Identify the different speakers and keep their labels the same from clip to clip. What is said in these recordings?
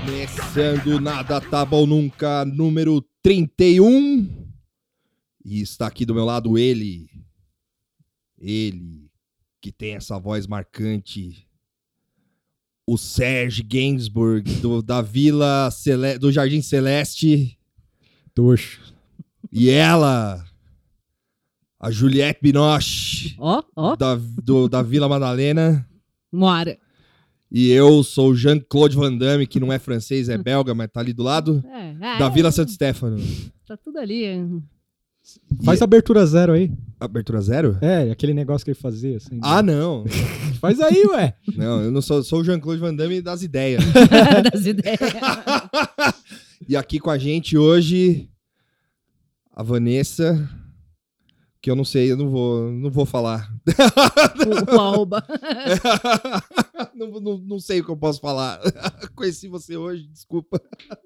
Speaker 1: Começando Nada Tá Bom Nunca, número 31. E está aqui do meu lado ele. Ele, que tem essa voz marcante. O Sérgio Gainsbourg, do, da Vila Cele... do Jardim Celeste.
Speaker 2: Toxo.
Speaker 1: E ela, a Juliette Binoche.
Speaker 3: Ó, oh, ó. Oh.
Speaker 1: Da, do, da Vila Madalena.
Speaker 3: Moara.
Speaker 1: E eu sou Jean-Claude Van Damme, que não é francês, é belga, mas tá ali do lado. É, é, da Vila Santo Stefano.
Speaker 3: Tá tudo ali.
Speaker 2: Faz e... abertura zero aí.
Speaker 1: Abertura zero?
Speaker 2: É, aquele negócio que ele fazia. Assim,
Speaker 1: ah, né? não.
Speaker 2: Faz aí, ué.
Speaker 1: Não, eu não sou, sou o Jean-Claude Van Damme das ideias.
Speaker 3: das ideias.
Speaker 1: e aqui com a gente hoje, a Vanessa que eu não sei, eu não vou, não vou falar.
Speaker 3: O, o arroba.
Speaker 1: não, não, não, sei o que eu posso falar. Conheci você hoje, desculpa.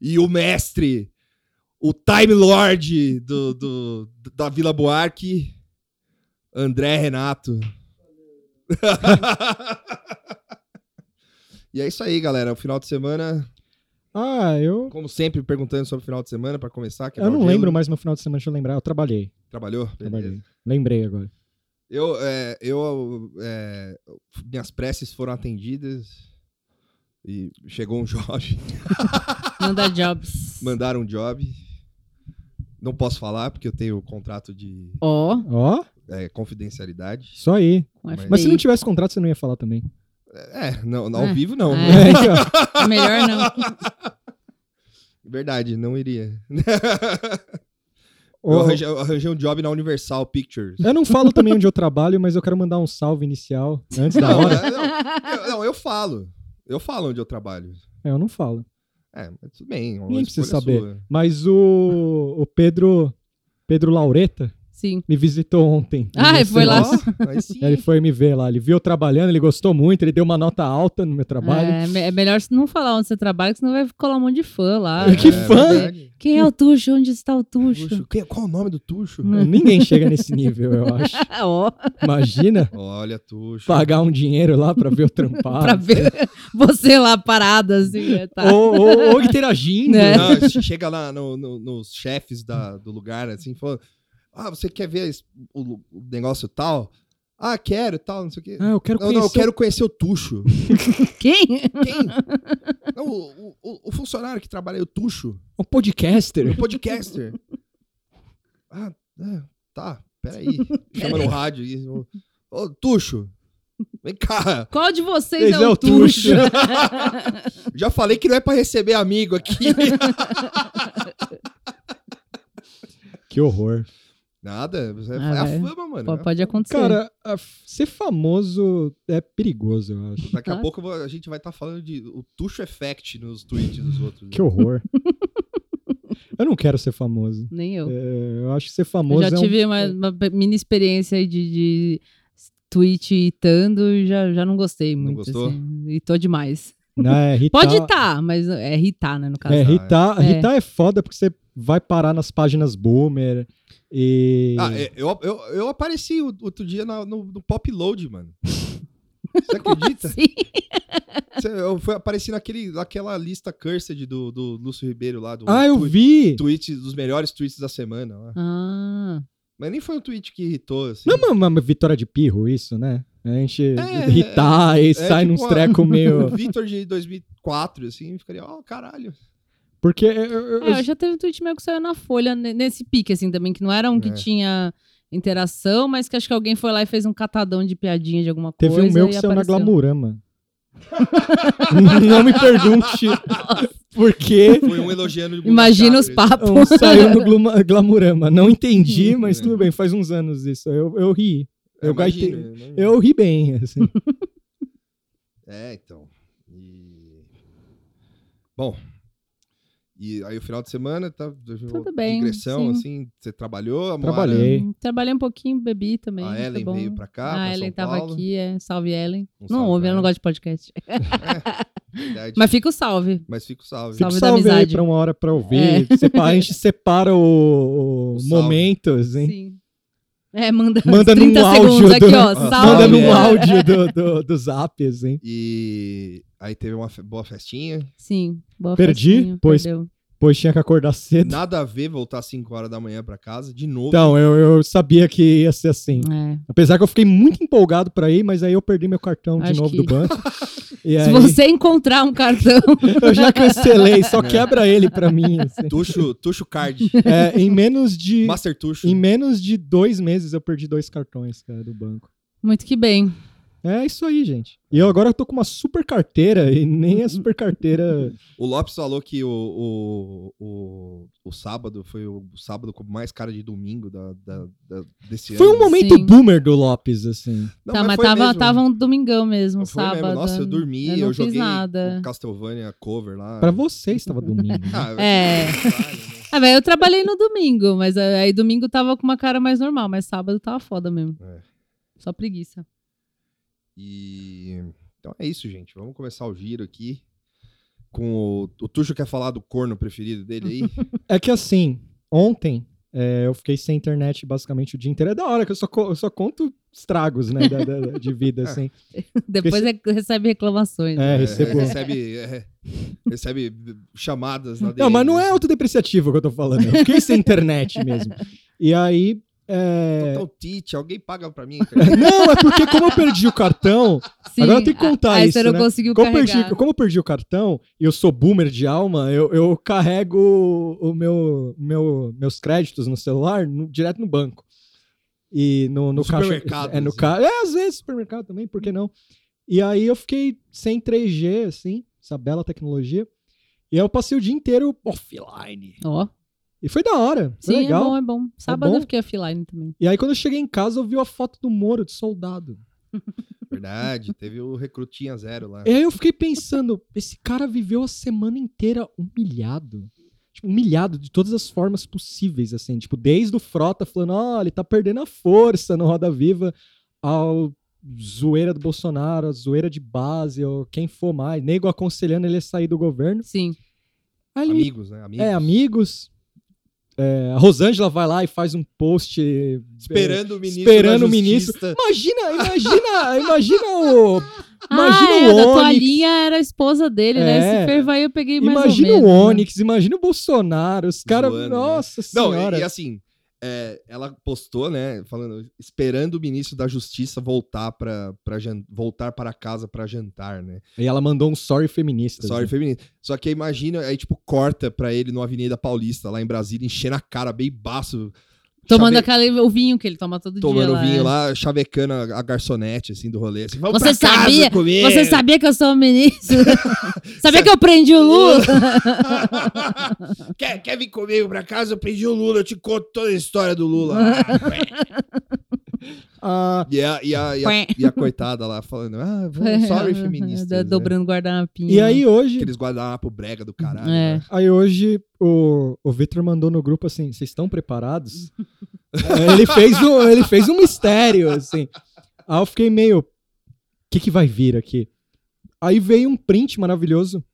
Speaker 1: E o mestre, o Time Lord do, do da Vila Buarque, André Renato. e é isso aí, galera. O final de semana
Speaker 2: ah, eu.
Speaker 1: Como sempre, perguntando sobre o final de semana para começar. é
Speaker 2: eu não lembro mais meu final de semana, deixa eu lembrar. Eu trabalhei.
Speaker 1: Trabalhou?
Speaker 2: Trabalhei. Beleza. Lembrei agora.
Speaker 1: Eu, é, eu é, minhas preces foram atendidas e chegou um job.
Speaker 3: Mandar jobs.
Speaker 1: Mandaram um job. Não posso falar porque eu tenho o contrato de.
Speaker 3: Ó.
Speaker 2: Oh. Ó.
Speaker 1: Oh. É, confidencialidade.
Speaker 2: Só aí. Mas... Mas se não tivesse contrato, você não ia falar também.
Speaker 1: É, não, ao é. vivo
Speaker 2: um,
Speaker 1: não.
Speaker 2: né?
Speaker 3: É. Melhor não.
Speaker 1: Verdade, não iria. Oh. Eu, arranjei, eu arranjei, um job na Universal Pictures.
Speaker 2: Eu não falo também onde eu trabalho, mas eu quero mandar um salve inicial antes da
Speaker 1: não,
Speaker 2: hora.
Speaker 1: Não, eu, não, eu falo. Eu falo onde eu trabalho.
Speaker 2: É, eu não falo.
Speaker 1: É, tudo bem.
Speaker 2: Ninguém precisa saber. Sua. Mas o, o Pedro, Pedro Laureta,
Speaker 3: Sim.
Speaker 2: Me visitou ontem.
Speaker 3: Ah, ele foi lá.
Speaker 2: Oh, ele foi me ver lá. Ele viu eu trabalhando, ele gostou muito, ele deu uma nota alta no meu trabalho.
Speaker 3: É, é melhor não falar onde você trabalha, senão vai colar um monte de fã lá.
Speaker 2: É, que fã?
Speaker 3: Verdade. Quem é o Tuxo? Onde está o Tuxo? tuxo.
Speaker 1: Quem, qual é o nome do Tuxo?
Speaker 2: Não, ninguém chega nesse nível, eu acho.
Speaker 3: oh.
Speaker 2: Imagina.
Speaker 1: Olha, Tuxo.
Speaker 2: Pagar um dinheiro lá pra ver o trampar.
Speaker 3: pra ver
Speaker 2: é.
Speaker 3: você lá parada, assim.
Speaker 2: Tá. Ou, ou, ou interagindo.
Speaker 1: Né? Não, chega lá no, no, nos chefes da, do lugar, assim, falando ah, você quer ver esse, o, o, negócio tal? Ah, quero tal, não sei o quê.
Speaker 2: Ah, eu quero
Speaker 1: não,
Speaker 2: conhecer.
Speaker 1: Não, eu quero conhecer o Tuxo.
Speaker 3: Quem?
Speaker 1: Quem? Não, o, o, o, funcionário que trabalha, o Tuxo.
Speaker 2: O um podcaster.
Speaker 1: O podcaster. ah, é, tá, peraí. Chama no rádio. E, ô, oh, Tuxo. Vem cá.
Speaker 3: Qual de vocês Esse é, é o Tuxo? tuxo.
Speaker 1: Já falei que não é pra receber amigo aqui.
Speaker 2: que horror.
Speaker 1: Nada. É, ah, a fama, mano.
Speaker 3: Pode, pode acontecer.
Speaker 2: Cara, ser famoso é perigoso, eu acho.
Speaker 1: Daqui a pouco a gente vai estar tá falando de o tuxo effect nos tweets dos outros. né?
Speaker 2: Que horror. eu não quero ser famoso.
Speaker 3: Nem eu.
Speaker 2: É, eu acho que ser famoso.
Speaker 3: Eu já
Speaker 2: é
Speaker 3: tive
Speaker 2: um...
Speaker 3: uma, uma, mini experiência de, de tweet itando e já, já não gostei muito. Não
Speaker 1: gostou? Assim,
Speaker 3: itou demais.
Speaker 2: Não, é irritar...
Speaker 3: Pode irritar, mas é irritar, né, no caso.
Speaker 2: É, irritar, é. irritar é foda porque você vai parar nas páginas boomer. E.
Speaker 1: Ah, eu, eu, eu apareci outro dia no, no, no Pop Load, mano. Você acredita?
Speaker 3: Assim?
Speaker 1: Eu fui, apareci naquele, naquela lista cursed do, do Lúcio Ribeiro lá. Do,
Speaker 2: ah, eu tweet, vi!
Speaker 1: Tweets, dos melhores tweets da semana. Lá.
Speaker 3: Ah.
Speaker 1: Mas nem foi um tweet que irritou, assim.
Speaker 2: Não, uma, uma vitória de pirro, isso, né? A gente é, tipo irritar é, e é, sai tipo, nos treco meio.
Speaker 1: Vitor de 2004, assim, ficaria, ó, oh, caralho.
Speaker 2: Porque eu- eu- eu-
Speaker 3: É, já teve um tweet meu que saiu na Folha ne- nesse pique, assim, também, que não era um que
Speaker 1: É.
Speaker 3: tinha interação, mas que acho que alguém foi lá e fez um catadão de piadinha de alguma
Speaker 2: teve
Speaker 3: coisa.
Speaker 2: um meu
Speaker 3: e
Speaker 2: que saiu na
Speaker 3: apareceu.
Speaker 2: Glamurama. Não me pergunte por quê
Speaker 1: Foi um elogiando. de
Speaker 3: Imagina os
Speaker 1: Chaves.
Speaker 2: um
Speaker 3: papos.
Speaker 2: saiu no gluma- Glamurama. Não entendi, mas
Speaker 1: É.
Speaker 2: tudo bem, faz uns anos isso. Eu, eu ri. Eu, gaitei-
Speaker 1: imagino, né?
Speaker 2: eu ri bem, assim.
Speaker 1: É, então. E- Bom. E aí o final de semana tá
Speaker 3: Tudo bem,
Speaker 1: digressão
Speaker 3: sim.
Speaker 1: assim, você trabalhou, a Moara-
Speaker 2: Trabalhei.
Speaker 3: Trabalhei um pouquinho, bebi também.
Speaker 1: A
Speaker 3: foi
Speaker 1: Ellen
Speaker 3: bom. Ah,
Speaker 1: veio pra cá, pra
Speaker 3: A Ellen
Speaker 1: São
Speaker 3: tava
Speaker 1: Paulo.
Speaker 3: aqui, é. Salve, Ellen.
Speaker 1: Um
Speaker 3: não
Speaker 1: salve
Speaker 3: ouve,
Speaker 1: pra
Speaker 3: ela
Speaker 1: Ellen.
Speaker 3: não gosta de podcast.
Speaker 1: Verdade. Mas,
Speaker 3: Mas fica o salve.
Speaker 1: fica o salve.
Speaker 2: Fica o
Speaker 3: Salve da
Speaker 2: salve aí
Speaker 3: amizade. É.
Speaker 2: pra uma hora pra ouvir. Separa- a gente separa o, o
Speaker 1: O salve.
Speaker 2: momentos, hein?
Speaker 3: Sim. É, manda,
Speaker 2: Manda
Speaker 3: uns 30
Speaker 2: num áudio
Speaker 3: segundos aqui,
Speaker 2: do-
Speaker 3: ó.
Speaker 1: Manda
Speaker 3: Salve.
Speaker 2: Manda num
Speaker 1: Ellen.
Speaker 2: áudio do, do, do zap, assim.
Speaker 1: E aí teve uma fe- boa festinha.
Speaker 3: Sim. Boa
Speaker 2: Perdi,
Speaker 3: festinha,
Speaker 2: pois-
Speaker 3: perdeu.
Speaker 2: Pois tinha que acordar cedo.
Speaker 1: Nada a ver voltar às 5 horas da manhã pra casa de novo.
Speaker 2: Então, eu, eu sabia que ia ser assim.
Speaker 3: É.
Speaker 2: Apesar que eu fiquei muito empolgado pra ir, mas aí eu perdi meu cartão de
Speaker 3: Acho
Speaker 2: novo
Speaker 3: que-
Speaker 2: do banco. E
Speaker 3: Se
Speaker 2: aí
Speaker 3: você encontrar um cartão,
Speaker 2: eu já cancelei, só quebra ele pra mim. assim.
Speaker 1: Tuxo, tuxo card.
Speaker 2: É, em menos de.
Speaker 1: Master Tuxo.
Speaker 2: Em menos de dois meses eu perdi dois cartões, cara, do banco.
Speaker 3: muito que bem.
Speaker 2: É isso aí, gente. E eu agora tô com uma super carteira e nem a super carteira.
Speaker 1: O Lopes falou que o, o, o, o sábado foi o sábado com mais cara de domingo da, da, da- desse
Speaker 2: Foi um
Speaker 1: ano.
Speaker 2: momento
Speaker 3: Sim.
Speaker 2: boomer do Lopes, assim.
Speaker 1: Não,
Speaker 3: tá, mas
Speaker 1: foi
Speaker 3: tava,
Speaker 1: mesmo.
Speaker 3: tava um domingão mesmo,
Speaker 1: Foi mesmo.
Speaker 3: sábado.
Speaker 1: Nossa, eu dormi,
Speaker 3: eu
Speaker 1: eu,
Speaker 3: não fiz
Speaker 1: joguei
Speaker 3: nada.
Speaker 1: o Castlevania cover lá.
Speaker 2: Pra você estava domingo. né?
Speaker 1: Ah, eu-
Speaker 3: É.
Speaker 1: né?
Speaker 3: Ah, velho, eu trabalhei no domingo, mas é, aí domingo tava com uma cara mais normal, mas sábado tava foda mesmo.
Speaker 1: É.
Speaker 3: Só preguiça.
Speaker 1: E então é isso, gente. Vamos começar o giro aqui com o, o Tuxo quer falar do corno preferido dele aí.
Speaker 2: É que assim, ontem é, eu fiquei sem internet basicamente o dia inteiro. É da hora que eu só, co- eu só conto estragos, né, da- da- de vida, assim.
Speaker 3: Depois é- recebe reclamações.
Speaker 2: É,
Speaker 1: recebe,
Speaker 2: recebo.
Speaker 1: recebe, é, recebe chamadas na
Speaker 2: Não,
Speaker 1: DM,
Speaker 2: mas não
Speaker 1: né?
Speaker 2: é autodepreciativo que eu tô falando. Eu fiquei sem internet mesmo. E aí.
Speaker 1: Total
Speaker 2: é,
Speaker 1: Então, Tite, alguém paga pra mim, cara.
Speaker 2: Não, é porque como eu perdi o cartão,
Speaker 3: Sim,
Speaker 2: Agora eu tenho que contar
Speaker 3: Ah, aí
Speaker 2: isso,
Speaker 3: você não
Speaker 2: né?
Speaker 3: conseguiu
Speaker 2: como eu,
Speaker 3: carregar.
Speaker 2: perdi, como eu perdi o cartão e eu sou boomer de alma, eu, eu carrego o, o meu, meu- meus créditos no celular no- direto no banco. E no, no
Speaker 1: No
Speaker 2: caixa-
Speaker 1: supermercado,
Speaker 2: É, no
Speaker 1: assim.
Speaker 2: ca... é, às vezes supermercado também, por que não? E aí eu fiquei sem 3G, assim, essa bela tecnologia. E aí eu passei o dia inteiro offline.
Speaker 3: Ó,
Speaker 2: E foi da hora, foi
Speaker 3: sim,
Speaker 2: legal.
Speaker 3: é bom, é bom. Sábado
Speaker 2: bom?
Speaker 3: eu fiquei offline também.
Speaker 2: E aí quando eu cheguei em casa, eu vi a foto do Moro, de soldado.
Speaker 1: Verdade, teve o recrutinha zero lá.
Speaker 2: E aí É, eu fiquei pensando, esse cara viveu a semana inteira humilhado. Tipo, humilhado de todas as formas possíveis, assim. Tipo, desde o Frota falando, ó, ele tá perdendo a força no Roda Viva, ao zoeira do Bolsonaro, a zoeira de base, ou quem for mais, nego aconselhando ele a sair do governo.
Speaker 3: Sim.
Speaker 2: Aí ele
Speaker 1: Amigos, né? Amigos.
Speaker 2: é, amigos. É, a Rosângela vai lá e faz um post. eh,
Speaker 1: Esperando o ministro.
Speaker 2: Esperando
Speaker 1: da
Speaker 2: o ministro.
Speaker 1: Justiça.
Speaker 2: Imagina, imagina, imagina o.
Speaker 3: ah,
Speaker 2: Imagina
Speaker 3: é,
Speaker 2: o
Speaker 3: a da
Speaker 2: Onyx.
Speaker 3: toalhinha era a esposa dele, né?
Speaker 2: É.
Speaker 3: Esse fervo aí eu peguei mais
Speaker 2: imagina
Speaker 3: ou menos.
Speaker 2: o
Speaker 3: né?
Speaker 2: Onyx, imagina o Bolsonaro, os caras.
Speaker 1: Zoando, né?
Speaker 2: Nossa
Speaker 1: Não,
Speaker 2: senhora.
Speaker 1: e, e assim, é, ela postou, né? Falando, esperando o ministro da Justiça voltar para voltar para casa para jantar, né?
Speaker 2: E ela mandou um sorry feminista.
Speaker 1: Sorry, feminista. Só que aí imagina, aí tipo, corta pra ele no Avenida Paulista, lá em Brasília, enchendo a cara, bem baço.
Speaker 3: Tomando
Speaker 1: chave-
Speaker 3: aquele, o vinho que ele toma todo
Speaker 1: Tomando
Speaker 3: dia. lá,
Speaker 1: vinho
Speaker 3: é.
Speaker 1: lá, chavecando a, a garçonete, assim, do rolê. Assim, Vamos
Speaker 3: Você
Speaker 1: pra casa
Speaker 3: sabia?
Speaker 1: comer.
Speaker 3: Você sabia que eu sou o ministro? sabia que eu prendi o Lula?
Speaker 1: quer, quer vir comigo pra casa? Eu pedi o Lula, eu te conto toda a história do Lula. Ah,
Speaker 2: Ah,
Speaker 1: e, a, e, a, e, a, e a coitada lá falando, ah, vamos, sorry, né?" feminista.
Speaker 3: Do- Tá Dobrando guardanapinho.
Speaker 2: e aí hoje,
Speaker 1: Aqueles guardanapos brega do caralho.
Speaker 3: É.
Speaker 1: né?
Speaker 2: aí hoje o, o Victor mandou no grupo assim: vocês estão preparados? É, ele, fez um, ele fez um mistério, assim. Aí eu fiquei meio. O que, que vai vir aqui? Aí veio um print maravilhoso.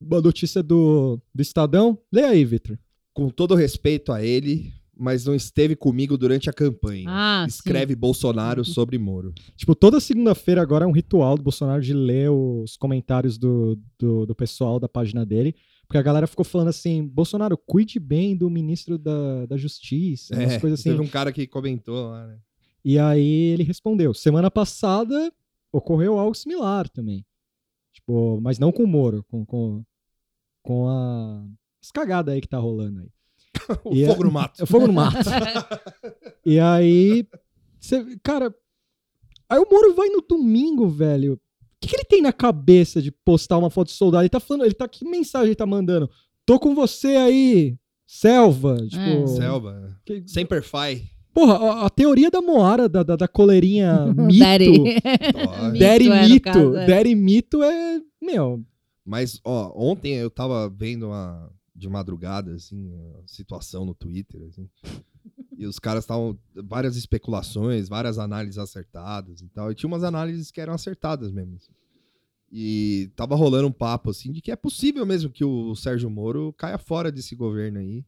Speaker 2: Uma notícia do, do Estadão. Lê aí, Victor.
Speaker 1: Com todo respeito a ele, mas não esteve comigo durante a campanha.
Speaker 3: Ah, sim. Uhum.
Speaker 1: Escreve Bolsonaro sobre Moro.
Speaker 2: Tipo, toda segunda-feira agora é um ritual do Bolsonaro de ler os comentários do, do, do pessoal da página dele. Porque a galera ficou falando assim: Bolsonaro, cuide bem do ministro da, da Justiça, umas coisas assim.
Speaker 1: Teve um cara que comentou lá, né?
Speaker 2: E aí ele respondeu: semana passada ocorreu algo similar também. Tipo, mas não com o Moro, com, com, com a essas cagadas aí que tá rolando aí.
Speaker 1: O
Speaker 2: E
Speaker 1: fogo no mato.
Speaker 2: É fogo no mato. e aí, você- cara, aí o Moro vai no domingo, velho. O que, que ele tem na cabeça de postar uma foto de soldado? Ele tá falando, ele tá, que mensagem ele tá mandando? Tô com você aí, selva. Tipo,
Speaker 3: É.
Speaker 1: Selva.
Speaker 2: que-
Speaker 1: Sem perfai.
Speaker 2: porra, a, a teoria da Moara, da, da, da coleirinha mito,
Speaker 3: Daddy.
Speaker 1: Ó,
Speaker 3: Mito,
Speaker 2: Daddy
Speaker 3: é, no
Speaker 2: mito,
Speaker 3: caso, é.
Speaker 2: Daddy mito é, meu,
Speaker 1: Mas, ó, ontem eu tava vendo uma, de madrugada, assim, a situação no Twitter, assim. E os caras estavam. Várias especulações, várias análises acertadas e tal. E tinha umas análises que eram acertadas mesmo. assim. E tava rolando um papo, assim, de que é possível mesmo que o Sérgio Moro caia fora desse governo aí.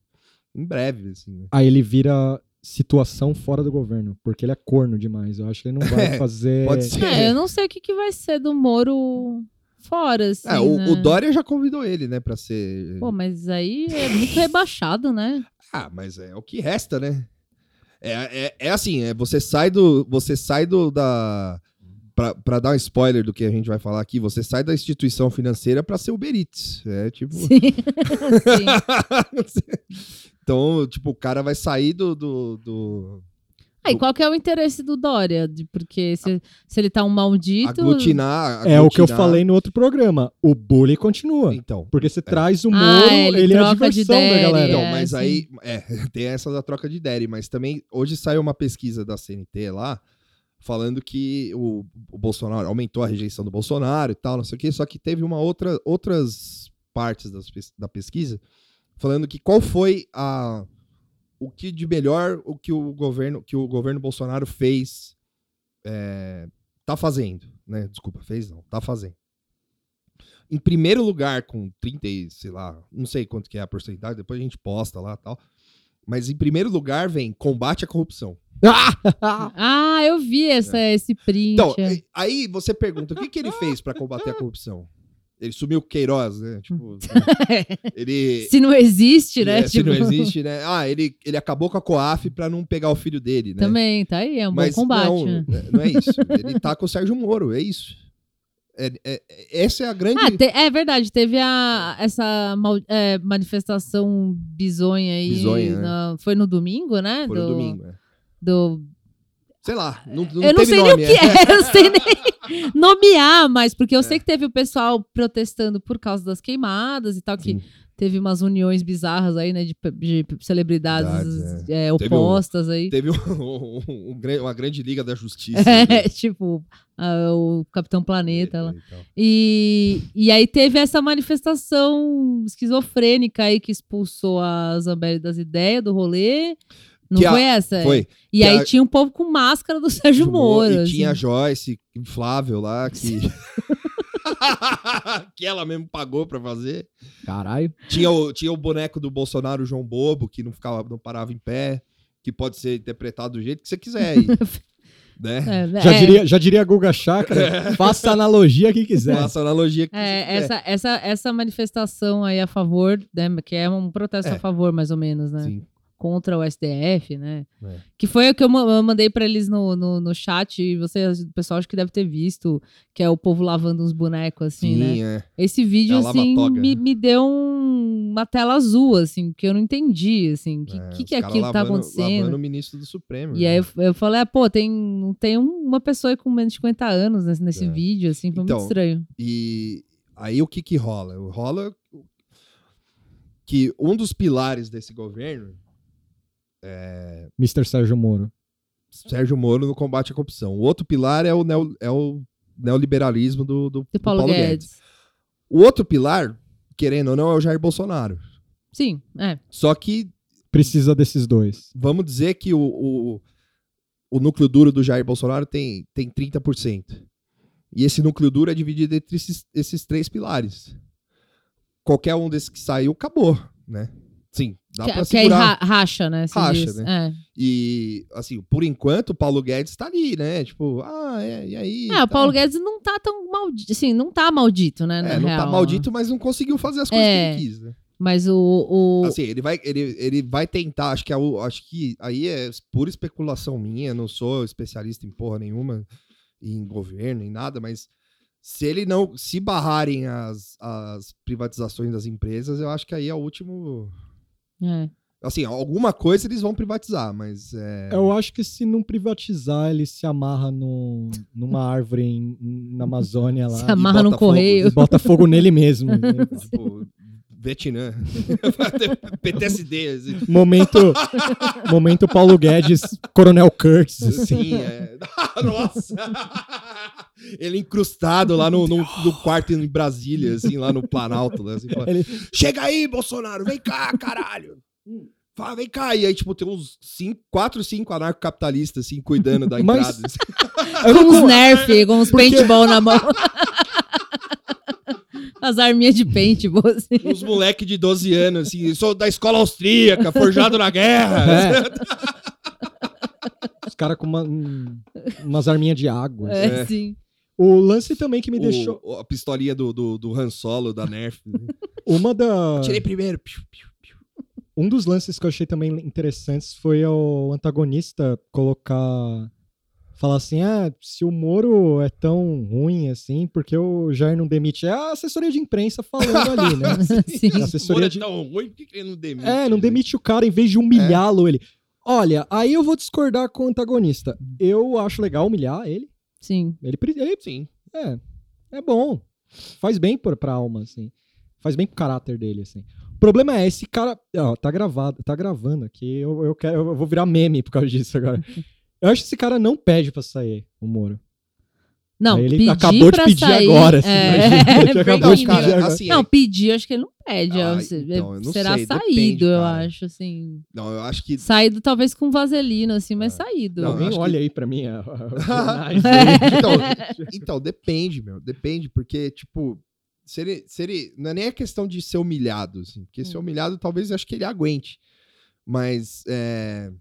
Speaker 1: Em breve, assim, né?
Speaker 2: Aí ele vira situação fora do governo, porque ele é corno demais. Eu acho que ele não vai
Speaker 1: É,
Speaker 2: fazer.
Speaker 1: Pode ser.
Speaker 3: É, eu não sei o que, que vai ser do Moro fora, assim,
Speaker 1: É, o,
Speaker 3: né?
Speaker 1: o Dória já convidou ele, né, pra ser.
Speaker 3: Pô, mas aí é muito rebaixado, né?
Speaker 1: Ah, mas é o que resta, né? É, é, é assim, é, você sai do. Você sai do da. Pra, pra dar um spoiler do que a gente vai falar aqui, você sai da instituição financeira pra ser Uber Eats. É tipo.
Speaker 3: Sim. Sim.
Speaker 1: então, tipo, o cara vai sair do. do, do-
Speaker 3: Aí, qual que é o interesse do Dória? De- Porque se, se ele tá um maldito...
Speaker 1: aglutinar,
Speaker 2: É o que eu
Speaker 1: aglutinar.
Speaker 2: falei no outro programa. O bullying continua.
Speaker 1: Então.
Speaker 2: Porque você traz o
Speaker 3: Ah,
Speaker 2: Moro,
Speaker 3: ele
Speaker 2: ele, é a
Speaker 3: troca de
Speaker 2: diversão da
Speaker 3: ideia,
Speaker 2: galera.
Speaker 1: Então,
Speaker 3: É,
Speaker 1: mas
Speaker 3: sim.
Speaker 1: aí, é, tem essa da troca de ideia, mas também hoje saiu uma pesquisa da CNT lá falando que o, o Bolsonaro aumentou a rejeição do Bolsonaro e tal, não sei o quê, só que teve uma outra outras partes das pes- da pesquisa falando que qual foi a o que de melhor o que o governo que o governo Bolsonaro fez é, tá fazendo, né? Desculpa, fez não, tá fazendo em primeiro lugar com 30, e, sei lá, não sei quanto que é a porcentagem, depois a gente posta lá e tal. Mas em primeiro lugar vem combate à corrupção.
Speaker 2: Ah!
Speaker 3: Ah, eu vi essa, esse print.
Speaker 1: Então,
Speaker 3: é.
Speaker 1: e- aí você pergunta, o que, que ele fez pra combater a corrupção? Ele sumiu com Queiroz, né? Tipo, ele
Speaker 3: se não existe, né?
Speaker 1: é, se não
Speaker 3: Tipo,
Speaker 1: existe, né? Ah, ele, ele acabou com a COAF pra não pegar o filho dele, né?
Speaker 3: Também, tá aí, é um bom combate.
Speaker 1: não,
Speaker 3: né?
Speaker 1: é- não é isso. Ele tá com o Sérgio Moro, é isso. É- é- é- essa é a grande...
Speaker 3: Ah, te- é verdade, teve a, essa mal- é, manifestação bizonha aí.
Speaker 1: Bizonha, né?
Speaker 3: na- Foi no domingo, né?
Speaker 1: Foi
Speaker 3: do,
Speaker 1: no domingo, né?
Speaker 3: do-
Speaker 1: Sei lá, não, não
Speaker 3: eu não
Speaker 1: teve
Speaker 3: sei
Speaker 1: nome. É.
Speaker 3: nem o que é, eu não sei nem nomear, mas porque eu sei que teve o pessoal protestando por causa das queimadas e tal, que
Speaker 1: Sim.
Speaker 3: teve umas uniões bizarras aí, né? De, pe- de celebridades
Speaker 1: Verdade,
Speaker 3: é,
Speaker 1: Teve um-
Speaker 3: opostas aí.
Speaker 1: Teve um- um- um- um gran- uma grande liga da justiça. né?
Speaker 3: É, tipo, ah, o Capitão
Speaker 1: É,
Speaker 3: Planeta lá. E, e aí teve essa manifestação esquizofrênica aí que expulsou a Zambelli das ideias do rolê. Não
Speaker 1: Que a-
Speaker 3: foi essa?
Speaker 1: Foi.
Speaker 3: E
Speaker 1: que
Speaker 3: aí
Speaker 1: a-
Speaker 3: tinha um povo com máscara do Sérgio Moro.
Speaker 1: E
Speaker 3: assim.
Speaker 1: tinha a Joyce Flávio lá que. que ela mesmo pagou pra fazer.
Speaker 2: Caralho.
Speaker 1: Tinha o, tinha o boneco do Bolsonaro João Bobo, que não, ficava, não parava em pé, que pode ser interpretado do jeito que você quiser. aí, né?
Speaker 3: É,
Speaker 2: Já,
Speaker 3: é,
Speaker 2: diria, já diria Guga Chakra, faça a analogia que quiser.
Speaker 1: É. Faça a analogia que
Speaker 3: é,
Speaker 1: você quiser.
Speaker 3: essa, essa, essa manifestação aí a favor, né, que é um protesto
Speaker 1: É.
Speaker 3: a favor, mais ou menos, né?
Speaker 1: Sim.
Speaker 3: Contra o STF, né?
Speaker 1: É.
Speaker 3: Que foi o que eu ma- eu mandei pra eles no, no, no chat, e vocês, o pessoal acho que deve ter visto, que é o povo lavando uns bonecos, assim,
Speaker 1: Sim,
Speaker 3: né?
Speaker 1: é.
Speaker 3: Esse
Speaker 1: É
Speaker 3: vídeo,
Speaker 1: a
Speaker 3: assim,
Speaker 1: lava-toga,
Speaker 3: me,
Speaker 1: né?
Speaker 3: me deu um- uma tela azul, assim, que eu não entendi, assim, o que,
Speaker 1: É,
Speaker 3: que,
Speaker 1: os
Speaker 3: que é
Speaker 1: cara
Speaker 3: aquilo que tá
Speaker 1: lavando-
Speaker 3: acontecendo.
Speaker 1: Lavando o ministro do Supremo. né?
Speaker 3: E aí eu, eu falei, ah, pô, tem, tem um, uma pessoa aí com menos de 50 anos nesse, nesse
Speaker 1: É.
Speaker 3: vídeo, assim, foi
Speaker 1: Então,
Speaker 3: muito estranho.
Speaker 1: E aí o que que rola? Rola que um dos pilares desse governo
Speaker 2: Mr. Sérgio Moro.
Speaker 1: Sérgio Moro no combate à corrupção. O outro pilar é o, neo- é o neoliberalismo do, do,
Speaker 3: Do Paulo, Guedes.
Speaker 1: O outro pilar, querendo ou não, é o Jair Bolsonaro.
Speaker 3: Sim, é.
Speaker 1: Só que
Speaker 2: Precisa desses dois.
Speaker 1: vamos dizer que o, o, o núcleo duro do Jair Bolsonaro tem, tem 30%. E esse núcleo duro é dividido entre esses, esses três pilares. Qualquer um desses que saiu, acabou, né? Sim, dá
Speaker 3: Que, é,
Speaker 1: pra
Speaker 3: que aí
Speaker 1: segurar.
Speaker 3: ra- racha, né? se
Speaker 1: Racha,
Speaker 3: diz. É.
Speaker 1: E, assim, por enquanto, o Paulo Guedes tá ali, né? Tipo, ah, é, e aí?
Speaker 3: É,
Speaker 1: tal.
Speaker 3: o Paulo Guedes não tá tão maldito, assim, não tá maldito, né? na
Speaker 1: É, não
Speaker 3: real,
Speaker 1: tá
Speaker 3: né?
Speaker 1: maldito, mas não conseguiu fazer as coisas
Speaker 3: É.
Speaker 1: que ele quis, né?
Speaker 3: Mas o... o...
Speaker 1: Assim, ele vai, ele, ele vai tentar, acho que, é o- acho que aí é pura especulação minha, não sou especialista em porra nenhuma, em governo, em nada, mas Se ele não. Se barrarem as, as privatizações das empresas, eu acho que aí é o último.
Speaker 3: É.
Speaker 1: Assim, alguma coisa eles vão privatizar, mas. É...
Speaker 2: Eu acho que se não privatizar, ele se amarra no, numa árvore em- na Amazônia lá.
Speaker 3: Se amarra num
Speaker 1: bota fogo,
Speaker 3: correio.
Speaker 2: E bota fogo nele mesmo.
Speaker 1: Tipo, Vietnã. PTSD. assim.
Speaker 2: Momento, momento Paulo Guedes, Coronel Kurtz, assim.
Speaker 1: Sim, é. Nossa! Ele encrustado lá no, no, no quarto em Brasília, assim, lá no Planalto. Né, assim, fala,
Speaker 2: Ele-
Speaker 1: Chega aí, Bolsonaro, vem cá, caralho!
Speaker 2: Hum.
Speaker 1: Fala, vem cá. E aí, tipo, tem uns cinco, quatro, cinco anarcocapitalistas, assim, cuidando da
Speaker 2: Mas-
Speaker 1: entrada. assim.
Speaker 2: Eu
Speaker 3: Com
Speaker 2: não
Speaker 3: os
Speaker 2: con-
Speaker 3: nerf, com os paintball na mão. As arminhas de paintball, assim.
Speaker 1: Uns moleque de 12 anos, assim, sou da escola austríaca, forjado na guerra.
Speaker 3: É.
Speaker 2: É. Os caras com uma- um- umas arminhas de água.
Speaker 3: É,
Speaker 1: É.
Speaker 3: sim.
Speaker 2: O lance também que me
Speaker 1: O-
Speaker 2: deixou.
Speaker 1: o- a pistolinha do, do, do Han Solo, da Nerf. né?
Speaker 2: Uma da.
Speaker 1: Tirei primeiro. piu, piu, piu.
Speaker 2: Um dos lances que eu achei também interessantes foi o antagonista colocar. Falar assim, ah, se o Moro é tão ruim assim, porque o Jair não demite? É a assessoria de imprensa falando ali, né?
Speaker 3: Sim.
Speaker 2: A
Speaker 1: Moro
Speaker 2: assessoria
Speaker 1: é
Speaker 2: de...
Speaker 1: tão ruim, por que que ele não demite?
Speaker 2: É, não
Speaker 1: né?
Speaker 2: demite o cara em vez de humilhá-lo
Speaker 3: É.
Speaker 2: ele. Olha, aí eu vou discordar com o antagonista.
Speaker 3: Hum.
Speaker 2: Eu acho legal humilhar ele.
Speaker 3: Sim.
Speaker 2: Ele, pre- ele
Speaker 1: Sim.
Speaker 2: É, é bom. Faz bem pra, pra alma, assim. Faz bem pro caráter dele, assim. O problema é, esse cara. Ó, tá gravado, tá gravando aqui. Eu, eu, quero, eu vou virar meme por causa disso agora. Eu acho que esse cara não pede pra sair, o Moro.
Speaker 3: Não,
Speaker 2: Ele
Speaker 3: pedir
Speaker 2: acabou de
Speaker 3: pra
Speaker 2: pedir
Speaker 3: sair,
Speaker 2: agora, assim,
Speaker 1: né?
Speaker 2: imagina.
Speaker 3: é,
Speaker 2: Ele um acabou de
Speaker 3: bem-
Speaker 2: pedir agora.
Speaker 1: assim,
Speaker 3: Não, pedir, acho que ele não pede.
Speaker 1: Ah,
Speaker 3: é, se-
Speaker 1: então, eu não
Speaker 3: será
Speaker 1: sei,
Speaker 3: saído,
Speaker 1: depende,
Speaker 3: eu
Speaker 1: cara.
Speaker 3: acho, assim.
Speaker 1: Não, eu acho que.
Speaker 3: Saído talvez com vaselina, assim, mas
Speaker 1: É.
Speaker 3: saído.
Speaker 1: Não, eu
Speaker 2: Alguém
Speaker 1: acho
Speaker 2: olha aí pra mim. é, a- a- os jornais aí.
Speaker 1: então, então, depende, meu. Depende, porque, tipo, se ele, se ele. Não é nem a questão de ser humilhado, assim. Porque ser humilhado, talvez eu acho que ele aguente. Mas. É,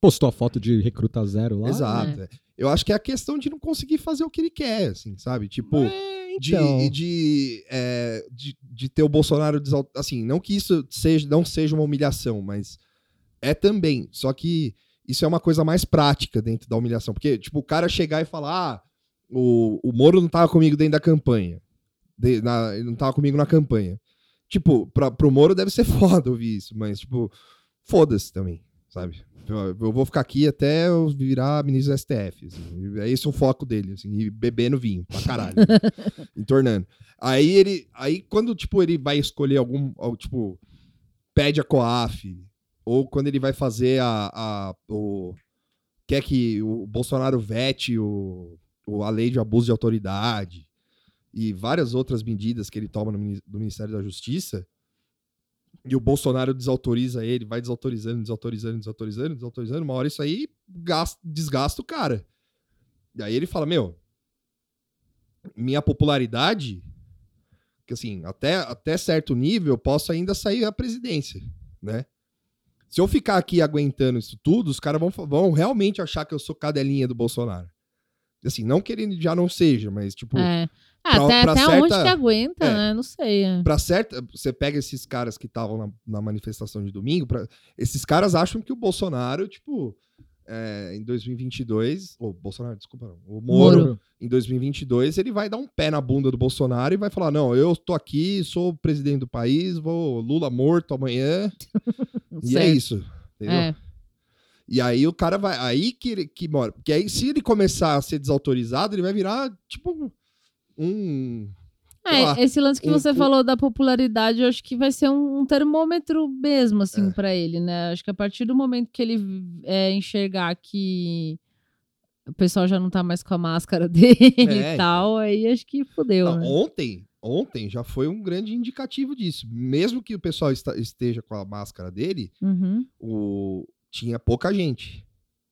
Speaker 2: Postou a foto de recruta zero lá.
Speaker 1: exato. é. Eu acho que é a questão de não conseguir fazer o que ele quer, assim, sabe? Tipo.
Speaker 2: É,
Speaker 1: de,
Speaker 2: então.
Speaker 1: de, é, de, de ter o Bolsonaro desalt... assim, não que isso seja, não seja uma humilhação, mas é também, só que isso é uma coisa mais prática dentro da humilhação, porque tipo, o cara chegar e falar, ah, o, o Moro não tava comigo dentro da campanha, de- na- ele não tava comigo na campanha. Tipo, pra, pro Moro deve ser foda ouvir isso, mas tipo, foda-se também, sabe? Eu, eu vou ficar aqui até eu virar ministro do STF. Assim, é esse o foco dele, assim, e bebendo vinho pra caralho. né? entornando. Aí ele. Aí quando, tipo, ele vai escolher algum. al- Tipo, pede a COAF, ou quando ele vai fazer a. a- o, quer que o Bolsonaro vete o, o- a lei de abuso de autoridade e várias outras medidas que ele toma no, mini- do Ministério da Justiça. E o Bolsonaro desautoriza ele, vai desautorizando, desautorizando, desautorizando, desautorizando. Uma hora isso aí gasta- desgasta o cara. E aí ele fala: Meu, minha popularidade, que assim, até, até certo nível, eu posso ainda sair da presidência, né? Se eu ficar aqui aguentando isso tudo, os caras vão, fa- vão realmente achar que eu sou cadelinha do Bolsonaro. Assim, não que ele já não seja, mas tipo,
Speaker 3: É. Ah,
Speaker 1: pra-
Speaker 3: até
Speaker 1: pra
Speaker 3: até
Speaker 1: certa-
Speaker 3: onde que aguenta,
Speaker 1: É.
Speaker 3: né? Não sei. é.
Speaker 1: pra certa, você pega esses caras que estavam na, na manifestação de domingo, pra, esses caras acham que o Bolsonaro, tipo, é, em 2022, ou Bolsonaro, desculpa, não, o Moro,
Speaker 3: Moro.
Speaker 1: em 2022, ele vai dar um pé na bunda do Bolsonaro e vai falar: não, eu tô aqui, sou o presidente do país, vou Lula morto amanhã.
Speaker 3: Não
Speaker 1: e é
Speaker 3: sei.
Speaker 1: isso. Entendeu?
Speaker 3: É.
Speaker 1: E aí o cara vai. Aí que ele que mora. Porque aí, se ele começar a ser desautorizado, ele vai virar tipo um. sei
Speaker 3: É,
Speaker 1: lá,
Speaker 3: esse lance que
Speaker 1: um-
Speaker 3: você
Speaker 1: um-
Speaker 3: falou da popularidade, eu acho que vai ser um, um termômetro mesmo, assim,
Speaker 1: É.
Speaker 3: pra ele, né? Acho que a partir do momento que ele é, enxergar que o pessoal já não tá mais com a máscara dele
Speaker 1: É,
Speaker 3: e tal, aí acho que fudeu,
Speaker 1: Não,
Speaker 3: né?
Speaker 1: ontem, ontem já foi um grande indicativo disso. Mesmo que o pessoal esta- esteja com a máscara dele,
Speaker 3: Uhum.
Speaker 1: o, tinha pouca gente.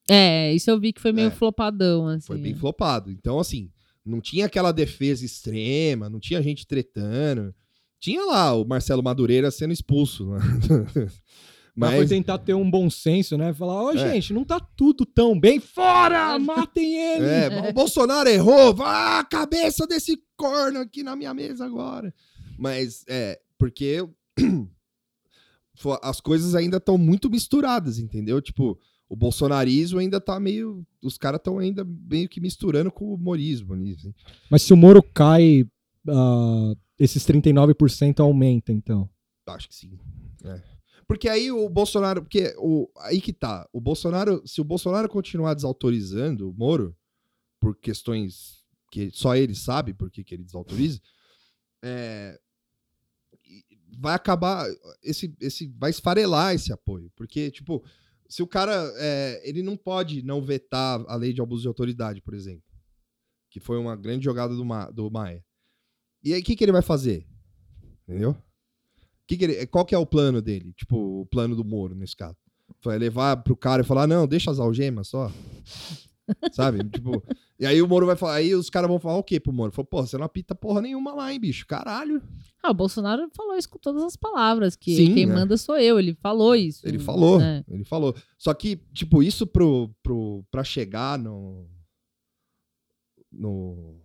Speaker 3: É, isso eu vi que foi meio
Speaker 1: É.
Speaker 3: flopadão, assim.
Speaker 1: Foi bem flopado. Então, assim, não tinha aquela defesa extrema, não tinha gente tretando. Tinha lá o Marcelo Madureira sendo expulso. né?
Speaker 2: Mas foi
Speaker 1: Mas,
Speaker 2: tentar ter um bom senso, né? Falar, ó,
Speaker 1: É.
Speaker 2: gente, não tá tudo tão bem. Fora! Matem ele!
Speaker 1: é, mas o Bolsonaro errou. Vá, a cabeça desse corno aqui na minha mesa agora. Mas, é, porque fo- as coisas ainda estão muito misturadas, entendeu? Tipo, o bolsonarismo ainda tá meio. Os caras estão ainda meio que misturando com o humorismo nisso. hein?
Speaker 2: Mas se o Moro cai, ah, esses 39% aumenta, então.
Speaker 1: Acho que sim. É. Porque aí o Bolsonaro. Porque o, aí que tá. O Bolsonaro. Se o Bolsonaro continuar desautorizando o Moro, por questões que só ele sabe por que que ele desautoriza, é, e vai acabar. Esse, esse, vai esfarelar esse apoio. Porque, tipo, se o cara. é, ele não pode não vetar a lei de abuso de autoridade, por exemplo. Que foi uma grande jogada do, Ma, do Maia. E aí, o que, que ele vai fazer? Entendeu? Que que ele- qual que é o plano dele? Tipo, o plano do Moro, nesse caso. Vai levar pro cara e falar, "Ah, não, deixa as algemas só. Sabe? Tipo, e aí o Moro vai falar, aí os caras vão falar o quê pro Moro? Falou, pô, você não apita porra nenhuma lá, hein, bicho? Caralho.
Speaker 3: Ah, o Bolsonaro falou isso com todas as palavras, que
Speaker 1: Sim,
Speaker 3: quem
Speaker 1: né?
Speaker 3: manda sou eu, ele falou isso.
Speaker 1: Ele falou,
Speaker 3: É.
Speaker 1: ele falou. Só que, tipo, isso pro, pro, pra chegar no. No.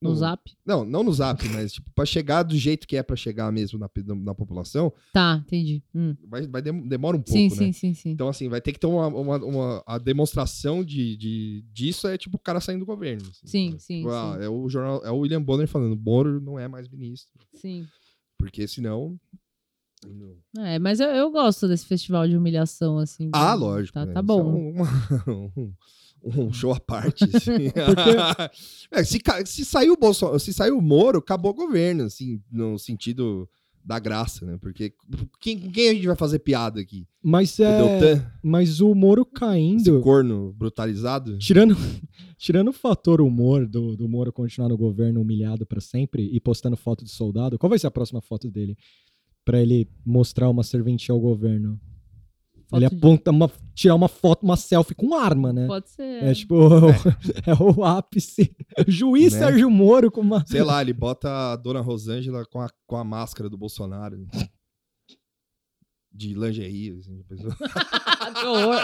Speaker 3: No zap.
Speaker 1: Não, não no zap, mas, tipo, pra chegar do jeito que é pra chegar mesmo na, na população,
Speaker 3: Tá, entendi. Hum.
Speaker 1: vai, vai dem- demora um pouco,
Speaker 3: sim,
Speaker 1: né?
Speaker 3: sim, sim, sim.
Speaker 1: Então, assim, vai ter que ter uma, uma, uma- a demonstração de, de, disso é tipo o cara saindo do governo. assim.
Speaker 3: Sim,
Speaker 1: Tipo,
Speaker 3: sim,
Speaker 1: ah,
Speaker 3: sim.
Speaker 1: É, o jornal, é o William Bonner falando, Moro não é mais ministro.
Speaker 3: Sim.
Speaker 1: Porque senão. não."
Speaker 3: É, mas eu, eu gosto desse festival de humilhação, assim.
Speaker 1: Ah, lógico.
Speaker 3: Tá,
Speaker 1: né?
Speaker 3: tá
Speaker 1: Isso
Speaker 3: bom. Hum.
Speaker 1: é um, um- um show à parte. assim.
Speaker 2: Porque-
Speaker 1: É, se, ca- se sair o Bolsonaro, se sair o Moro, acabou o governo, assim, no sentido da graça, né? Porque quem, com quem a gente vai fazer piada aqui?
Speaker 2: Mas
Speaker 1: O
Speaker 2: é.
Speaker 1: Deltan?
Speaker 2: Mas o Moro
Speaker 1: Esse
Speaker 2: caindo.
Speaker 1: corno brutalizado?
Speaker 2: Tirando, tirando o fator humor do, do Moro continuar no governo humilhado pra sempre e postando foto de soldado, qual vai ser a próxima foto dele? Pra ele mostrar uma serventia ao governo.
Speaker 3: Foto
Speaker 2: ele
Speaker 3: de-
Speaker 2: aponta, uma, tirar uma foto, uma selfie com arma, né?
Speaker 3: Pode ser.
Speaker 2: É tipo, é, o ápice. O juiz
Speaker 1: Né?
Speaker 2: Sérgio Moro com uma.
Speaker 1: Sei lá, ele bota a dona Rosângela com a, com a máscara do Bolsonaro. De lingerie, assim, a pessoa.
Speaker 3: Ah, que horror.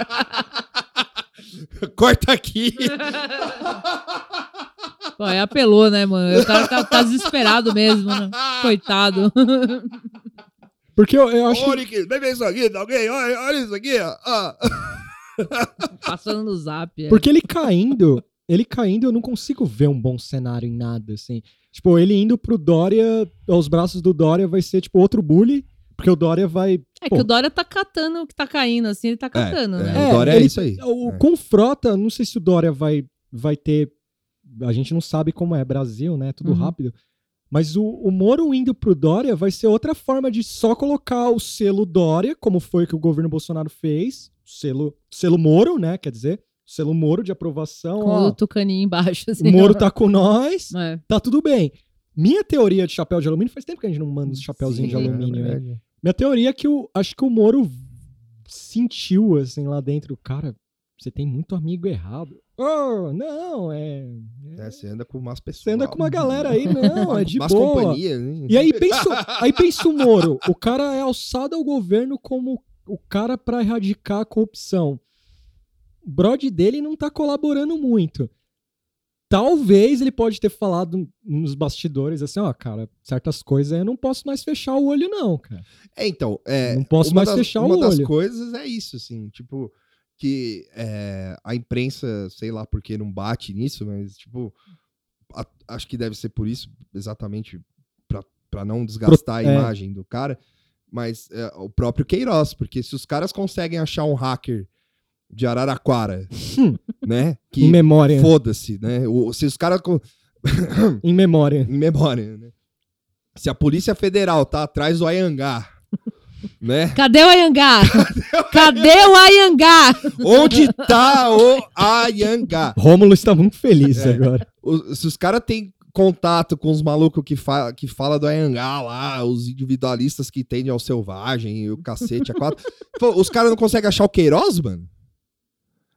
Speaker 1: Corta aqui!
Speaker 3: Pô, aí apelou, né, mano? O cara tá, tá desesperado mesmo, né?
Speaker 1: Ah,
Speaker 3: Coitado.
Speaker 2: Porque eu, eu acho. que-
Speaker 1: Olha aqui, deve isso aqui, tá alguém, olha, olha isso aqui, ó. Ah.
Speaker 3: Passando no zap. é.
Speaker 2: Porque ele caindo, ele caindo, eu não consigo ver um bom cenário em nada, assim. Tipo, ele indo pro Dória, aos braços do Dória vai ser, tipo, outro bully, porque o Dória vai.
Speaker 3: É
Speaker 2: pô,
Speaker 3: que o Dória tá catando o que tá caindo, assim, ele tá catando, né?
Speaker 1: o Dória é
Speaker 2: ele-
Speaker 1: isso aí.
Speaker 2: o-
Speaker 1: É.
Speaker 2: Com o Frota, não sei se o Dória vai, vai ter. A gente não sabe como é, Brasil, né? Tudo
Speaker 3: Uhum.
Speaker 2: rápido. Mas o, o Moro indo pro Dória vai ser outra forma de só colocar o selo Dória, como foi que o governo Bolsonaro fez, selo, selo Moro, né? Quer dizer, selo Moro de aprovação.
Speaker 3: Com
Speaker 2: É, ó,
Speaker 3: o tucaninho embaixo, assim.
Speaker 2: o Moro tá com nós.
Speaker 3: É.
Speaker 2: tá tudo bem. Minha teoria de chapéu de alumínio, faz tempo que a gente não manda os chapéuzinhos de
Speaker 3: Sim,
Speaker 2: alumínio.
Speaker 1: é
Speaker 2: aí.
Speaker 1: verdade.
Speaker 2: Minha teoria é que eu acho que o Moro sentiu, assim, lá dentro, cara, você tem muito amigo errado. Oh, não, é.
Speaker 1: É, você anda com umas pessoas. né?
Speaker 2: Você anda com uma galera aí, não, é de
Speaker 1: umas
Speaker 2: boa.
Speaker 1: companhias, hein?
Speaker 2: E aí pensa, aí pensa o Moro, o cara é alçado ao governo como o cara pra erradicar a corrupção. O brode dele não tá colaborando muito. Talvez ele pode ter falado nos bastidores assim, ó, cara, certas coisas eu não posso mais fechar o olho não, cara.
Speaker 1: É, então, é,
Speaker 2: Não posso
Speaker 1: uma
Speaker 2: mais
Speaker 1: das,
Speaker 2: fechar o
Speaker 1: Uma das
Speaker 2: olho.
Speaker 1: coisas é isso, assim, tipo, que é, a imprensa, sei lá por que não bate nisso, mas, tipo, a- acho que deve ser por isso, exatamente pra- pra não desgastar
Speaker 2: Pro-
Speaker 1: a
Speaker 2: é.
Speaker 1: imagem do cara, mas é, o próprio Queiroz, porque se os caras conseguem achar um hacker de Araraquara, né,
Speaker 2: em
Speaker 1: que
Speaker 2: Hum. memória,
Speaker 1: foda-se, né, o- se os caras... co-
Speaker 2: em memória.
Speaker 1: em memória, né, se a Polícia Federal tá atrás do Ayangá, né,
Speaker 3: Cadê o Ayangá? Cadê o Ayangá?
Speaker 1: Onde tá o Ayangá?
Speaker 2: Rômulo está muito feliz agora.
Speaker 1: O- Se os caras têm contato com os malucos que, fa que fala do Ayangá lá, os individualistas que tendem ao selvagem e o cacete a quatro. Pô, os caras não conseguem achar o Queiroz, mano?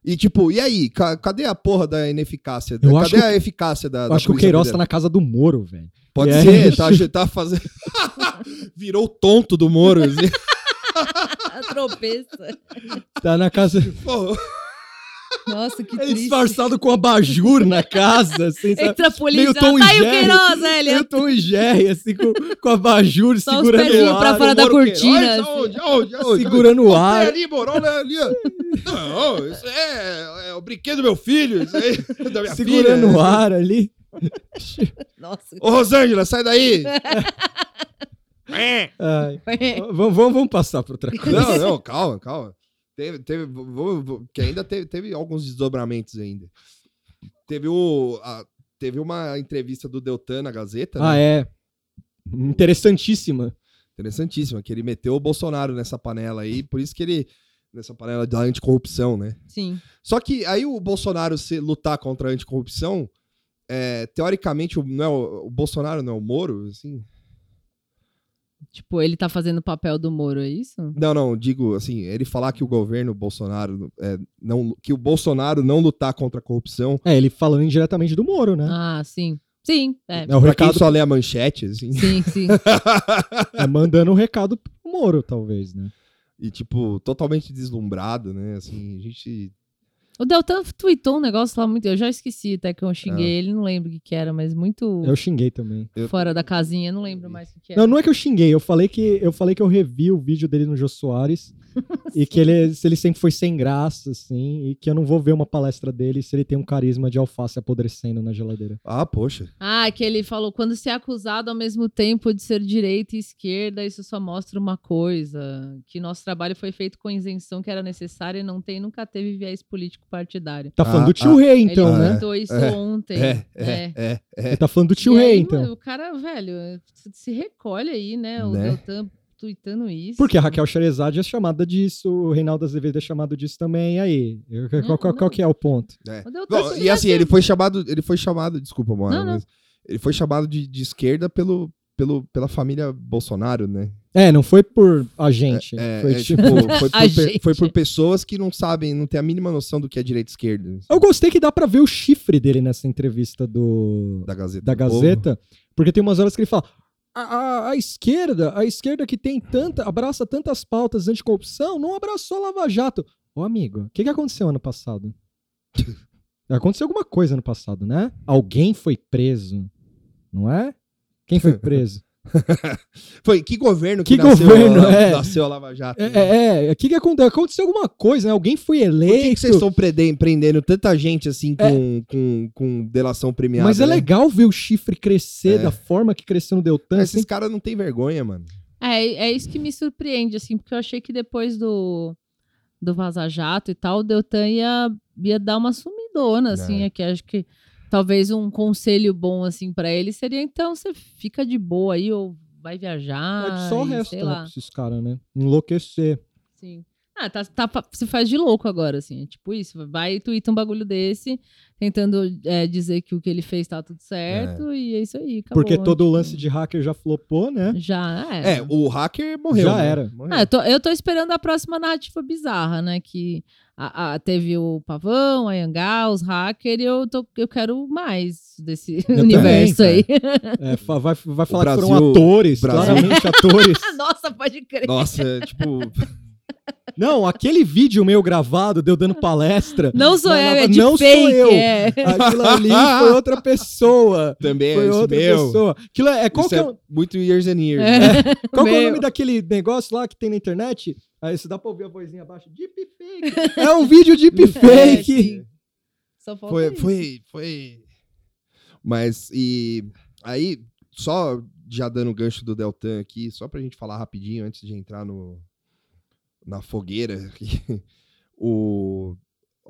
Speaker 1: E tipo, e aí? Ca- cadê a porra da ineficácia?
Speaker 2: Eu acho
Speaker 1: cadê
Speaker 2: que-
Speaker 1: a eficácia da.
Speaker 2: Eu
Speaker 1: da
Speaker 2: acho que o
Speaker 1: Polícia
Speaker 2: Queiroz tá
Speaker 1: Federal?
Speaker 2: na casa do Moro, velho.
Speaker 1: Pode
Speaker 2: É,
Speaker 1: ser,
Speaker 2: acho-
Speaker 1: tá, ach- tá fazendo. Virou o tonto do Moro. assim.
Speaker 3: Tropeça.
Speaker 2: Tá na casa
Speaker 1: Pô,
Speaker 3: Nossa, que
Speaker 2: Ele
Speaker 3: triste.
Speaker 2: disfarçado com abajur na casa, assim, sabe?
Speaker 3: Entra a polícia,
Speaker 2: Meio Tom e
Speaker 3: tá aí o
Speaker 2: Jerry.
Speaker 3: Queiroz, né? Ele
Speaker 2: Eu tô em Jerry, assim, com, com abajur
Speaker 3: Só os
Speaker 2: segurando
Speaker 3: pezinhos
Speaker 2: o ar.
Speaker 3: pra fora da cortina,
Speaker 1: Queiroz, aonde, aonde, aonde,
Speaker 2: Segurando o
Speaker 1: aonde?
Speaker 2: ar.
Speaker 1: Olha ali, Morão, olha ali. ó. Não, isso é, é o brinquedo do meu filho, isso aí, é da minha
Speaker 2: segurando
Speaker 1: filha.
Speaker 2: o ar ali.
Speaker 3: Nossa.
Speaker 1: Ô, Rosângela, sai daí. É.
Speaker 2: Ai, vamos, vamos, vamos passar pra outra coisa. né?
Speaker 1: Não, não, calma, calma. Teve, teve, vou- vou- que ainda teve, teve alguns desdobramentos ainda. Teve o, a- teve uma entrevista do Deltan na Gazeta,
Speaker 2: Ah,
Speaker 1: né?
Speaker 2: é. Interessantíssima.
Speaker 1: interessantíssima, que ele meteu o Bolsonaro nessa panela aí, por isso que ele nessa panela da anticorrupção, né?
Speaker 3: Sim.
Speaker 1: Só que aí o Bolsonaro se lutar contra a anticorrupção, é, teoricamente o, não é o, o Bolsonaro não é o Moro, assim.
Speaker 3: Tipo, ele tá fazendo o papel do Moro, é isso?
Speaker 1: Não, não, digo assim, ele falar que o governo Bolsonaro é, não que o Bolsonaro não lutar contra a corrupção
Speaker 2: É, ele falando indiretamente do Moro, né?
Speaker 3: Ah, sim. Sim, é.
Speaker 2: É o
Speaker 1: pra quem
Speaker 2: recado,
Speaker 1: só lê a manchete, assim.
Speaker 3: Sim, sim.
Speaker 2: é mandando um recado pro Moro, talvez, né?
Speaker 1: e, tipo, totalmente deslumbrado, né? Assim, a gente.
Speaker 3: O Deltan tweetou um negócio lá muito. Eu já esqueci até que eu xinguei ele, não lembro o que, que era, mas muito
Speaker 2: Eu xinguei também.
Speaker 1: eu-
Speaker 3: fora da casinha, não lembro mais o que, que era.
Speaker 2: Não, não é que eu xinguei, eu falei que eu falei que eu revi o vídeo dele no Jô Soares e que ele, se ele sempre foi sem graça, assim, e que eu não vou ver uma palestra dele se ele tem um carisma de alface apodrecendo na geladeira.
Speaker 1: Ah, poxa.
Speaker 3: Ah, que ele falou: quando se é acusado ao mesmo tempo de ser direita e esquerda, isso só mostra uma coisa: que nosso trabalho foi feito com a isenção que era necessária e não tem, nunca teve viés político partidário.
Speaker 2: Tá
Speaker 1: Ah,
Speaker 2: falando do tio
Speaker 1: ah,
Speaker 2: Rei, então,
Speaker 3: ele
Speaker 2: né?
Speaker 3: tweetou isso
Speaker 1: é,
Speaker 3: ontem.
Speaker 1: É,
Speaker 3: é.
Speaker 1: é, é.
Speaker 2: Ele tá falando do tio
Speaker 3: E aí,
Speaker 2: Rei, então.
Speaker 3: mano, O cara, velho, se- se recolhe aí, né? O
Speaker 1: Né?
Speaker 3: Deltan tweetando isso.
Speaker 2: Porque a Raquel Sherazade é chamada disso, o Reinaldo Azevedo é chamado disso também, e aí? Eu- Qual, qual- qual que é o ponto?
Speaker 3: O Deltan
Speaker 1: Bom,
Speaker 3: só-
Speaker 1: e assim, ele foi chamado. Ele foi chamado, desculpa, mano,
Speaker 3: Não, não.
Speaker 1: mas ele foi chamado de, de esquerda pelo, pelo, pela família Bolsonaro, né?
Speaker 2: É, não foi por a gente.
Speaker 1: É,
Speaker 2: foi
Speaker 1: é,
Speaker 2: tipo...
Speaker 1: tipo, foi, por,
Speaker 3: A
Speaker 1: pe- foi
Speaker 3: gente.
Speaker 1: por pessoas que não sabem, não têm a mínima noção do que é direita e esquerda
Speaker 2: Eu gostei que dá pra ver o chifre dele nessa entrevista do,
Speaker 1: da Gazeta.
Speaker 2: da
Speaker 1: do Povo.
Speaker 2: Gazeta, porque tem umas horas que ele fala. A, a- a esquerda, a esquerda que tem tanta, abraça tantas pautas de anticorrupção, não abraçou a Lava Jato. Ô, amigo, o que, que aconteceu ano passado? aconteceu alguma coisa ano passado, né? Alguém foi preso, não é? Quem foi preso?
Speaker 1: Foi que governo
Speaker 2: Que
Speaker 1: nasceu,
Speaker 2: governo,
Speaker 1: a-
Speaker 2: é.
Speaker 1: nasceu a Lava Jato.
Speaker 2: é,
Speaker 1: né?
Speaker 2: é, é, o que, que aconteceu? Aconteceu alguma coisa, né? Alguém foi
Speaker 1: Por que,
Speaker 2: eleito.
Speaker 1: que vocês estão prende- prendendo tanta gente assim com, com, com delação premiada?
Speaker 2: É. Mas é
Speaker 1: né?
Speaker 2: legal ver o chifre crescer
Speaker 1: É.
Speaker 2: da forma que cresceu no Deltan.
Speaker 1: Esses
Speaker 2: assim.
Speaker 1: caras não têm vergonha, mano.
Speaker 3: É, é isso que me surpreende, assim, porque eu achei que depois do, do Vaza Jato e tal, o Deltan ia, ia dar uma sumidona, assim,
Speaker 1: É.
Speaker 3: aqui. Acho que talvez um conselho bom, assim, pra ele seria, então, você fica de boa aí, ou vai viajar,
Speaker 2: É só o
Speaker 3: e
Speaker 2: resto,
Speaker 3: sei
Speaker 2: né, pra
Speaker 3: lá.
Speaker 2: esses caras, né? Enlouquecer.
Speaker 3: Sim. Ah, tá, tá, pa- se faz de louco agora, assim. é tipo isso, vai e tuita um bagulho desse, tentando é, dizer que o que ele fez tá tudo certo, e é isso aí, acabou.
Speaker 2: Porque todo
Speaker 3: tipo,
Speaker 2: o lance de hacker já flopou, né?
Speaker 3: Já é.
Speaker 1: É, o hacker morreu.
Speaker 2: Já
Speaker 1: né?
Speaker 2: era.
Speaker 1: Morreu.
Speaker 3: Ah, eu, tô, eu tô esperando a próxima narrativa bizarra, né? Que a- a- teve o Pavão, a Yangá, os hackers, e eu, tô, eu quero mais desse
Speaker 2: também,
Speaker 3: universo
Speaker 2: cara.
Speaker 3: aí.
Speaker 2: É, fa- vai, vai falar que foram
Speaker 1: Brasil-
Speaker 2: atores,
Speaker 1: Brasil-
Speaker 2: claramente atores.
Speaker 3: Nossa, pode crer.
Speaker 1: Nossa, é, tipo.
Speaker 2: Não, aquele vídeo meu gravado, deu dando palestra.
Speaker 3: Não sou
Speaker 2: Não,
Speaker 3: eu,
Speaker 2: não,
Speaker 3: é de
Speaker 2: não sou
Speaker 3: fake.
Speaker 2: eu.
Speaker 3: é.
Speaker 2: Aquilo ali foi outra pessoa.
Speaker 1: Também é
Speaker 2: Foi
Speaker 1: isso,
Speaker 2: outra
Speaker 1: meu.
Speaker 2: pessoa. Aquilo é, qual
Speaker 1: Isso
Speaker 2: que é,
Speaker 1: é
Speaker 2: o-
Speaker 1: muito years and years. né?
Speaker 3: É.
Speaker 2: qual que é o nome
Speaker 3: meu.
Speaker 2: daquele negócio lá que tem na internet? Aí você dá pra ouvir a vozinha abaixo. Deepfake. É um vídeo deepfake.
Speaker 3: É, sim. Só falta
Speaker 1: Foi,
Speaker 3: isso.
Speaker 1: foi, foi. Mas, e. Aí, só já dando o gancho do Deltan aqui, só pra gente falar rapidinho antes de entrar no. Na fogueira. que o.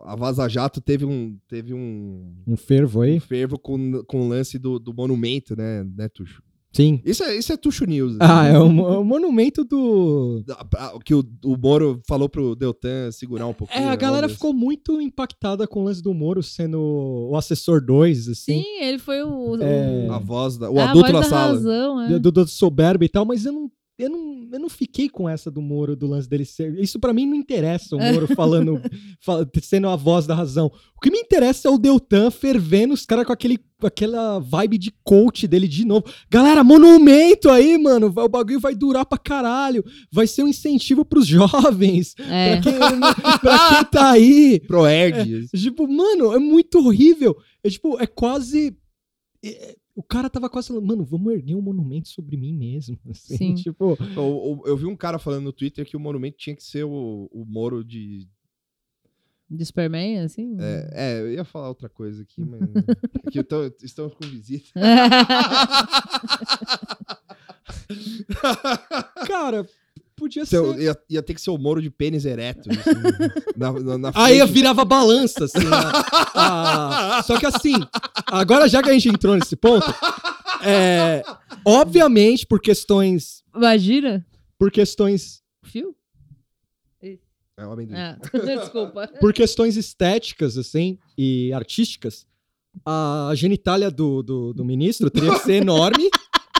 Speaker 1: A Vaza Jato teve um. Teve um.
Speaker 2: um fervo
Speaker 1: um
Speaker 2: aí?
Speaker 1: fervo com, com o lance do, do monumento, né, né, Tuxo?
Speaker 2: Sim.
Speaker 1: Isso é, isso é Tuxo News.
Speaker 2: Ah,
Speaker 1: assim.
Speaker 2: é um, é um monumento do.
Speaker 1: Ah, O que o, o Moro falou pro Deltan segurar um pouquinho.
Speaker 2: É, a
Speaker 1: né,
Speaker 2: galera
Speaker 1: ondas.
Speaker 2: ficou muito impactada com o lance do Moro sendo o assessor 2, assim.
Speaker 3: Sim, ele foi o. o-
Speaker 2: É.
Speaker 1: A voz, da, o
Speaker 3: a
Speaker 1: adulto
Speaker 2: Ah,
Speaker 1: na
Speaker 3: voz da
Speaker 1: sala.
Speaker 3: razão, é.
Speaker 2: do, do soberbo e tal, mas eu não eu não, eu não fiquei com essa do Moro, do lance dele ser. Isso pra mim não interessa
Speaker 3: É.
Speaker 2: o Moro falando, fal- sendo a voz da razão. O que me interessa é o Deltan fervendo os caras com aquele, com aquela vibe de coach dele de novo. Galera, monumento aí, mano. vai- O bagulho vai durar pra caralho. Vai ser um incentivo pros jovens, pra,
Speaker 3: É.
Speaker 2: quem, pra quem tá aí.
Speaker 1: Proerd.
Speaker 2: Tipo, mano, é muito horrível. É tipo, é quase. é- é- o cara tava quase falando, mano, vamos erguer um monumento sobre mim mesmo. assim,
Speaker 3: Sim.
Speaker 2: Tipo,
Speaker 1: Eu, eu- eu vi um cara falando no Twitter que o monumento tinha que ser o, o Moro de.
Speaker 3: De Superman, assim?
Speaker 1: É, é, eu ia falar outra coisa aqui, mas. é que eu tô- estamos com visita.
Speaker 2: cara, podia ser.
Speaker 1: Seu- ia, ia ter que ser o Moro de pênis ereto. assim, na, na- na
Speaker 2: Aí eu
Speaker 1: frente.
Speaker 2: virava balança, assim. né? Ah, só que assim, agora já que a gente entrou nesse ponto, é, obviamente por questões.
Speaker 3: Imagina?
Speaker 2: Por questões.
Speaker 3: Fio?
Speaker 1: É o amendoim.
Speaker 3: Ah, desculpa.
Speaker 2: Por questões estéticas, assim, e artísticas, a genitália do, do, do ministro teria que ser enorme.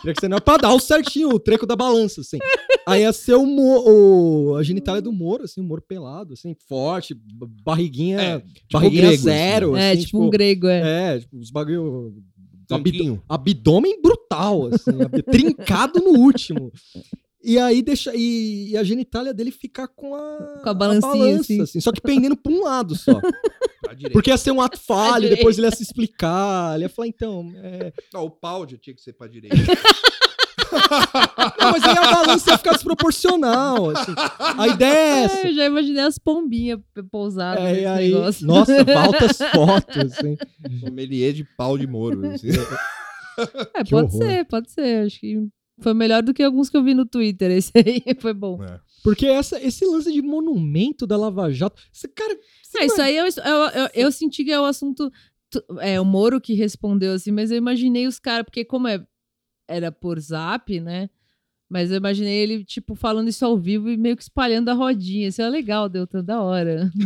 Speaker 2: Teria que ser enorme pra dar o certinho, o treco da balança, assim. Aí ia ser o, Mo- o- a genitália do Moro, assim, o Moro pelado, assim, forte, b- barriguinha.
Speaker 1: É, tipo
Speaker 2: barriguinha
Speaker 1: grego, assim.
Speaker 2: zero.
Speaker 3: É,
Speaker 2: assim,
Speaker 3: tipo, um grego, é.
Speaker 2: É, tipo, os bagulho.
Speaker 1: Tanquinho.
Speaker 2: abdo- abdômen brutal, assim, ab- trincado no último. E aí deixa. E, e a genitália dele ficar com a.
Speaker 3: Com a balancinha, assim.
Speaker 2: Só que pendendo pra um lado só.
Speaker 1: Pra direita.
Speaker 2: Porque ia ser um ato falho,
Speaker 3: direita.
Speaker 2: depois ele ia se explicar. Ele ia falar, então. é-
Speaker 1: Não, o pau já tinha que ser pra direita.
Speaker 2: Não, mas aí a balança ia ficar desproporcional. assim. A ideia é essa.
Speaker 3: Ah, eu já imaginei as pombinhas p- pousadas
Speaker 2: É, e
Speaker 3: nesse
Speaker 2: aí,
Speaker 3: negócio.
Speaker 2: nossa, altas fotos. Assim.
Speaker 1: Sommelier de pau de Moro. assim.
Speaker 3: É,
Speaker 2: que
Speaker 3: pode
Speaker 2: horror.
Speaker 3: ser, pode ser. Acho que foi melhor do que alguns que eu vi no Twitter. Esse aí foi bom.
Speaker 2: Porque essa, esse lance de monumento da Lava Jato. Esse cara.
Speaker 3: Ah, isso aí é um- eu, eu, eu senti que é o assunto. tu- É o Moro que respondeu assim, mas eu imaginei os caras, porque como é, era por zap, né? Mas eu imaginei ele, tipo, falando isso ao vivo e meio que espalhando a rodinha. Isso é legal, deu da hora.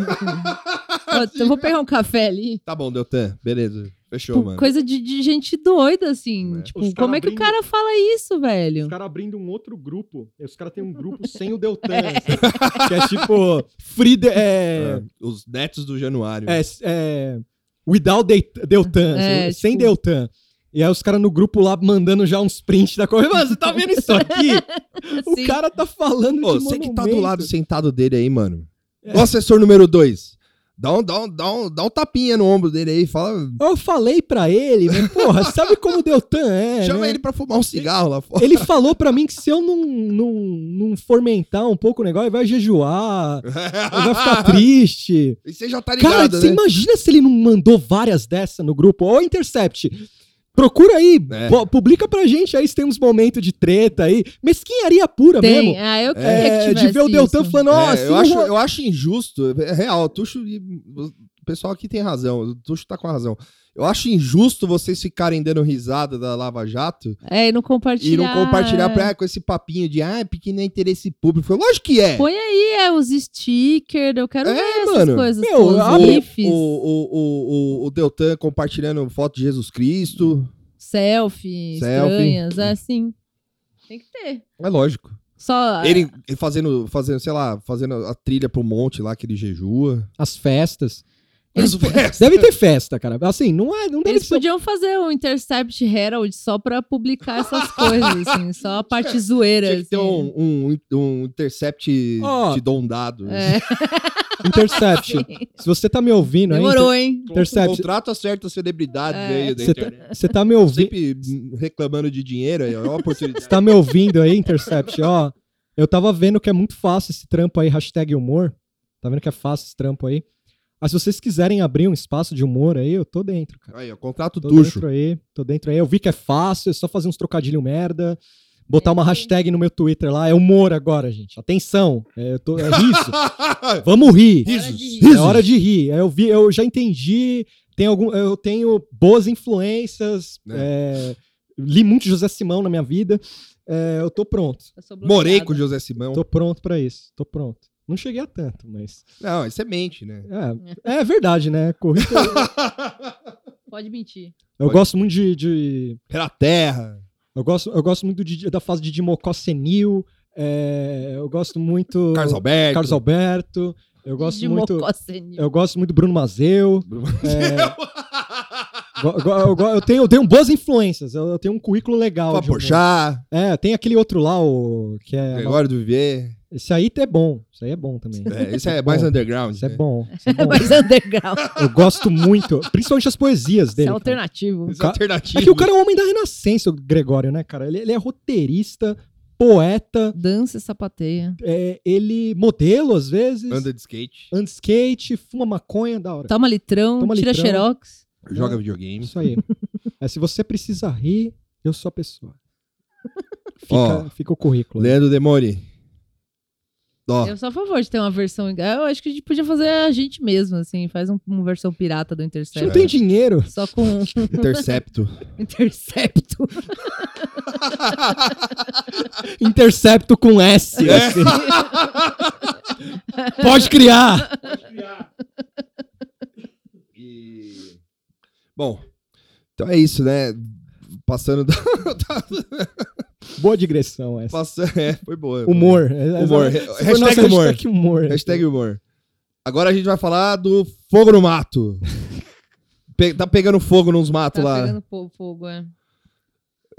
Speaker 3: Ó, então eu vou pegar um café ali.
Speaker 1: Tá bom, Deltan. Beleza. Fechou,
Speaker 3: Tipo,
Speaker 1: mano.
Speaker 3: coisa de, de gente doida, assim.
Speaker 1: É.
Speaker 2: Os
Speaker 3: Tipo,
Speaker 2: cara
Speaker 3: como é que o
Speaker 2: abrindo-
Speaker 3: cara fala isso, velho?
Speaker 2: Os caras abrindo um outro grupo. Os caras têm um grupo sem o Deltan. assim, que é tipo. Frida. É,
Speaker 1: É, Os netos do Januário.
Speaker 2: é, é, without Deit- Deltan.
Speaker 3: É,
Speaker 2: assim, sem
Speaker 3: tipo-
Speaker 2: Deltan. E aí os caras no grupo lá mandando já uns prints da coisa. Mano, você tá vendo isso aqui?
Speaker 3: Sim.
Speaker 2: O cara tá falando
Speaker 1: Ô,
Speaker 2: de
Speaker 1: você que tá do
Speaker 2: monumento.
Speaker 1: lado sentado dele aí, mano.
Speaker 2: É.
Speaker 1: Ó, assessor número 2. Dá um, dá, um, dá, um, dá um tapinha no ombro dele aí. Fala.
Speaker 2: Eu falei pra ele, mas porra, sabe como o Deltan é?
Speaker 1: chama
Speaker 2: né?
Speaker 1: ele pra fumar um cigarro lá fora.
Speaker 2: Ele falou pra mim que se eu não, não, não fomentar um pouco o negócio, ele vai jejuar, ele vai ficar triste.
Speaker 1: E você já tá
Speaker 2: Cara, é
Speaker 1: ligado,
Speaker 2: você
Speaker 1: né?
Speaker 2: imagina se ele não mandou várias dessas no grupo? Ô, Intercept, procura aí,
Speaker 1: É.
Speaker 2: po- publica pra gente aí se tem uns momentos de treta aí. Mesquinharia pura
Speaker 3: Tem.
Speaker 2: mesmo.
Speaker 3: Ah, eu queria que
Speaker 2: É,
Speaker 3: tivesse
Speaker 2: de ver o Deltan
Speaker 3: isso.
Speaker 2: falando,
Speaker 1: É,
Speaker 2: ó, assim
Speaker 1: eu,
Speaker 2: não
Speaker 1: acho,
Speaker 2: rola-
Speaker 1: eu acho injusto. É real, o Tuxo. e- O pessoal aqui tem razão. O Tuxo tá com a razão. Eu acho injusto vocês ficarem dando risada da Lava Jato
Speaker 3: É, e não compartilhar.
Speaker 1: e não compartilhar pra, ah, com esse papinho de ah, é pequeno é interesse público. Foi Lógico que é.
Speaker 3: Põe aí é, os stickers, eu quero
Speaker 1: É,
Speaker 3: ver essas
Speaker 1: mano.
Speaker 3: coisas.
Speaker 2: Meu,
Speaker 3: pô, os
Speaker 2: abre
Speaker 3: gifs,
Speaker 1: O, o, o, o, o Deltan compartilhando foto de Jesus Cristo.
Speaker 3: selfie,
Speaker 1: Selfie.
Speaker 3: estranhas, é assim. Tem que ter.
Speaker 1: É lógico.
Speaker 3: Só
Speaker 1: Ele, ele fazendo, fazendo, sei lá, fazendo a trilha pro monte lá que ele jejua.
Speaker 2: As festas.
Speaker 1: As festas.
Speaker 2: Deve ter festa, cara. Assim, não, é, não deve
Speaker 3: ah, Eles
Speaker 2: ser
Speaker 3: podiam fazer um Intercept Herald só pra publicar essas coisas, assim, só a parte zoeira.
Speaker 1: Tinha que ter
Speaker 3: assim.
Speaker 1: um, um, um intercept
Speaker 2: É, Ó.
Speaker 1: de dondado. né? Um
Speaker 3: É,
Speaker 2: Intercept. se você tá me ouvindo aí,
Speaker 3: demorou, hein?
Speaker 2: Intercept,
Speaker 1: Contrata certas celebridades
Speaker 3: É.
Speaker 1: aí da
Speaker 2: Cê tá-
Speaker 1: internet.
Speaker 2: você tá me ouvindo.
Speaker 1: Sempre hum, reclamando de dinheiro aí, ó, é uma oportunidade.
Speaker 2: Você tá me ouvindo aí, Intercept? Ó, eu tava vendo que é muito fácil esse trampo aí, hashtag humor. Tá vendo que é fácil esse trampo aí? Mas se vocês quiserem abrir um espaço de humor aí, eu tô dentro, cara.
Speaker 1: Aí, ó, contrato
Speaker 2: Tô
Speaker 1: tucho.
Speaker 2: dentro aí, tô dentro aí. Eu vi que é fácil, é só fazer uns trocadilho merda, botar uma hashtag no meu Twitter lá. É humor agora, gente. Atenção. É, eu tô, é riso. Vamos rir.
Speaker 1: Risos.
Speaker 3: de rir.
Speaker 1: risos.
Speaker 2: É hora de rir. Eu vi, eu já entendi. Tem algum, eu tenho boas influências.
Speaker 1: Né?
Speaker 2: é, li muito José Simão na minha vida. é, eu tô pronto.
Speaker 3: Eu sou
Speaker 1: Morei
Speaker 3: bloqueada.
Speaker 1: com o José Simão.
Speaker 2: Tô pronto pra isso. Tô pronto. Não cheguei a tanto, mas
Speaker 1: Não, isso é mente, né?
Speaker 2: é, é verdade, né? Corrida.
Speaker 3: Pode mentir.
Speaker 2: Eu
Speaker 1: Pode.
Speaker 2: gosto muito de, de-
Speaker 1: Pela terra.
Speaker 2: eu gosto, eu gosto muito de- da fase de Dimocó senil. É, eu gosto muito.
Speaker 1: Carlos Alberto.
Speaker 2: Carlos Alberto. Eu gosto
Speaker 3: de
Speaker 2: muito.
Speaker 3: Mocossenil.
Speaker 1: É
Speaker 2: Eu gosto muito do Bruno Mazeu.
Speaker 1: Bruno
Speaker 2: Go- go- eu, go- eu tenho, eu tenho boas influências. Eu, eu tenho um currículo legal.
Speaker 1: Fábio
Speaker 2: de humor.
Speaker 1: Porchat,
Speaker 2: É, tem aquele outro lá, o, que é.
Speaker 1: Gregório do Vivier.
Speaker 2: Esse aí é bom. Esse aí é bom também.
Speaker 1: É, esse é mais
Speaker 2: bom.
Speaker 1: underground.
Speaker 2: Isso é
Speaker 1: né?
Speaker 2: bom. esse é bom.
Speaker 3: Mas underground,
Speaker 2: Eu gosto muito, principalmente as poesias
Speaker 3: isso é
Speaker 2: dele. cara.
Speaker 3: alternativo.
Speaker 1: Esse
Speaker 2: Ca-
Speaker 1: alternativo.
Speaker 2: É que o cara é um homem da renascença, o Gregório, né, cara? Ele, ele é roteirista, poeta,
Speaker 3: Dança e sapateia.
Speaker 2: é, ele modelo às vezes, anda,
Speaker 1: Anda de skate,
Speaker 2: de Tá. skate, fuma maconha, da hora.
Speaker 3: Toma litrão,
Speaker 2: Toma
Speaker 3: tira
Speaker 2: litrão.
Speaker 3: xerox.
Speaker 1: joga videogame.
Speaker 2: É. Isso aí. é, se você precisa rir, eu sou a pessoa. Fica,
Speaker 1: Ó,
Speaker 2: fica o currículo.
Speaker 1: Leandro Demore. Ó,
Speaker 3: Eu sou a favor de ter uma versão. em- Eu acho que a gente podia fazer a gente mesmo, assim. Faz um- uma versão pirata do
Speaker 2: A gente não
Speaker 3: Intercept.
Speaker 2: tem dinheiro.
Speaker 3: Só com um Tá
Speaker 1: Intercepto.
Speaker 3: Intercepto.
Speaker 2: Intercepto com S.
Speaker 1: É.
Speaker 2: assim. Pode criar.
Speaker 1: E- Bom, então é isso, né? Passando da.
Speaker 2: Boa digressão essa.
Speaker 1: passa- É, foi boa.
Speaker 2: Humor.
Speaker 1: Humor.
Speaker 2: Se for
Speaker 1: Hashtag
Speaker 2: nossa
Speaker 1: humor.
Speaker 2: Hashtag humor.
Speaker 1: Hashtag humor. Agora a gente vai falar do fogo no mato. Pe- tá pegando fogo nos matos
Speaker 3: Tá
Speaker 1: lá.
Speaker 3: pegando po- fogo, é.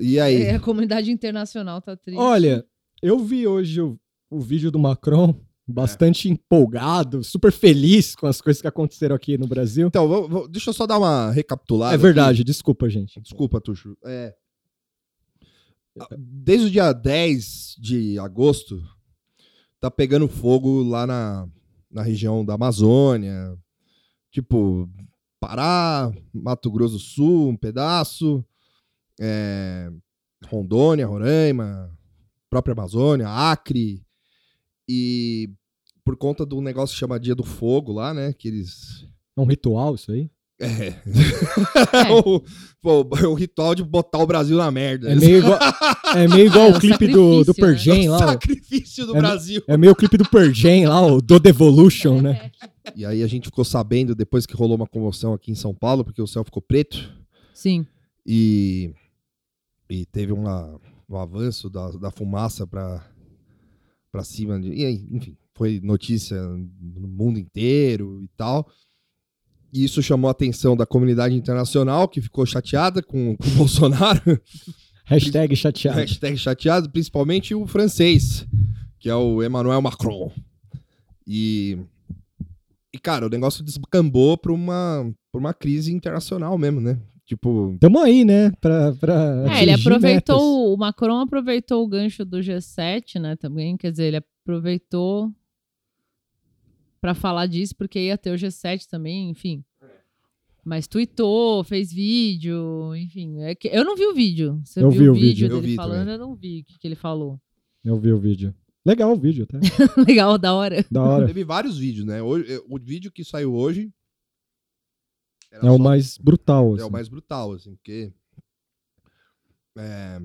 Speaker 1: E aí?
Speaker 3: É, A comunidade internacional tá triste.
Speaker 2: Olha, eu vi hoje o, o vídeo do Macron bastante empolgado, super feliz com as coisas que aconteceram aqui no Brasil.
Speaker 1: Então, vou- vou- deixa eu só dar uma recapitulada.
Speaker 2: é
Speaker 1: aqui.
Speaker 2: verdade, desculpa, gente.
Speaker 1: Desculpa, Tuxo. É. Desde o dia 10 de agosto, tá pegando fogo lá na, na região da Amazônia. Tipo, Pará, Mato Grosso do Sul, um pedaço. é, Rondônia, Roraima, própria Amazônia, Acre. E por conta do negócio que chama Dia do Fogo lá, né? Que eles
Speaker 2: É um ritual isso aí?
Speaker 3: É.
Speaker 1: o, pô, o ritual de botar o Brasil na merda. É
Speaker 2: É meio igual, é meio igual
Speaker 3: É,
Speaker 2: o
Speaker 3: um
Speaker 2: clipe do, do
Speaker 3: sacrifício, né?
Speaker 2: Pergen
Speaker 1: o
Speaker 2: lá. ó.
Speaker 1: sacrifício do
Speaker 2: É-
Speaker 1: Brasil.
Speaker 2: É meio o clipe do Pergen lá, o do Devolution, né?
Speaker 1: E aí a gente ficou sabendo depois que rolou uma comoção aqui em São Paulo, porque o céu ficou preto
Speaker 3: Sim.
Speaker 1: e, e teve uma, um avanço da, da fumaça para para cima. De, e aí, enfim, foi notícia no mundo inteiro e tal. E isso chamou a atenção da comunidade internacional, que ficou chateada com, com o Bolsonaro.
Speaker 2: Hashtag chateado.
Speaker 1: Hashtag chateado, principalmente o francês, que é o Emmanuel Macron. E, e cara, o negócio descambou pra uma, pra uma crise internacional mesmo, né? Tipo,
Speaker 2: Tamo aí, né? Pra, pra
Speaker 3: É, ele
Speaker 2: atingir
Speaker 3: aproveitou,
Speaker 2: metas.
Speaker 3: o Macron aproveitou o gancho do G7, né, também, quer dizer, ele aproveitou para falar disso, porque ia ter o G7 também, enfim. Mas tweetou, fez vídeo, enfim. É que, eu não vi o vídeo. Você
Speaker 2: Eu
Speaker 3: viu
Speaker 2: vi
Speaker 3: o
Speaker 2: o vídeo.
Speaker 3: vídeo
Speaker 1: Eu
Speaker 3: dele
Speaker 1: vi
Speaker 3: falando?
Speaker 1: também.
Speaker 3: Eu não vi o que, que ele falou.
Speaker 2: Eu vi o vídeo. Legal o vídeo, até.
Speaker 3: Legal, da hora.
Speaker 2: Da hora.
Speaker 1: teve vários vídeos, né? Hoje, é, o vídeo que saiu hoje era
Speaker 2: É o
Speaker 1: só-
Speaker 2: mais brutal.
Speaker 1: é o
Speaker 2: assim.
Speaker 1: mais brutal, assim, porque é,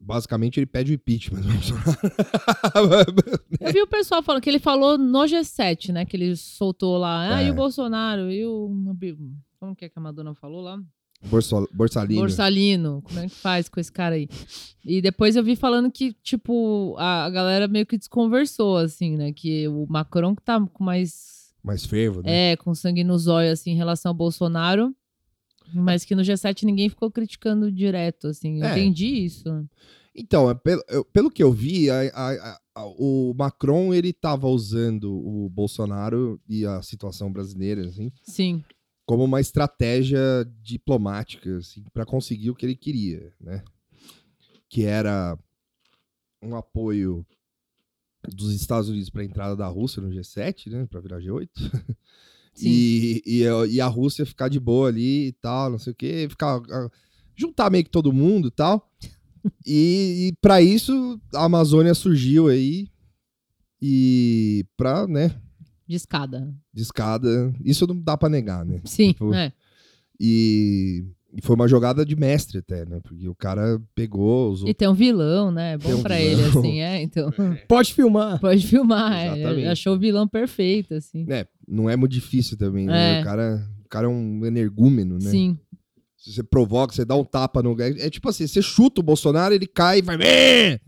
Speaker 1: basicamente ele pede o impeachment né? do Bolsonaro.
Speaker 3: Eu vi o pessoal falando que ele falou no G7, né? Que ele soltou lá. Ah,
Speaker 1: É.
Speaker 3: e o Bolsonaro? E o. Como que é que a Madonna falou lá?
Speaker 1: Borsa- Borsalino.
Speaker 3: Borsalino, como é que faz com esse cara aí? E depois eu vi falando que, tipo, a, a galera meio que desconversou, assim, né? Que o Macron que tá com mais.
Speaker 1: Mais fervo, né?
Speaker 3: É, com sangue nos olhos, assim, em relação ao Bolsonaro. Mas que no G7 ninguém ficou criticando direto, assim. Eu
Speaker 1: É.
Speaker 3: entendi isso.
Speaker 1: Então, é pelo, eu- pelo que eu vi, a- a- a- o Macron ele estava usando o Bolsonaro e a situação brasileira assim,
Speaker 3: Sim.
Speaker 1: como uma estratégia diplomática para conseguir o que ele queria, né? Que era um apoio dos Estados Unidos para a entrada da Rússia no G7, né? Para virar G8.
Speaker 3: Sim.
Speaker 1: E, e, a- e a Rússia ficar de boa ali e tal, não sei o quê, ficar ah, juntar meio que todo mundo e tal. E, e para isso a Amazônia surgiu aí e para, né,
Speaker 3: De escada.
Speaker 1: de escada, isso não dá para negar, né?
Speaker 3: Sim.
Speaker 1: Tipo,
Speaker 3: é.
Speaker 1: E, e foi uma jogada de mestre até, né? Porque o cara pegou os
Speaker 3: E tem um vilão, né? É
Speaker 1: Tem
Speaker 3: bom
Speaker 1: um
Speaker 3: pra
Speaker 1: vilão.
Speaker 3: ele, assim, é. Então,
Speaker 2: Pode filmar.
Speaker 3: pode filmar. é.
Speaker 1: Exatamente.
Speaker 3: Achou o vilão perfeito, assim.
Speaker 1: né, não é muito difícil também, né?
Speaker 3: É.
Speaker 1: O cara, o cara é um energúmeno, né?
Speaker 3: Sim.
Speaker 1: Você provoca, você dá um tapa no. É tipo assim, você chuta o Bolsonaro, ele cai e vai. "Mê!"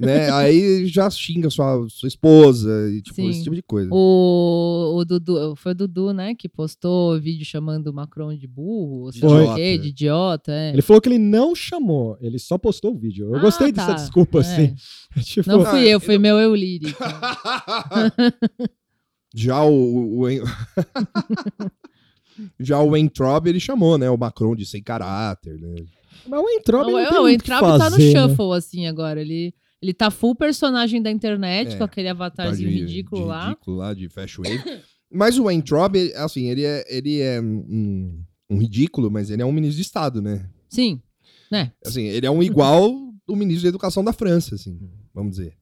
Speaker 1: né? Aí já xinga sua, sua esposa, e, tipo,
Speaker 3: Sim.
Speaker 1: esse tipo de coisa.
Speaker 3: O, o Dudu, foi o Dudu, né, que postou o vídeo chamando o Macron de burro, ou sei lá o
Speaker 1: Idiota.
Speaker 3: quê, de idiota, é.
Speaker 2: Ele falou que ele não chamou, ele só postou o vídeo. Eu
Speaker 3: Ah,
Speaker 2: gostei
Speaker 3: tá.
Speaker 2: dessa desculpa,
Speaker 3: É.
Speaker 2: assim. Tipo,
Speaker 3: Não
Speaker 1: Ah,
Speaker 3: fui eu,
Speaker 1: eu
Speaker 3: foi meu eu lírico.
Speaker 1: Já o. o- o- Já o Entrob, ele chamou, né? O Macron de sem caráter, né?
Speaker 2: mas o Entrop não tem
Speaker 3: o
Speaker 2: muito o que
Speaker 3: Entrap tá no
Speaker 2: fazer, né?
Speaker 3: shuffle, assim, agora. Ele, ele tá full personagem da internet,
Speaker 1: É,
Speaker 3: com aquele avatarzinho
Speaker 1: de-
Speaker 3: um ridículo
Speaker 1: de
Speaker 3: lá.
Speaker 1: Ridículo lá, de fashion wave. Mas o Weintraub, ele- assim, ele é, ele é um, um ridículo, mas ele é um ministro de Estado, né?
Speaker 3: Sim.
Speaker 1: Assim, ele é um igual o ministro da Educação da França, assim, vamos dizer.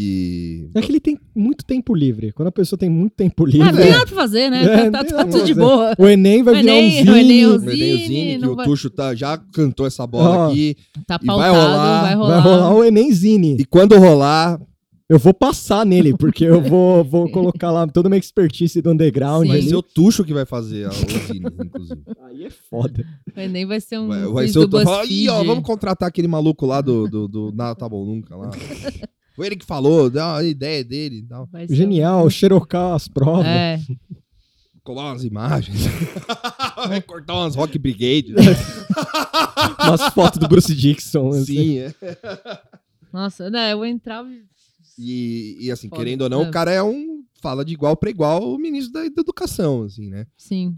Speaker 1: E...
Speaker 2: É que ele tem muito tempo livre. Quando a pessoa tem muito tempo livre,
Speaker 3: Ah, não tem nada pra fazer, né?
Speaker 2: É,
Speaker 3: tá
Speaker 2: não
Speaker 3: tá-
Speaker 2: tem
Speaker 3: tá
Speaker 2: nada pra
Speaker 3: tudo de
Speaker 2: fazer.
Speaker 3: boa.
Speaker 2: o Enem vai
Speaker 3: O
Speaker 2: virar
Speaker 3: Enem-
Speaker 2: um
Speaker 3: o Enem é
Speaker 2: zinho.
Speaker 3: um
Speaker 1: Mas tem o
Speaker 3: Zine,
Speaker 1: Zine, que
Speaker 3: não
Speaker 1: o
Speaker 3: vai-
Speaker 1: Tuxo tá, já cantou essa bola
Speaker 2: Ó.
Speaker 1: aqui.
Speaker 3: Tá
Speaker 1: E vai
Speaker 3: pautado,
Speaker 1: rolar,
Speaker 3: vai rolar.
Speaker 2: Vai rolar o Enenzine.
Speaker 1: E quando rolar,
Speaker 2: Eu vou passar nele, porque eu vou, vou colocar lá toda a minha expertise do underground.
Speaker 3: Sim.
Speaker 1: vai
Speaker 2: ali.
Speaker 1: ser o Tuxo que vai fazer a o Zine, inclusive.
Speaker 2: Aí é foda.
Speaker 3: O Enem vai ser um
Speaker 1: Vai, vai
Speaker 3: quiz
Speaker 1: ser o
Speaker 3: do
Speaker 1: Tuxo. Fala,
Speaker 3: BuzzFeed.
Speaker 1: Ih, ó, vamos contratar aquele maluco lá do... do, do nada tá bom nunca lá. Foi ele que falou, deu uma ideia dele e tal.
Speaker 3: Vai ser um-
Speaker 2: Genial, xerocar as provas.
Speaker 3: É.
Speaker 1: colar umas imagens, vai cortar umas Rock Brigade.
Speaker 2: Umas fotos do Bruce Dixon. assim.
Speaker 1: Sim, é.
Speaker 3: Nossa, né, eu entrava...
Speaker 1: E, e, assim,
Speaker 3: Foda.
Speaker 1: querendo ou não,
Speaker 3: É.
Speaker 1: o cara é um. Fala de igual para igual o ministro da, da Educação, assim, né?
Speaker 3: Sim.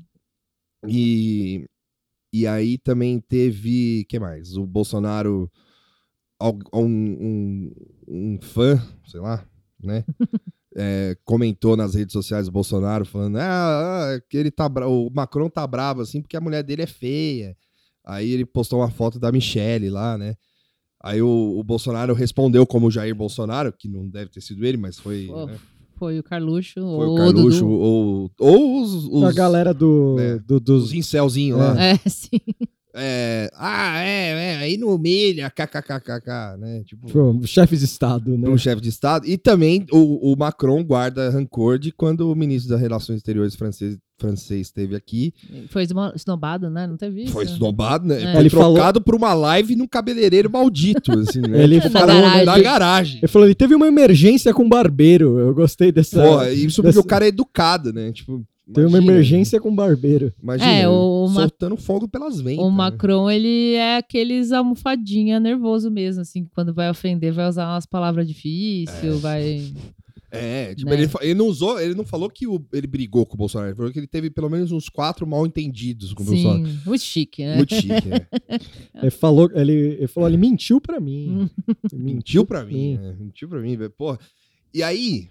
Speaker 1: E, e aí também teve. que mais? O Bolsonaro. al- Um, um, um fã, sei lá, né? é, comentou nas redes sociais do Bolsonaro falando ah, ah, que ele tá bra- o Macron tá bravo assim porque a mulher dele é feia. Aí ele postou uma foto da Michelle lá, né? Aí o, o Bolsonaro respondeu como Jair Bolsonaro, que não deve ter sido ele, mas foi,
Speaker 3: Pô,
Speaker 1: né?
Speaker 3: Foi o Carluxo.
Speaker 1: foi
Speaker 3: ou
Speaker 1: o Carluxo
Speaker 3: Dudu.
Speaker 1: ou, ou os, os,
Speaker 2: A galera do,
Speaker 1: É.
Speaker 2: do-
Speaker 1: os
Speaker 2: dos.
Speaker 1: incelzinho lá.
Speaker 3: É, sim.
Speaker 1: É, ah, é, é, aí não humilha, kkkk, né? Tipo,
Speaker 2: pô, chefes de Estado, né?
Speaker 1: para um chefe de Estado. E também o, o Macron guarda rancor de quando o ministro das Relações Exteriores francês, francês esteve aqui.
Speaker 3: Foi esmo- esnobado, né? Não teve isso.
Speaker 1: Foi esnobado, né?
Speaker 3: É.
Speaker 1: Foi
Speaker 2: Ele falou-
Speaker 1: trocado por uma live num cabeleireiro maldito, assim, né?
Speaker 2: Ele
Speaker 1: Tipo, o
Speaker 3: falou-
Speaker 1: cara
Speaker 3: Na
Speaker 1: na
Speaker 3: garagem.
Speaker 1: garagem.
Speaker 2: Ele falou, ele teve uma emergência com barbeiro. Eu gostei dessa.
Speaker 1: Porra, isso porque
Speaker 2: dessa-
Speaker 1: o cara é educado, né? Tipo,
Speaker 2: Teve uma
Speaker 1: imagina,
Speaker 2: emergência com barbeiro.
Speaker 1: Imagina, né,
Speaker 3: É, o- o Ma-
Speaker 1: soltando fogo pelas ventas.
Speaker 3: O
Speaker 1: né?
Speaker 3: Macron, ele é aqueles almofadinha nervoso mesmo, assim, que quando vai ofender, vai usar umas palavras difíceis, vai.
Speaker 1: É, tipo,
Speaker 3: Né?
Speaker 1: ele, fa- ele não usou, ele não falou que o- ele brigou com o Bolsonaro, ele falou que ele teve pelo menos uns quatro mal entendidos com o Bolsonaro.
Speaker 3: Sim, muito chique, né?
Speaker 1: Muito chique, né?
Speaker 3: É.
Speaker 2: Ele falou, ele, ele falou, ele mentiu pra mim.
Speaker 3: Hum.
Speaker 1: Mentiu pra mim. né? Mentiu pra mim, velho. Porra. E aí.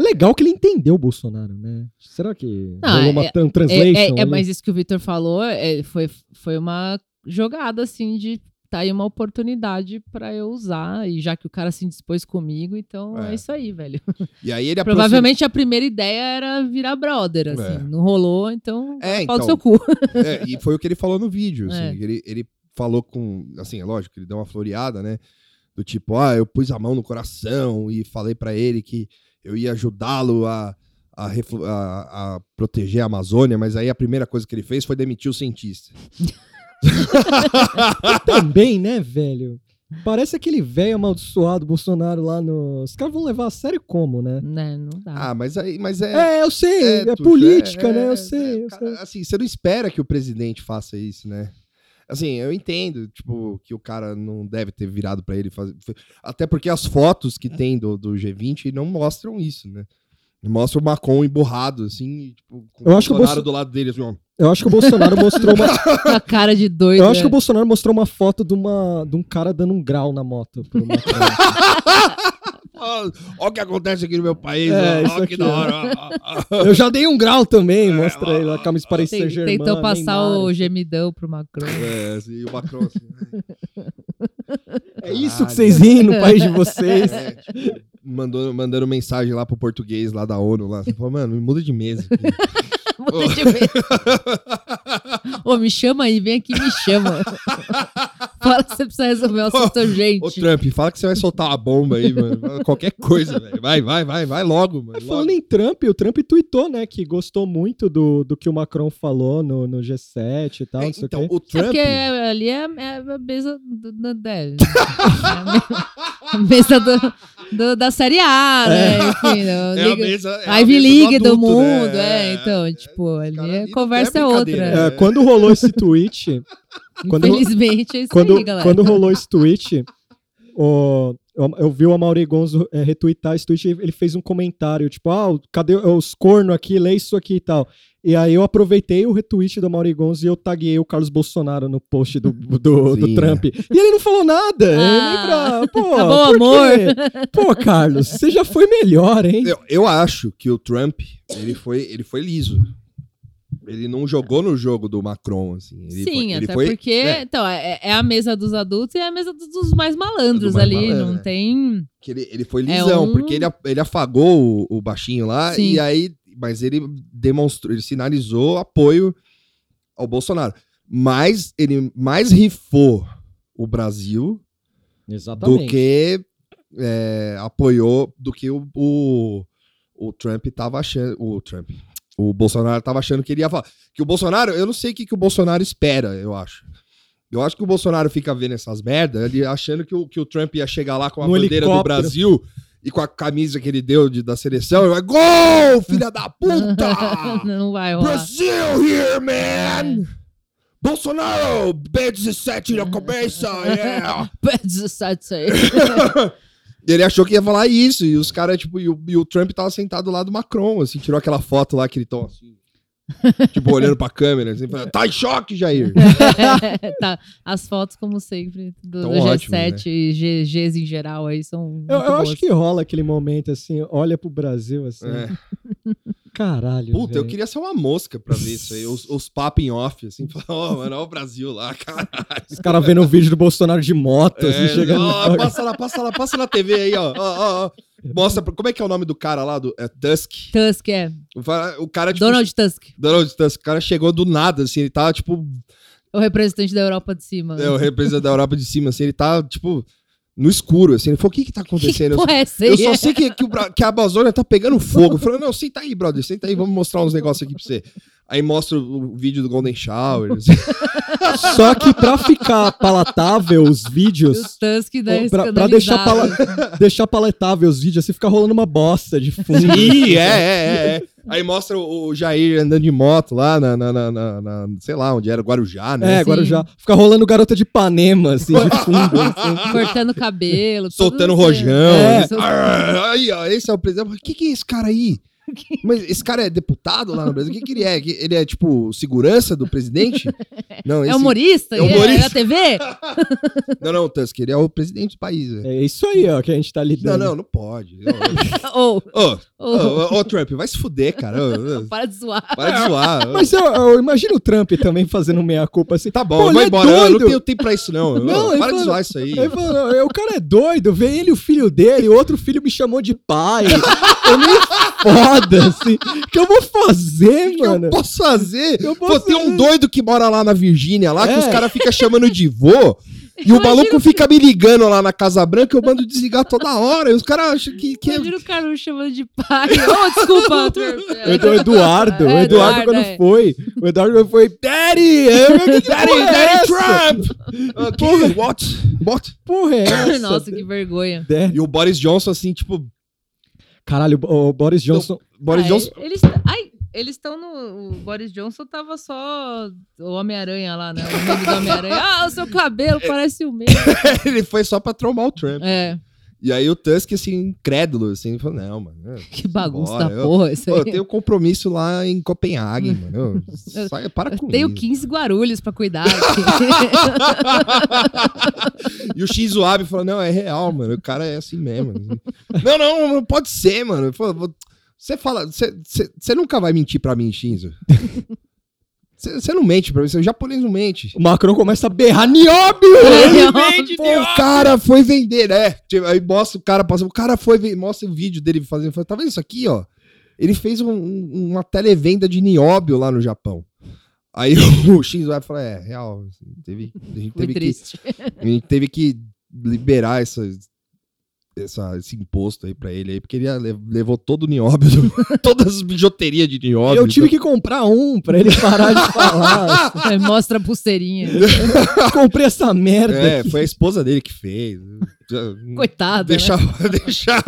Speaker 2: Legal que ele entendeu o Bolsonaro, né? Será que
Speaker 3: Não,
Speaker 2: rolou uma
Speaker 3: é-
Speaker 2: tran-
Speaker 3: É, é-
Speaker 2: translation?
Speaker 3: é,
Speaker 1: né?
Speaker 2: ali?
Speaker 3: mas isso que o Vitor falou é, foi, foi uma jogada, assim, de tá aí uma oportunidade pra eu usar, e já que o cara se indispôs comigo, então é,
Speaker 1: É.
Speaker 3: isso aí, velho.
Speaker 1: E aí ele aproximou-
Speaker 3: Provavelmente a primeira ideia era virar brother, assim,
Speaker 1: É.
Speaker 3: não rolou, então
Speaker 1: É,
Speaker 3: pau
Speaker 1: então.
Speaker 3: do seu cu.
Speaker 1: É, e foi o que ele falou no vídeo. assim,
Speaker 3: É.
Speaker 1: que ele, ele falou com. Assim, é lógico, que ele deu uma floreada, né? Do tipo, ah, eu pus a mão no coração e falei pra ele que eu ia ajudá-lo a, a, reflu- a- a proteger a Amazônia, mas aí a primeira coisa que ele fez foi demitir o cientista.
Speaker 2: Também, né, velho? Parece aquele velho amaldiçoado Bolsonaro lá no. Os caras vão levar a sério como, né?
Speaker 3: né, não dá.
Speaker 1: Ah, mas aí. Mas é,
Speaker 2: É, eu sei, é,
Speaker 1: Tuxo,
Speaker 2: política,
Speaker 1: é,
Speaker 2: né?
Speaker 1: é,
Speaker 2: Eu sei,
Speaker 1: é,
Speaker 2: eu
Speaker 1: cara,
Speaker 2: sei.
Speaker 1: Assim, você não espera que o presidente faça isso, né? Assim, eu entendo, tipo, que o cara não deve ter virado pra ele fazer. Até porque as fotos que tem do, do G20 não mostram isso, né? Mostra o Macron emburrado, assim, e, tipo, com
Speaker 2: Eu acho que o
Speaker 1: Bolsonaro
Speaker 2: Bolso-
Speaker 1: do lado dele, assim, ó.
Speaker 2: Eu acho que o Bolsonaro mostrou uma.
Speaker 3: a cara de doido.
Speaker 1: é.
Speaker 2: Eu acho que
Speaker 3: né?
Speaker 2: o Bolsonaro mostrou uma foto de, uma... de um cara dando um grau na moto. pro Macron.
Speaker 1: Ó, Ah, ó o que acontece aqui no meu país,
Speaker 2: É,
Speaker 1: ó, ó,
Speaker 2: isso
Speaker 1: que
Speaker 2: aqui,
Speaker 1: da
Speaker 2: ó.
Speaker 1: hora. ó, ó, ó.
Speaker 2: eu já dei um grau
Speaker 1: É,
Speaker 2: também, mostra aí lá, camisa Paris
Speaker 3: Tem-
Speaker 2: Saint-Germain.
Speaker 3: Tentou passar
Speaker 2: Neymar.
Speaker 3: o gemidão pro Macron.
Speaker 1: É, assim, e o Macron, assim.
Speaker 2: É isso
Speaker 1: Ah,
Speaker 2: que vocês riem no país de vocês.
Speaker 1: É, tipo, mandou, mandando mensagem lá pro português lá da ONU lá. Você falou, mano, me muda de mesa. aqui."
Speaker 3: Muda de vez. Ô, me chama aí, vem aqui e me chama. Agora você precisa resolver o assunto
Speaker 1: Ô,
Speaker 3: urgente.
Speaker 1: Trump, fala que você vai soltar uma bomba aí, mano. Fala Qualquer coisa, velho. Vai, vai, vai, vai logo, mano.
Speaker 2: Mas
Speaker 1: logo.
Speaker 2: Falando em Trump, o Trump tweetou, né, que gostou muito do, do que o Macron falou no, no G7 e tal,
Speaker 1: É,
Speaker 2: não sei o
Speaker 1: então,
Speaker 2: quê.
Speaker 1: o
Speaker 3: É
Speaker 1: Trump.
Speaker 3: porque ali é, é a mesa do, do, da- é a mesa do- do- da Série A, né? Enfim,
Speaker 1: é
Speaker 3: não,
Speaker 1: a
Speaker 3: liga-
Speaker 1: mesa- é
Speaker 3: a
Speaker 1: a
Speaker 3: Ivy
Speaker 1: mesa
Speaker 3: League do,
Speaker 1: adulto, né?
Speaker 3: mundo, é, então, tipo, ali
Speaker 1: caras ali
Speaker 3: a
Speaker 1: não
Speaker 3: conversa
Speaker 1: tem
Speaker 3: é
Speaker 1: brincadeira,
Speaker 3: outra.
Speaker 1: né?
Speaker 2: É, quando rolou esse tweet, quando-
Speaker 3: Infelizmente é isso
Speaker 2: quando,
Speaker 3: aí, galera.
Speaker 2: quando rolou esse tweet, o, eu, eu vi o Amaury Gonzo é, retweetar esse tweet, ele fez um comentário, tipo, ah, o- cadê os corno aqui, lê isso aqui e tal. E aí eu aproveitei o retweet do Amaury Gonzo e eu taguei o Carlos Bolsonaro no post do, do, do
Speaker 1: Sim, é.
Speaker 2: Trump. E ele não falou nada. ele
Speaker 3: Ah,
Speaker 2: nem pra, pô,
Speaker 3: tá bom,
Speaker 2: por quê? Pô, Carlos, você já foi melhor, hein?
Speaker 1: Eu, eu acho que o Trump, ele foi, ele foi liso. Ele não jogou no jogo do Macron, assim. Ele
Speaker 3: Sim,
Speaker 1: foi, ele
Speaker 3: até
Speaker 1: foi-
Speaker 3: porque
Speaker 1: é.
Speaker 3: então, é, é a mesa dos adultos e é a mesa dos, dos mais malandros
Speaker 1: Dos mais
Speaker 3: ali.
Speaker 1: malandros,
Speaker 3: não
Speaker 1: é.
Speaker 3: tem.
Speaker 1: que ele, ele foi
Speaker 3: É
Speaker 1: lisão,
Speaker 3: um-
Speaker 1: porque ele, a- ele afagou o, o baixinho lá
Speaker 3: Sim.
Speaker 1: e aí, mas ele demonstrou, ele sinalizou apoio ao Bolsonaro. Mas ele mais rifou o Brasil do que é, apoiou, do que o, o, o Trump tava achando, o Trump, o Bolsonaro tava achando que ele ia falar. Que o Bolsonaro, eu não sei o que, que o Bolsonaro espera, eu acho. Eu acho que o Bolsonaro fica vendo essas merdas, ele achando que o, que o Trump ia chegar lá com a
Speaker 2: No
Speaker 1: bandeira do
Speaker 2: helicóptero.
Speaker 1: Brasil e com a camisa que ele deu de- da seleção, e vai, gol, filha da puta!
Speaker 3: não vai rolar.
Speaker 1: Brasil here, man!
Speaker 2: É.
Speaker 1: Bolsonaro, B17 na cabeça, yeah!
Speaker 3: Pede sai disso aí.
Speaker 1: Ele achou que ia falar isso, e os caras, tipo, e o, e o Trump tava sentado lá do Macron, assim, tirou aquela foto lá que ele tão assim, tipo, olhando pra câmera, assim, falando, tá em choque, Jair.
Speaker 3: tá. As fotos, como sempre, do,
Speaker 1: Tão
Speaker 3: do G7
Speaker 1: ótimo, né?
Speaker 3: e G- Gs em geral aí são. muito
Speaker 2: Eu, eu
Speaker 3: boas.
Speaker 2: acho que rola aquele momento assim, olha pro Brasil assim,
Speaker 1: É.
Speaker 2: caralho.
Speaker 1: Puta, eu
Speaker 2: velho.
Speaker 1: queria ser uma mosca pra ver isso aí, os, os papos em off, assim, falar, ó, mano, ó o Brasil lá, cara.
Speaker 2: Os caras vendo o vídeo do Bolsonaro de moto, assim,
Speaker 1: É,
Speaker 2: chegando.
Speaker 1: ó, passa lá, passa lá, passa na TV aí, ó, ó, ó, ó. Mostra, pra- como é que é o nome do cara lá, do, é Tusk?
Speaker 3: Tusk é.
Speaker 1: O cara, tipo,
Speaker 3: Donald Tusk,
Speaker 1: Donald Tusk, o cara chegou do nada, assim, ele tava, tipo,
Speaker 3: o representante da Europa de cima.
Speaker 1: É, o representante da Europa de cima, assim, ele tá, tipo, no escuro, assim. Ele falou, o que que tá
Speaker 3: que
Speaker 1: acontecendo? Eu-
Speaker 3: porra é essa aí?
Speaker 1: eu só sei que, que, o Bra- que a Amazônia tá pegando fogo. Eu falei, não, senta aí, brother, senta aí, vamos mostrar uns negócios aqui pra você. Aí mostra o o vídeo do Golden Shower. assim.
Speaker 2: Só que pra ficar palatável os
Speaker 3: O
Speaker 2: vídeos,
Speaker 3: Tusk tá da
Speaker 2: Ô, pra- pra deixar deixar palatável os vídeos, assim fica rolando uma bosta de fundo.
Speaker 1: Ih, é, é, é, é. Aí mostra o o Jair andando de moto lá na, na, na- na- na- sei lá, onde era, Guarujá,
Speaker 2: É,
Speaker 1: né?
Speaker 2: agora já. Fica rolando garota de Ipanema, assim, de fundo. assim.
Speaker 3: Cortando o cabelo.
Speaker 1: Soltando
Speaker 3: tudo isso.
Speaker 1: rojão.
Speaker 2: É.
Speaker 1: Ele- Arr, Aí, ó, esse é o presidente. Mas O que, que é esse cara aí? Mas esse cara é deputado lá no Brasil? O que, que ele é? Que Ele é, tipo, segurança do presidente? Não, esse...
Speaker 3: É humorista?
Speaker 1: É humorista.
Speaker 3: É da TV?
Speaker 1: Não, não, Tusk, ele é o presidente do país. velho.
Speaker 2: É isso aí, ó, que a gente tá
Speaker 1: Não,
Speaker 2: lidando.
Speaker 1: não, não pode.
Speaker 3: Ou.
Speaker 1: Ô, ô,
Speaker 3: ou-
Speaker 1: ô, ô, Trump, vai se fuder, cara. Ô, ô,
Speaker 3: Para de zoar.
Speaker 1: para de zoar. Ô,
Speaker 2: Mas eu, eu imagino o Trump também fazendo meia-culpa assim.
Speaker 1: Tá
Speaker 2: Pô,
Speaker 1: bom, eu
Speaker 2: ele
Speaker 1: vou
Speaker 2: é
Speaker 1: embora. Eu não
Speaker 2: doido.
Speaker 1: tenho tempo pra isso, não. Ô,
Speaker 2: Não,
Speaker 1: para
Speaker 2: ele
Speaker 1: de
Speaker 2: falou-
Speaker 1: zoar isso aí.
Speaker 2: Aí falou, "Não, o cara é doido, vê ele e o filho dele, outro filho me chamou de pai. Eu me foda, assim. O que eu vou fazer,
Speaker 1: O que
Speaker 2: mano?
Speaker 1: eu posso fazer?
Speaker 2: Eu
Speaker 1: Pô,
Speaker 2: posso
Speaker 1: tem um
Speaker 2: fazer.
Speaker 1: doido que mora lá na Virgínia, lá que
Speaker 2: É.
Speaker 1: os caras ficam chamando de vô. E o
Speaker 3: Imagina
Speaker 1: maluco fica me ligando lá na Casa Branca, eu mando desligar toda hora. E os caras acham que. que é-
Speaker 3: Imagina o Caru chamando de pai. Oh, desculpa, Trump.
Speaker 2: O Edu- o Eduardo, o
Speaker 3: É,
Speaker 2: Eduardo
Speaker 3: Eduardo,
Speaker 2: quando
Speaker 3: é.
Speaker 2: foi, o Eduardo quando foi, Daddy, eu que
Speaker 1: Daddy,
Speaker 2: porra é
Speaker 1: Daddy
Speaker 2: essa?
Speaker 1: Trump! Okay, what? What?
Speaker 2: porra é essa?
Speaker 3: Nossa, que vergonha.
Speaker 2: Daddy.
Speaker 1: E o Boris Johnson, assim, tipo.
Speaker 2: Caralho, o o Boris
Speaker 1: Então
Speaker 2: Johnson,
Speaker 1: Boris
Speaker 3: Ah,
Speaker 1: Johnson.
Speaker 3: ele- Eles ai, eles estão no. O Boris Johnson tava só o Homem-Aranha lá, né? O mundo do Homem-Aranha. Ah, o seu cabelo parece o meu.
Speaker 1: ele foi só pra trombar o Trump.
Speaker 3: É,
Speaker 1: E aí o Tusk, assim, incrédulo, assim, falou: não, mano. é,
Speaker 3: que bagunça
Speaker 1: Bora,
Speaker 3: da
Speaker 1: eu- um
Speaker 3: porra isso
Speaker 1: Pô, eu
Speaker 3: aí.
Speaker 1: tenho compromisso lá em Copenhague, mano. eu- sai- para com
Speaker 3: Tenho
Speaker 1: isso.
Speaker 3: 15 guarulhos pra cuidar aqui.
Speaker 1: E o Shinzo Abe falou, não, é real, mano. O cara é assim mesmo. não, não, não pode ser, mano. Ele falou, "Vou- Você fala, você- você você nunca vai mentir pra mim, Shinzo. Você você não mente pra mim, o japonês não mente.
Speaker 2: o Macron começa a berrar, Nióbio!
Speaker 1: Pô, o cara foi vender, né? Tipo, Aí mostra o cara passando, o cara foi, ve- mostra o vídeo dele fazendo, fala, tá vendo isso aqui, ó? Ele fez um- um- uma televenda de nióbio lá no Japão. Aí o X vai falar, é, real, assim, teve, a gente
Speaker 3: Foi
Speaker 1: teve que
Speaker 3: triste.
Speaker 1: a gente teve que liberar essa, essa- esse imposto aí pra ele aí, porque ele ia- levou todo o nióbio, todas as bijuterias de nióbio. então,
Speaker 2: Eu tive que comprar um pra ele parar de falar.
Speaker 3: Falei, Mostra a pulseirinha.
Speaker 2: Comprei essa merda.
Speaker 1: É,
Speaker 2: aqui.
Speaker 1: foi a esposa dele que fez.
Speaker 3: Coitada. né?
Speaker 1: Deixar, deixar.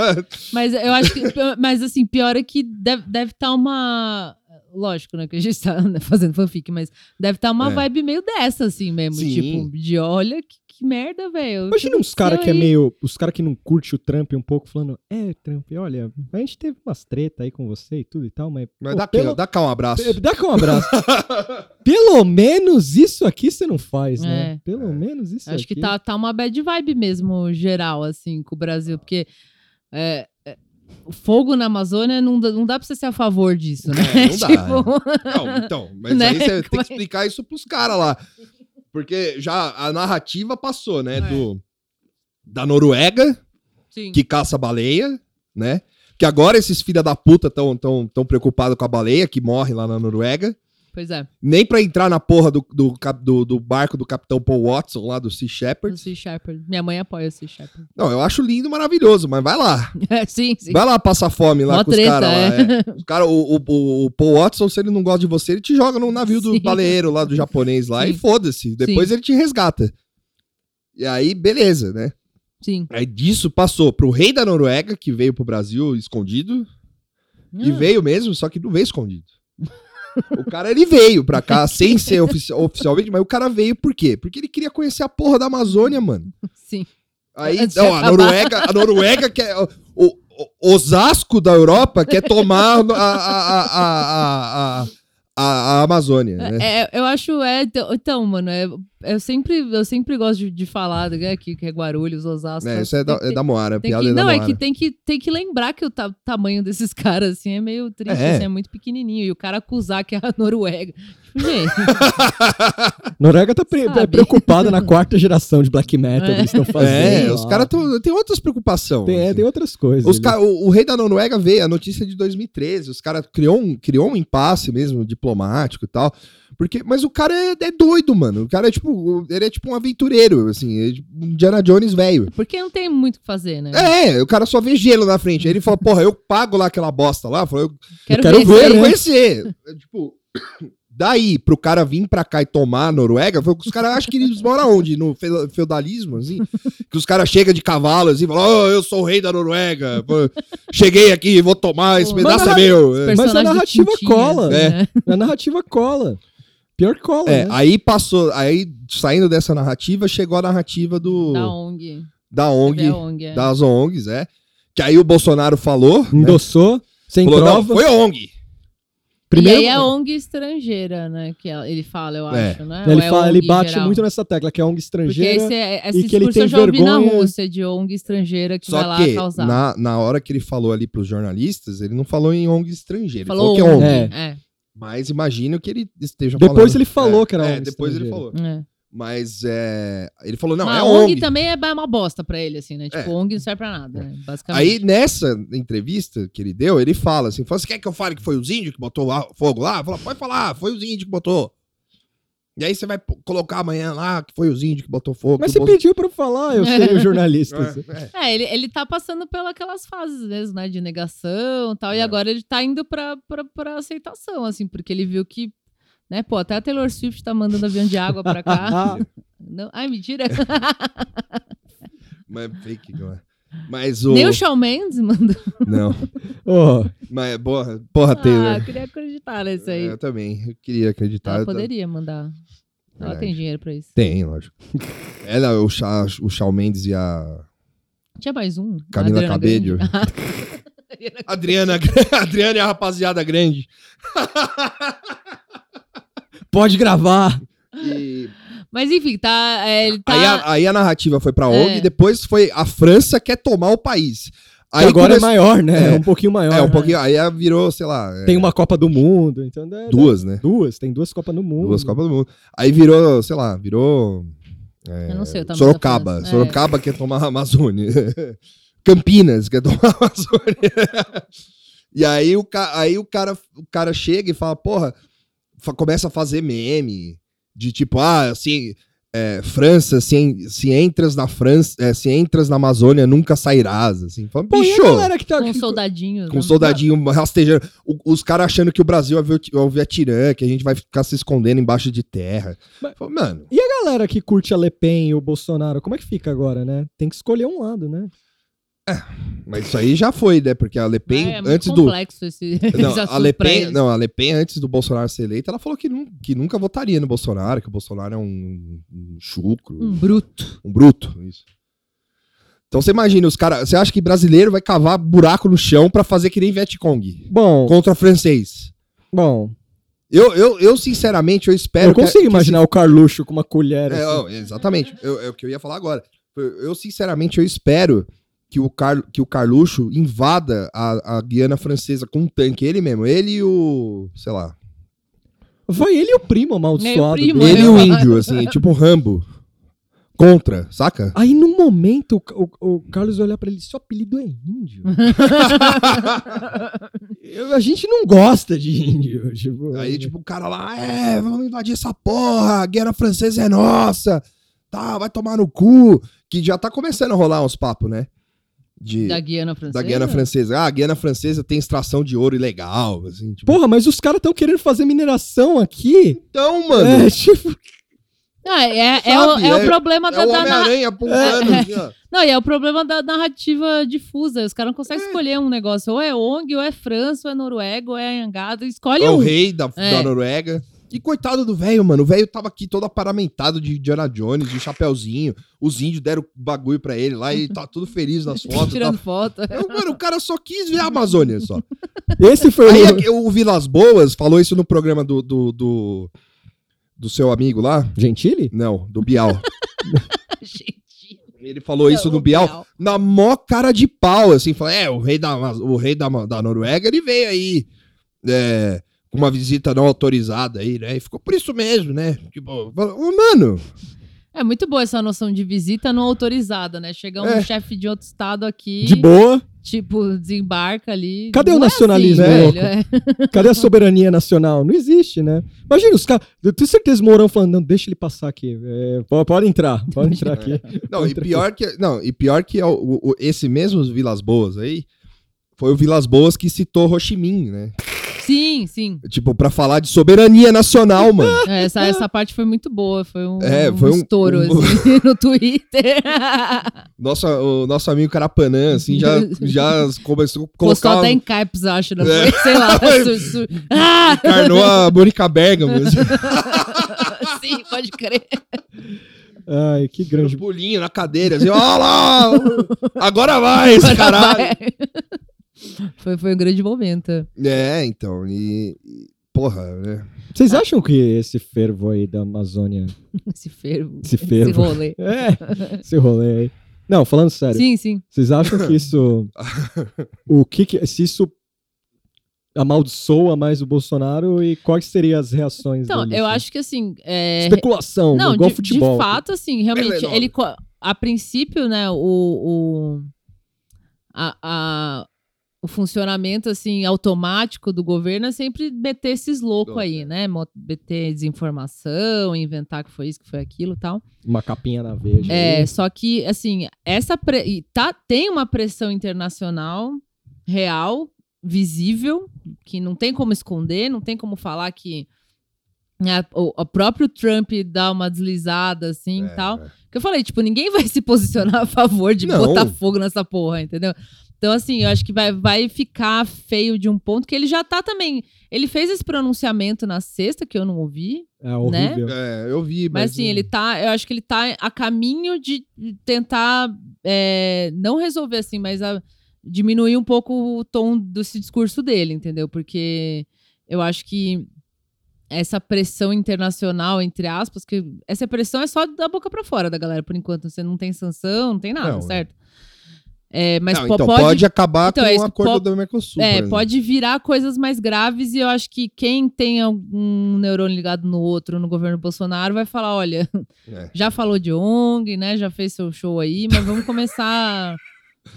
Speaker 3: Mas eu acho que. Mas assim, pior é que deve estar uma. Lógico, né? Que a gente tá né, fazendo fanfic, mas deve estar uma
Speaker 1: É.
Speaker 3: vibe meio dessa, assim mesmo.
Speaker 1: Sim.
Speaker 3: Tipo, de olha que, que merda, velho.
Speaker 2: Imagina uns caras que é
Speaker 3: aí.
Speaker 2: meio. Os caras que não curte o Trump um pouco, falando: É, Trump, olha, a gente teve umas treta aí com você e tudo e tal, mas.
Speaker 1: Mas
Speaker 2: pô,
Speaker 1: dá, aqui, ó,
Speaker 2: pelo...
Speaker 1: dá cá um abraço.
Speaker 2: Pe- Dá com um abraço. Pelo menos isso aqui você não faz, né?
Speaker 3: É.
Speaker 2: Pelo
Speaker 1: É.
Speaker 2: menos isso
Speaker 3: Acho que
Speaker 2: aqui.
Speaker 3: tá, tá uma bad vibe mesmo, geral, assim, com o Brasil, porque. é, é, o fogo na Amazônia não dá, não dá pra você ser a favor disso, né?
Speaker 1: É, não dá,
Speaker 3: tipo,
Speaker 1: Não, então, mas
Speaker 3: Né?
Speaker 1: aí você tem
Speaker 3: Como é?
Speaker 1: que explicar isso pros caras lá. Porque já a narrativa passou, né?
Speaker 3: É.
Speaker 1: Do, da Noruega,
Speaker 3: sim.
Speaker 1: que caça baleia, né? Que agora esses filha da puta tão, tão, tão preocupados com a baleia que morre lá na Noruega.
Speaker 3: Pois é,
Speaker 1: Nem pra entrar na porra do, do, cap- do- do barco do Capitão Paul Watson lá do Sea
Speaker 3: o
Speaker 1: Shepherd.
Speaker 3: Sea Shepherd. Minha mãe apoia o Sea Shepherd.
Speaker 1: Não, eu acho lindo, maravilhoso, mas vai lá.
Speaker 3: É, sim, sim.
Speaker 1: Vai lá passar fome lá
Speaker 3: Mó
Speaker 1: com os
Speaker 3: treta,
Speaker 1: caras lá.
Speaker 3: é.
Speaker 1: é. Os cara, o, o- o, o Paul Watson, se ele não gosta de você, ele te joga no navio do
Speaker 3: Sim.
Speaker 1: baleeiro lá do japonês lá e
Speaker 3: Sim.
Speaker 1: foda-se. Depois ele te resgata. E aí, beleza, né?
Speaker 3: Sim.
Speaker 1: Aí disso passou pro rei da Noruega, que veio pro Brasil escondido.
Speaker 3: Ah.
Speaker 1: E veio mesmo, só que não veio escondido. o cara, ele veio pra cá sem ser ofici- oficialmente, mas o cara veio por quê? Porque ele queria conhecer a porra da Amazônia, mano.
Speaker 3: Ah, Sim.
Speaker 1: Aí,
Speaker 3: Antes de
Speaker 1: não, a
Speaker 3: acabar.
Speaker 1: Noruega, a Noruega quer... O, o- o Osasco da Europa quer tomar a, a, a, a, a, a- a Amazônia, né?
Speaker 3: É, eu acho, é, então, então, mano, é, eu, sempre, eu sempre gosto de, de falar né, que, que é Guarulhos, Osasco.
Speaker 1: É, isso é da, é da Moara, a
Speaker 3: tem
Speaker 1: piada
Speaker 3: que,
Speaker 1: é da
Speaker 3: não, é
Speaker 1: Moara.
Speaker 3: que tem que, tem que lembrar que o ta- tamanho desses caras, assim, é meio triste,
Speaker 1: É.
Speaker 3: assim, é muito pequenininho. E o cara acusar que é a Noruega. Tipo, gente,
Speaker 2: Noruega tá pre-
Speaker 3: Sabe?
Speaker 2: é preocupada na quarta geração de black metal
Speaker 3: É.
Speaker 2: que eles estão fazendo.
Speaker 1: É, os
Speaker 2: lá.
Speaker 1: caras tão- tem outras preocupações.
Speaker 2: né?
Speaker 1: assim.
Speaker 2: Tem, é, tem outras coisas.
Speaker 1: Os
Speaker 2: ali.
Speaker 1: ca- o, o rei da Noruega veio, a notícia é de 2013. Os caras criou um, criou um impasse mesmo, diplomático e tal. Porque, mas o cara é, é doido, mano. O cara é tipo. o- Ele é tipo um aventureiro, assim, é tipo um Indiana Jones velho.
Speaker 3: porque não tem muito o que fazer, né?
Speaker 1: É, o cara só vê gelo na frente. Aí ele fala, porra, eu pago lá aquela bosta lá. Fala, eu
Speaker 3: quero,
Speaker 2: quero
Speaker 3: ver.
Speaker 1: quero
Speaker 2: né?
Speaker 1: conhecer. É, tipo, daí, pro cara vir pra cá e tomar a Noruega, foi, os caras acham que eles moram onde? No fe- feudalismo, assim? Que os caras chegam de cavalo, assim, falam, oh, eu sou o rei da Noruega. pô, Cheguei aqui, vou tomar, esse
Speaker 3: Pô,
Speaker 1: pedaço é
Speaker 2: mas-
Speaker 1: meu.
Speaker 3: esse
Speaker 1: É.
Speaker 2: Mas a
Speaker 3: personagem do
Speaker 2: narrativa
Speaker 3: Tintin,
Speaker 2: cola,
Speaker 3: assim,
Speaker 1: é.
Speaker 3: né?
Speaker 2: A narrativa cola. Pior cola,
Speaker 1: É,
Speaker 2: né?
Speaker 1: aí passou, aí saindo dessa narrativa, chegou a narrativa do
Speaker 3: Da
Speaker 1: da,
Speaker 3: ONG.
Speaker 1: ONG,
Speaker 3: Da ONG, é.
Speaker 1: das ONGs, é. Que aí o Bolsonaro falou, né,
Speaker 2: Endossou, sem
Speaker 1: falou, não,
Speaker 2: prova.
Speaker 1: foi a ONG.
Speaker 2: Primeiro,
Speaker 3: E aí é ONG estrangeira, né? Que ela- ele fala, eu
Speaker 1: É.
Speaker 3: acho, né? Ou
Speaker 2: ele,
Speaker 3: é
Speaker 2: fala- ele
Speaker 3: ONG
Speaker 2: bate
Speaker 3: geral?
Speaker 2: muito nessa tecla, que é ONG
Speaker 3: Porque
Speaker 2: estrangeira.
Speaker 3: esse, é- esse
Speaker 2: que ele
Speaker 3: discurso
Speaker 2: tem
Speaker 3: eu já ouvi na
Speaker 2: vergonha-
Speaker 3: Rússia, de ONG estrangeira que vai
Speaker 1: Só
Speaker 3: lá
Speaker 1: que
Speaker 3: causar.
Speaker 1: na, na hora que ele falou ali pros jornalistas, ele não falou em ONG estrangeiro, ele falou,
Speaker 3: Falou
Speaker 1: que é ONG.
Speaker 2: ONG.
Speaker 3: É,
Speaker 1: Mas imagino que ele esteja
Speaker 2: Depois
Speaker 1: falando.
Speaker 2: ele falou
Speaker 1: É,
Speaker 2: que era
Speaker 1: É,
Speaker 2: ONG
Speaker 1: depois ele
Speaker 2: estrangeira.
Speaker 1: falou.
Speaker 3: é.
Speaker 1: Mas é, ele falou, não,
Speaker 3: Mas
Speaker 1: é
Speaker 3: a ONG,
Speaker 1: ONG.
Speaker 3: também é uma bosta pra ele, assim, né? Tipo,
Speaker 1: É.
Speaker 3: ONG não serve pra nada, né? Basicamente.
Speaker 1: Aí nessa entrevista que ele deu, ele fala assim, fala, você quer que eu fale que foi os índios que botou lá- fogo lá? Fala, pode falar, foi os índios que botou. E aí você vai p- colocar amanhã lá que foi os índios que botou fogo.
Speaker 2: Mas
Speaker 1: que
Speaker 2: você pediu pra eu falar, eu sei o jornalista. assim.
Speaker 1: botou... É, é.
Speaker 3: É, ele, ele tá passando pelas aquelas fases mesmo, né? De negação e tal. E
Speaker 1: É.
Speaker 3: agora ele tá indo pra, pra, pra aceitação, assim, porque ele viu que. Né, pô, até a Taylor Swift tá mandando avião de água pra cá.
Speaker 2: Ah,
Speaker 3: Não, ai, mentira.
Speaker 1: Mas fake, não é. Mas o...
Speaker 3: Nem o Shawn Mendes mandou.
Speaker 1: Não.
Speaker 2: Ô,
Speaker 1: Mas, porra, porra
Speaker 3: Ah,
Speaker 1: Taylor. tá,
Speaker 3: eu queria acreditar nisso aí.
Speaker 1: É, eu também, eu queria acreditar.
Speaker 3: Ela
Speaker 1: eu tam-
Speaker 3: poderia mandar. Ela
Speaker 1: Verdade.
Speaker 3: tem dinheiro pra isso.
Speaker 1: Tem, lógico. Ela, o, Sha, o Shawn Mendes e a
Speaker 3: Tinha mais um?
Speaker 1: Camila
Speaker 3: Adriana
Speaker 1: Cabello.
Speaker 3: Grande.
Speaker 1: Adriana, Adriana é a rapaziada grande.
Speaker 2: pode gravar.
Speaker 1: E-
Speaker 3: Mas enfim, tá. é, ele tá.
Speaker 1: aí, a, aí a narrativa foi pra ONG,
Speaker 3: É.
Speaker 1: depois foi a França quer tomar o país. Aí
Speaker 2: que agora
Speaker 1: começou-
Speaker 2: é maior, né? É.
Speaker 1: É.
Speaker 2: um pouquinho maior.
Speaker 1: É, um pouquinho. Aí ela virou, sei lá, é,
Speaker 2: Tem uma Copa do Mundo, então... dá- dá-
Speaker 1: duas, né?
Speaker 2: Duas, tem duas Copas no Mundo.
Speaker 1: Duas Copas do Mundo. Aí virou, sei lá, virou.
Speaker 3: Ah, Eu não sei o tamanho da
Speaker 1: Sorocaba.
Speaker 3: França. É.
Speaker 1: Sorocaba quer tomar a Amazônia. Campinas quer tomar a Amazônia. e aí o, ca... aí o, cara... o cara chega e fala, porra. fa- começa a fazer meme de tipo, ah, assim, é, França, se, en- se entras na França, é, se entras na Amazônia, nunca sairás, assim. Fala,
Speaker 2: Pô, e
Speaker 1: bicho,
Speaker 2: a galera que tá
Speaker 3: Com
Speaker 2: aqui.
Speaker 3: soldadinhos. né?
Speaker 1: com um soldadinho rastejando, o- os caras achando que o Brasil é o Vi- é o Vietnã, que a gente vai ficar se escondendo embaixo de terra.
Speaker 2: Mas-
Speaker 1: Fala, Mano,
Speaker 2: E a galera que curte a Le Pen e o Bolsonaro, como é que fica agora, né? Tem que escolher um lado, né?
Speaker 1: mas isso aí já foi, né? Porque a Le Pen,
Speaker 3: é muito
Speaker 1: antes do,
Speaker 3: complexo esse,
Speaker 1: Não,
Speaker 3: esse
Speaker 1: a
Speaker 3: assunto
Speaker 1: Le
Speaker 3: pra
Speaker 1: Pen,
Speaker 3: eles.
Speaker 1: não, a Le Pen, antes do Bolsonaro ser eleito, ela falou que, nun- que nunca votaria no Bolsonaro, que o Bolsonaro é um, um chucro,
Speaker 3: Um bruto.
Speaker 1: um bruto. Isso. Então você imagina, os caras. Você acha que brasileiro vai cavar buraco no chão pra fazer que nem Vietcong
Speaker 2: Bom,
Speaker 1: contra francês?
Speaker 2: bom.
Speaker 1: Eu, eu, eu sinceramente, eu espero.
Speaker 2: eu
Speaker 1: que- que
Speaker 2: consigo
Speaker 1: esse-
Speaker 2: imaginar o Carluxo com uma colher.
Speaker 1: é,
Speaker 2: assim.
Speaker 1: ó, exatamente. Eu- é o que eu ia falar agora. Eu, eu, sinceramente, eu espero que o, Car, que o Carluxo invada a, a Guiana Francesa com um tanque. Ele mesmo. Ele e o. Sei lá.
Speaker 2: Foi ele e o primo amaldiçoado.
Speaker 3: Nem o primo,
Speaker 2: dele.
Speaker 1: Ele e
Speaker 3: eu-
Speaker 1: o índio, assim, tipo um Rambo. Contra, saca?
Speaker 2: Aí, num momento, o, Ca- o- o Carlos olhar pra ele, seu apelido é índio. Eu- a gente não gosta de índio. Tipo,
Speaker 1: Aí, tipo, o cara lá, é, vamos invadir essa porra, a guerra francesa é nossa, tá, vai tomar no cu. Que já tá começando a rolar uns papos, né? De,
Speaker 3: Da
Speaker 1: da,
Speaker 3: Guiana Francesa.
Speaker 1: Guiana Francesa. Ah, a Guiana Francesa tem extração de ouro ilegal, assim. Tipo,
Speaker 2: Porra, mas os caras estão querendo fazer mineração aqui.
Speaker 1: então, mano,
Speaker 2: É, tipo,
Speaker 3: Ah, é, é o,
Speaker 1: Sabe,
Speaker 3: é o
Speaker 1: é-
Speaker 3: problema
Speaker 1: é,
Speaker 3: da,
Speaker 1: o
Speaker 3: da narra-
Speaker 1: Homem-Aranha apontando, assim, ó.
Speaker 3: Não, e é o problema da narrativa difusa. Os caras não conseguem escolher um negócio. Ou é ONG, ou é França, ou é Noruega, ou é Angada. Escolhe
Speaker 1: É o
Speaker 3: um.
Speaker 1: rei da,
Speaker 3: É.
Speaker 1: da Noruega. E coitado do velho, mano. O velho tava aqui todo paramentado de Indiana Jones, de chapéuzinho. Os índios deram bagulho pra ele lá e ele tá tudo feliz nas fotos. e tal.
Speaker 3: Tirando foto.
Speaker 1: Eu, mano, o cara só quis ver a Amazônia só.
Speaker 2: esse foi
Speaker 1: Aí
Speaker 2: o...
Speaker 1: aqui, o Vilas Boas falou isso no programa do, do, do, do seu amigo lá.
Speaker 2: Gentili?
Speaker 1: Não, do Bial.
Speaker 3: Gente.
Speaker 1: Ele falou isso no Bial na mó cara de pau, assim, falou, é, o rei da, Ama- o rei da, Ma- da Noruega, ele veio aí, é, com uma visita não autorizada aí, né, e ficou por isso mesmo, né, tipo, falou, ô, mano,
Speaker 3: É muito boa essa noção de visita não autorizada, né? Chega um
Speaker 1: É.
Speaker 3: chefe de outro estado aqui,
Speaker 2: De boa.
Speaker 3: tipo, desembarca ali.
Speaker 2: Cadê o
Speaker 3: Não é
Speaker 2: nacionalismo,
Speaker 3: assim,
Speaker 2: louco?
Speaker 3: velho, é.
Speaker 2: Cadê a soberania nacional? Não existe, né? Imagina os caras. Eu tenho certeza o Mourão falando, não, deixa ele passar aqui. É, po- pode entrar, pode entrar aqui.
Speaker 1: não, e pior que, não, e pior que é o, o- o- esse mesmo Vilas Boas aí, foi o Vilas Boas que citou Ho Chi Minh, né,
Speaker 3: Sim, sim.
Speaker 1: tipo, pra falar de soberania nacional, mano,
Speaker 3: É, Essa, essa parte foi muito boa. Foi um,
Speaker 1: É, foi um-
Speaker 3: estouro
Speaker 1: um-
Speaker 3: assim, no Twitter.
Speaker 1: Nossa, o nosso amigo Carapanã, assim, já, já começou a
Speaker 3: Postou
Speaker 1: colocar, um
Speaker 3: até em caps, acho, não
Speaker 1: É.
Speaker 3: foi? Sei lá. su- su- Ah!
Speaker 1: encarnou a Mônica Bergamo, assim.
Speaker 3: Sim, pode crer.
Speaker 2: Ai, que
Speaker 1: Dando
Speaker 2: grande.
Speaker 1: pulinho na cadeira, assim, ó lá! Agora vai, esse caralho!
Speaker 3: Vai. Foi, foi um grande momento.
Speaker 1: É, então, e. e- Porra, né?
Speaker 2: Vocês acham que esse fervo aí da Amazônia.
Speaker 3: Esse fervo.
Speaker 2: Esse fervo.
Speaker 3: Esse rolê.
Speaker 2: É, esse rolê aí. Não, falando sério.
Speaker 3: Sim, sim.
Speaker 2: Vocês acham que isso. o que, que. Se isso amaldiçoa mais o Bolsonaro e quais seriam as reações
Speaker 3: Então,
Speaker 2: dele,
Speaker 3: eu
Speaker 2: assim?
Speaker 3: acho que assim. é,
Speaker 2: Especulação,
Speaker 3: Não,
Speaker 2: igual
Speaker 3: de,
Speaker 2: futebol.
Speaker 3: de fato, assim, realmente,
Speaker 1: Menor.
Speaker 3: ele. co- A princípio, né, o. o a- a- o funcionamento assim automático do governo é sempre meter esses loucos
Speaker 1: Louco,
Speaker 3: aí, né? Mo- Meter desinformação, inventar que foi isso, que foi aquilo, e tal.
Speaker 2: Uma capinha na veja.
Speaker 3: É,
Speaker 2: aí.
Speaker 3: só que, assim, essa pre- e tá, tem uma pressão internacional real, visível, que não tem como esconder, não tem como falar que né, o, o próprio Trump dá uma deslizada, assim, e tal. Porque eu falei, tipo, ninguém vai se posicionar a favor de
Speaker 1: Não.
Speaker 3: botar fogo nessa porra, entendeu? Então, assim, eu acho que vai, vai ficar feio de um ponto que ele já tá também. Ele fez esse pronunciamento na sexta, que eu não ouvi,
Speaker 2: É horrível.
Speaker 1: É, eu vi, mas.
Speaker 3: mas assim, ele tá. Eu acho que ele tá a caminho de tentar é, não resolver, assim, mas a- diminuir um pouco o tom desse discurso dele, entendeu? Porque eu acho que essa pressão internacional, entre aspas, que essa pressão é só da boca pra fora da galera, por enquanto. Você não tem sanção, não tem nada,
Speaker 1: Não, é.
Speaker 3: certo? É, mas
Speaker 1: Não,
Speaker 3: po-
Speaker 1: então, pode,
Speaker 3: pode,
Speaker 1: acabar
Speaker 3: Então,
Speaker 1: com
Speaker 3: é
Speaker 1: o
Speaker 3: isso,
Speaker 1: acordo
Speaker 3: po-
Speaker 1: do Mercosul. por
Speaker 3: é,
Speaker 1: exemplo.
Speaker 3: pode virar coisas mais graves e eu acho que quem tem algum neurônio ligado no outro no governo Bolsonaro vai falar, olha,
Speaker 1: É.
Speaker 3: já falou de ONG, né? Já fez seu show aí, mas vamos começar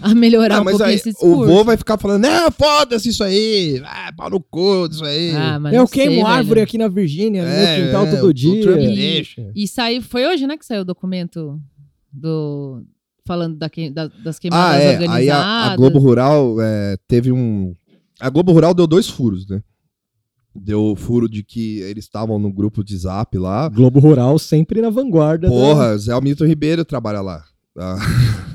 Speaker 3: a melhorar
Speaker 1: Ah,
Speaker 3: um
Speaker 1: mas
Speaker 3: pouquinho
Speaker 1: aí,
Speaker 3: esse discurso.
Speaker 1: o vô vai ficar falando, não, foda-se isso aí, ah, pau no cu disso aí.
Speaker 3: Ah, mas
Speaker 2: É, eu
Speaker 3: não
Speaker 2: queimo
Speaker 3: sei,
Speaker 2: árvore
Speaker 3: velho.
Speaker 2: aqui na Virgínia, no
Speaker 1: É,
Speaker 2: meu quintal
Speaker 1: é, o-
Speaker 2: todo
Speaker 1: o
Speaker 2: dia.
Speaker 1: Trump
Speaker 3: E-
Speaker 1: deixa.
Speaker 3: E saiu, foi hoje, né, que saiu o documento do falando da que- da- das queimadas
Speaker 1: Ah, é,
Speaker 3: organizadas.
Speaker 1: aí a, a Globo Rural é, teve um... A Globo Rural deu dois furos, né? Deu o furo de que eles estavam no grupo de zap lá,
Speaker 2: Globo Rural sempre na vanguarda. da-
Speaker 1: Porra, Zé Almito Ribeiro trabalha lá. A,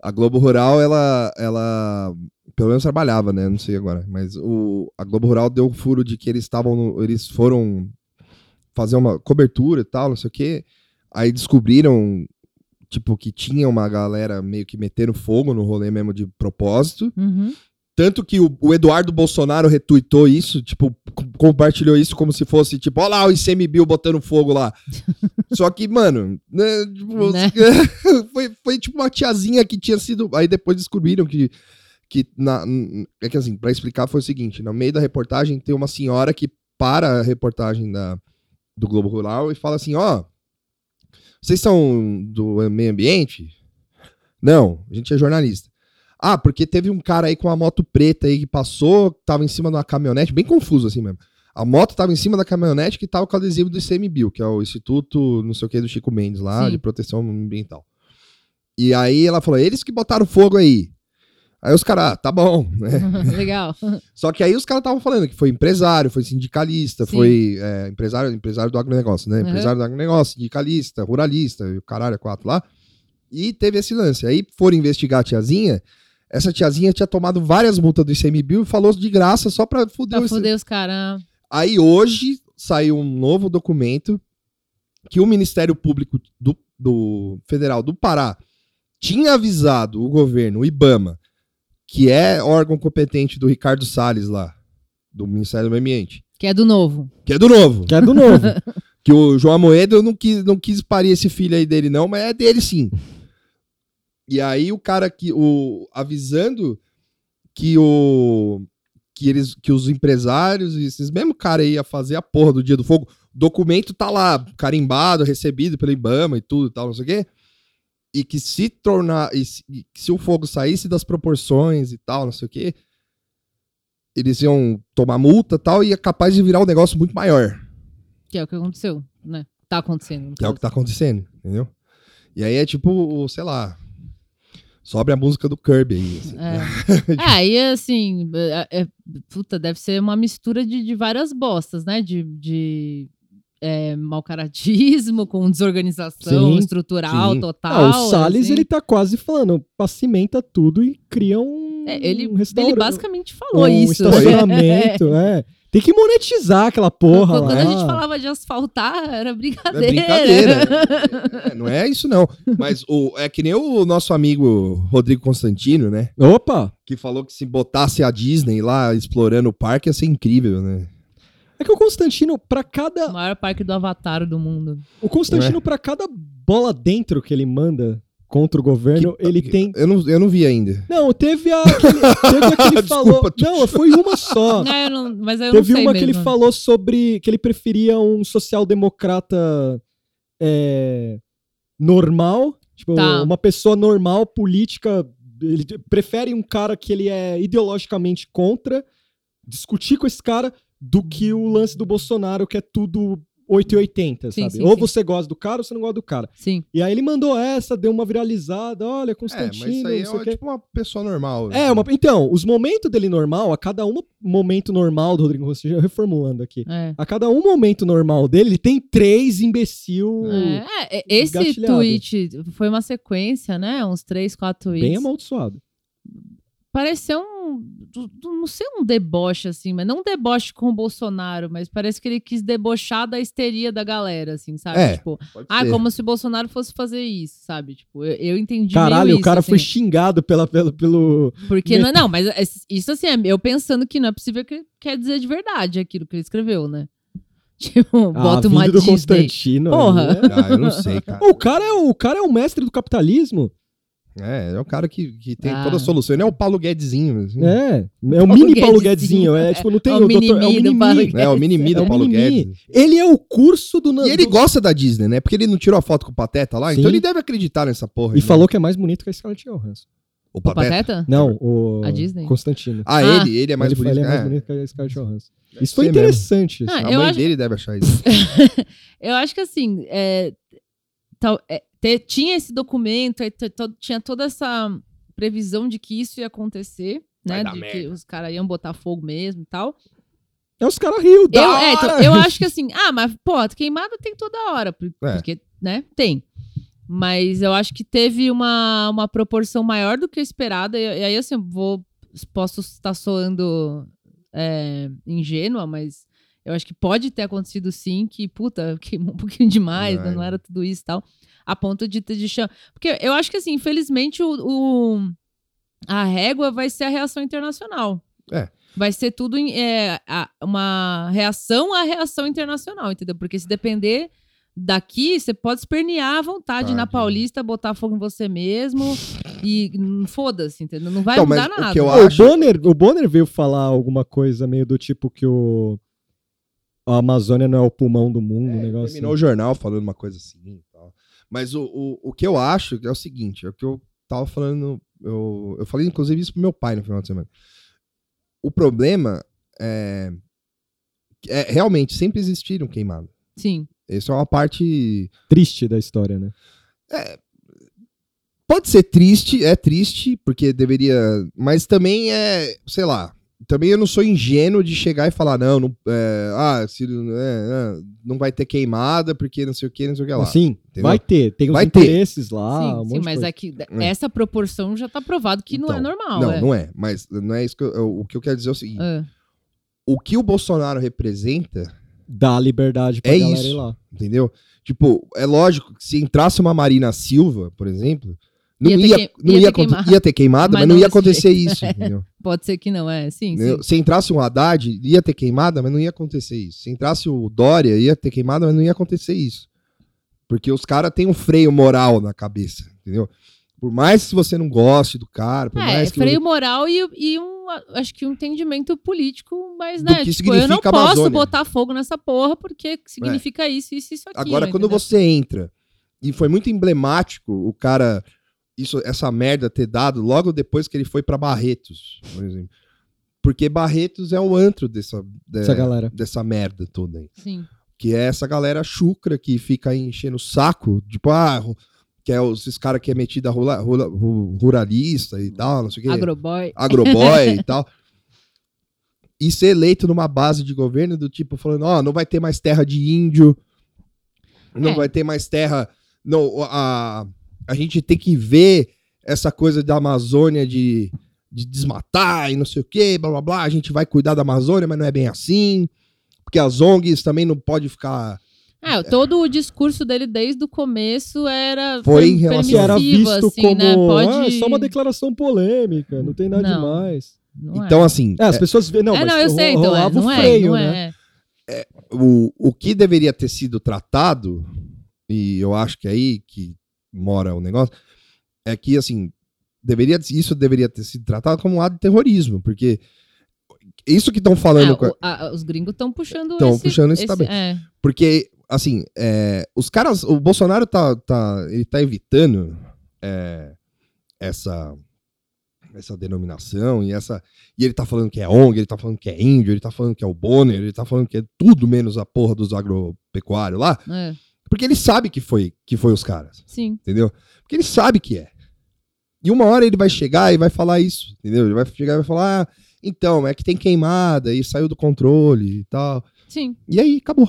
Speaker 1: a Globo Rural, ela, ela. Pelo menos trabalhava, né? Não sei agora. Mas o, a Globo Rural deu o furo de que eles estavam. no- Eles foram fazer uma cobertura e tal, não sei o quê. Aí descobriram, tipo, que tinha uma galera meio que metendo fogo no rolê mesmo de propósito.
Speaker 3: Uhum.
Speaker 1: Tanto que o, o Eduardo Bolsonaro retuitou isso, tipo, co- compartilhou isso como se fosse, tipo, olha lá o ICMBio botando fogo lá. Só que, mano, né, tipo,
Speaker 3: Né?
Speaker 1: foi, foi tipo uma tiazinha que tinha sido. Aí depois descobriram que. que na, é que assim, pra explicar foi o seguinte: no meio da reportagem tem uma senhora que para a reportagem da, do Globo Rural e fala assim: ó, vocês são do meio ambiente? Não, a gente é jornalista. Ah, porque teve um cara aí com uma moto preta aí que passou, que tava em cima de uma caminhonete, bem confuso assim mesmo. A moto tava em cima da caminhonete que tava com o adesivo do ICMBio, que é o Instituto, não sei o que, do Chico Mendes lá,
Speaker 3: Sim.
Speaker 1: de proteção ambiental. E aí ela falou, "É eles que botaram fogo aí. Aí os caras, ah, tá bom, né?
Speaker 3: Legal.
Speaker 1: Só que aí os caras estavam falando que foi empresário, foi sindicalista,
Speaker 3: Sim.
Speaker 1: foi é, empresário, empresário do agronegócio, né?
Speaker 3: Uhum.
Speaker 1: Empresário do agronegócio, sindicalista, ruralista, e o caralho, é quatro lá. E teve esse lance. Aí foram investigar a tiazinha. Essa tiazinha tinha tomado várias multas do ICMBio e falou de graça só pra fuder
Speaker 3: Pra
Speaker 1: o IC-
Speaker 3: foder Tá os caras.
Speaker 1: Aí hoje saiu um novo documento que o Ministério Público do, do Federal do Pará tinha avisado o governo, o IBAMA, que é órgão competente do Ricardo Salles lá, do Ministério do Meio Ambiente,
Speaker 3: Que é do novo.
Speaker 1: que é do novo,
Speaker 2: Que é do novo.
Speaker 1: que o João Amoedo não quis, não quis parir esse filho aí dele não, mas é dele sim. E aí o cara que o avisando que o que eles que os empresários e esses mesmo cara aí ia fazer a porra do Dia do Fogo, documento tá lá carimbado, recebido pelo IBAMA e tudo, e tal, não sei o quê. E que se tornar e se, e que se o fogo saísse das proporções e tal, não sei o quê, eles iam tomar multa, e tal, e é capaz de virar um negócio muito maior.
Speaker 3: Que é o que aconteceu, né? Tá acontecendo.
Speaker 1: Que é o que tá acontecendo, entendeu? E aí é tipo, o- sei lá. Sobe a música do Kirby aí. assim.
Speaker 3: É. É, aí assim, é- é- puta, deve ser uma mistura de, de várias bostas, né? De, de é, mau caratismo com desorganização
Speaker 2: Sim,
Speaker 3: estrutural
Speaker 1: sim.
Speaker 3: total.
Speaker 2: Ah, o Salles,
Speaker 3: assim.
Speaker 2: ele tá quase falando, pacimenta tudo e cria um,
Speaker 3: É, ele,
Speaker 2: um restaurante.
Speaker 3: ele basicamente falou
Speaker 2: um
Speaker 3: isso. né?
Speaker 2: estacionamento, é. Tem que monetizar aquela porra
Speaker 3: Quando
Speaker 2: lá.
Speaker 3: a gente falava de asfaltar, era
Speaker 1: É
Speaker 3: brincadeira.
Speaker 1: brincadeira. É, não é isso, não. Mas o, é que nem o nosso amigo Rodrigo Constantino, né?
Speaker 2: Opa!
Speaker 1: Que falou que se botasse a Disney lá explorando o parque ia ser incrível, né?
Speaker 2: É que o Constantino, pra
Speaker 3: O
Speaker 2: cada.
Speaker 3: maior parque do Avatar do mundo.
Speaker 2: O Constantino, pra cada bola dentro que ele manda contra o governo,
Speaker 1: Que-
Speaker 2: ele tem.
Speaker 1: Eu não, eu não vi ainda.
Speaker 2: Não, teve a. Aquele, teve a que ele falou.
Speaker 1: Desculpa, tu-
Speaker 2: Não, foi uma só.
Speaker 3: Não, eu não- mas eu
Speaker 2: Ah, Teve
Speaker 3: não sei
Speaker 2: uma que
Speaker 3: mesmo.
Speaker 2: ele falou sobre que ele preferia um social-democrata é, normal, tipo,
Speaker 3: Tá.
Speaker 2: uma pessoa normal, política. Ele de- prefere um cara que ele é ideologicamente contra, discutir com esse cara, do que o lance do Bolsonaro, que é tudo 880,
Speaker 3: Sim,
Speaker 2: sabe?
Speaker 3: sim,
Speaker 2: ou
Speaker 3: sim.
Speaker 2: você gosta do cara ou você não gosta do cara.
Speaker 3: Sim.
Speaker 2: E aí ele mandou essa, deu uma viralizada, olha,
Speaker 1: É, mas
Speaker 2: Constantino,
Speaker 1: isso aí é
Speaker 2: não sei o
Speaker 1: uma-
Speaker 2: quê.
Speaker 1: tipo uma pessoa normal.
Speaker 2: É, uma- então, os momentos dele normal, a cada um momento normal do Rodrigo Constantino, reformulando aqui.
Speaker 3: É.
Speaker 2: A cada um momento normal dele, ele tem três imbecil.
Speaker 1: Uhum.
Speaker 3: É, é, esse
Speaker 2: engatilhado.
Speaker 3: tweet foi uma sequência, né? Uns três, quatro tweets.
Speaker 2: Bem amaldiçoado.
Speaker 3: Pareceu um. do- do- Não sei um deboche, assim, mas não um deboche com o Bolsonaro, mas parece que ele quis debochar da histeria da galera, assim, sabe?
Speaker 1: É.
Speaker 3: Tipo,
Speaker 1: Pode
Speaker 3: ah,
Speaker 1: ser.
Speaker 3: como se o Bolsonaro fosse fazer isso, sabe? Tipo, eu, eu entendi.
Speaker 2: Caralho,
Speaker 3: meio
Speaker 2: o cara
Speaker 3: isso,
Speaker 2: foi
Speaker 3: assim.
Speaker 2: xingado pela, pela, pelo.
Speaker 3: Porque não, não, mas é- isso assim, é eu pensando que não é possível que ele quer dizer de verdade aquilo que ele escreveu, né? Tipo,
Speaker 2: Ah,
Speaker 3: bota
Speaker 2: vindo
Speaker 3: uma
Speaker 2: do
Speaker 3: Disney.
Speaker 2: Constantino.
Speaker 3: Porra.
Speaker 2: né?
Speaker 1: Ah, eu não sei, cara.
Speaker 2: O cara, é o, o cara é o mestre do capitalismo.
Speaker 1: É, é o cara que, que tem
Speaker 3: Ah.
Speaker 1: toda a solução. Ele é o Paulo Guedesinho. assim.
Speaker 2: É. É o mini Paulo
Speaker 3: Guedesinho.
Speaker 2: Guedesinho. É tipo, não tem
Speaker 3: É o
Speaker 2: o, doutor. É o
Speaker 3: mini-mi do
Speaker 2: mini
Speaker 3: Paulo
Speaker 2: Mi.
Speaker 3: Guedes.
Speaker 1: É, o mini-me
Speaker 2: É
Speaker 1: do
Speaker 2: o
Speaker 1: Paulo
Speaker 2: mini-me.
Speaker 1: Guedes.
Speaker 2: Ele é o curso do.
Speaker 1: E ele
Speaker 2: do-
Speaker 1: gosta da Disney, né? Porque ele não tirou a foto com o Pateta lá,
Speaker 2: Sim.
Speaker 1: então ele deve acreditar nessa porra.
Speaker 2: E
Speaker 1: né?
Speaker 2: falou que é mais bonito que a Scarlett Johansson.
Speaker 1: O
Speaker 3: O
Speaker 1: Pateta?
Speaker 3: Pateta?
Speaker 2: Não, o
Speaker 3: A Disney?
Speaker 2: Constantino.
Speaker 1: Ah,
Speaker 3: Ah.
Speaker 1: ele, ele é mais
Speaker 2: ele,
Speaker 1: bonito.
Speaker 2: ele é mais
Speaker 1: é.
Speaker 2: bonito que a Scarlett Johansson.
Speaker 1: Deve
Speaker 2: Isso foi
Speaker 1: ser mesmo.
Speaker 2: interessante.
Speaker 3: Ah,
Speaker 1: A
Speaker 3: eu
Speaker 1: mãe
Speaker 3: acho-
Speaker 1: dele deve achar isso.
Speaker 3: Eu acho que assim, é, tal- é, te- tinha esse documento, aí te- to- tinha toda essa previsão de que isso ia acontecer,
Speaker 1: Vai
Speaker 3: né?
Speaker 1: dar
Speaker 3: De que
Speaker 1: merda.
Speaker 3: os caras iam botar fogo mesmo e tal.
Speaker 2: É os caras riu, da
Speaker 3: Eu, é,
Speaker 2: hora!
Speaker 3: então, eu acho que assim, ah, mas pô, queimada tem toda hora, por-
Speaker 1: É.
Speaker 3: porque, né? Tem. Mas eu acho que teve uma, uma proporção maior do que esperada. E, e aí, assim, eu vou, posso estar soando é, ingênua, mas eu acho que pode ter acontecido sim, que, puta, queimou um pouquinho demais, né,
Speaker 1: Ai,
Speaker 3: não
Speaker 1: né.
Speaker 3: era tudo isso e tal. A ponto de ter de cham... Porque eu acho que, assim, infelizmente, o- o a régua vai ser a reação internacional.
Speaker 1: É.
Speaker 3: Vai ser tudo em, é, a- uma reação à reação internacional, entendeu? Porque se depender daqui, você pode espernear à vontade na
Speaker 1: Tadinho.
Speaker 3: Paulista, botar fogo em você mesmo e hum, foda-se, entendeu? Não vai
Speaker 1: Então, mas
Speaker 3: mudar
Speaker 1: o
Speaker 3: nada.
Speaker 1: que eu
Speaker 2: Pô,
Speaker 1: acho-
Speaker 2: O Bonner, o Bonner veio falar alguma coisa meio do tipo que o a Amazônia não é o pulmão do mundo, um
Speaker 1: É,
Speaker 2: negócio.
Speaker 1: Terminou o jornal falando uma coisa assim e tal. Mas o, o, o que eu acho é o seguinte: é o que eu tava falando. Eu, eu falei, inclusive, isso pro meu pai no final de semana. O problema é. é realmente, sempre existiram queimadas.
Speaker 3: Sim.
Speaker 1: Isso é uma parte.
Speaker 2: Triste da história, né?
Speaker 1: Pode ser triste, é triste, porque deveria. Mas também é. Sei lá. Também eu não sou ingênuo de chegar e falar, não, não, é, ah, se, é, é, não vai ter queimada, porque não sei o que, não sei o que lá.
Speaker 2: assim,
Speaker 1: entendeu?
Speaker 2: vai ter, tem os
Speaker 1: Vai ter.
Speaker 2: interesses lá, um
Speaker 3: sim, sim,
Speaker 2: monte de
Speaker 3: mas
Speaker 2: coisa.
Speaker 3: é que essa proporção já tá provado que não é
Speaker 1: Então,
Speaker 3: normal.
Speaker 1: não,
Speaker 3: é.
Speaker 1: não é. Mas não é isso que eu, eu- O que eu quero dizer é o seguinte:
Speaker 3: Ah,
Speaker 1: o que o Bolsonaro representa,
Speaker 2: dá liberdade pra
Speaker 1: É
Speaker 2: galera ir
Speaker 1: isso.
Speaker 2: lá.
Speaker 1: entendeu? Tipo, é lógico que se entrasse uma Marina Silva, por exemplo, não
Speaker 3: Ia
Speaker 1: ia,
Speaker 3: ter queim-
Speaker 1: não
Speaker 3: ia
Speaker 1: ia,
Speaker 3: ter
Speaker 1: aconte-
Speaker 3: queimado.
Speaker 1: ia ter queimado, mas,
Speaker 3: Mas
Speaker 1: não
Speaker 3: não
Speaker 1: ia
Speaker 3: desse
Speaker 1: acontecer isso, entendeu?
Speaker 3: Pode ser que não, é. Sim, sim.
Speaker 1: Entendeu? Se entrasse um Haddad, ia ter queimada, mas não ia acontecer isso. Se entrasse o Dória, ia ter queimada, mas não ia acontecer isso. Porque os caras têm um freio moral na cabeça, entendeu? Por mais que você não goste do cara, por
Speaker 3: É,
Speaker 1: mais que
Speaker 3: freio moral e, e um, acho que um entendimento político, mas,
Speaker 1: Do
Speaker 3: né,
Speaker 1: que
Speaker 3: tipo, eu não
Speaker 1: significa
Speaker 3: posso
Speaker 1: Amazônia. É.
Speaker 3: botar fogo nessa porra porque significa isso, isso, isso, aquilo.
Speaker 1: Agora, quando
Speaker 3: entendeu?
Speaker 1: você entra, e foi muito emblemático o cara, isso, essa merda ter dado logo depois que ele foi pra Barretos, por exemplo. Porque Barretos é o antro dessa, de-
Speaker 2: Essa galera.
Speaker 1: dessa merda toda. aí.
Speaker 3: Sim,
Speaker 1: Que é essa galera chucra que fica aí enchendo o saco, tipo, ah, ru- que é os- esses caras que é metido a rula- rula- ru- ruralista e tal, não sei o quê
Speaker 3: agroboy.
Speaker 1: agroboy e tal. E ser eleito numa base de governo do tipo falando, ó, não vai ter mais terra de índio, não
Speaker 3: É.
Speaker 1: vai ter mais terra. Não, a, a gente tem que ver essa coisa da Amazônia de, de desmatar e não sei o que, blá blá blá. A gente vai cuidar da Amazônia, mas não é bem assim. Porque as ONGs também não pode ficar.
Speaker 3: É, todo o discurso dele desde o começo era
Speaker 1: Foi
Speaker 3: per-
Speaker 1: em relação-
Speaker 2: Que
Speaker 1: Sim,
Speaker 2: era
Speaker 3: permissivo,
Speaker 2: visto
Speaker 3: assim,
Speaker 2: como
Speaker 3: né? Pode...
Speaker 2: ah, é só uma declaração polêmica, não tem nada
Speaker 3: Não.
Speaker 2: demais.
Speaker 3: Não é.
Speaker 1: Então, assim.
Speaker 2: É, as pessoas vê, não,
Speaker 3: é,
Speaker 2: mas
Speaker 3: não, eu sei, então é,
Speaker 2: rolava
Speaker 3: não
Speaker 2: o
Speaker 3: é,
Speaker 2: freio,
Speaker 3: não
Speaker 2: né?
Speaker 3: é.
Speaker 1: o, o que deveria ter sido tratado, e eu acho que é aí que mora o negócio, é que, assim, deveria, isso deveria ter sido tratado como um ato de terrorismo, porque isso que estão falando.
Speaker 3: Ah,
Speaker 1: com a-
Speaker 3: o- a- os gringos estão puxando
Speaker 1: Tão
Speaker 3: esse...
Speaker 1: puxando esse também.
Speaker 3: é.
Speaker 1: porque, assim, é, os caras. O Bolsonaro tá, tá, ele tá evitando é, essa essa denominação e essa e ele tá falando que é ONG, ele tá falando que é índio, ele tá falando que é o Bonner, ele tá falando que é tudo menos a porra dos agropecuários lá.
Speaker 3: é,
Speaker 1: Porque ele sabe que foi, que foi os caras,
Speaker 3: sim.
Speaker 1: entendeu? Porque ele sabe que é. E uma hora ele vai chegar e vai falar isso, entendeu? Ele vai chegar e vai falar, ah, então, é que tem queimada e saiu do controle e tal.
Speaker 3: Sim,
Speaker 1: E aí, acabou.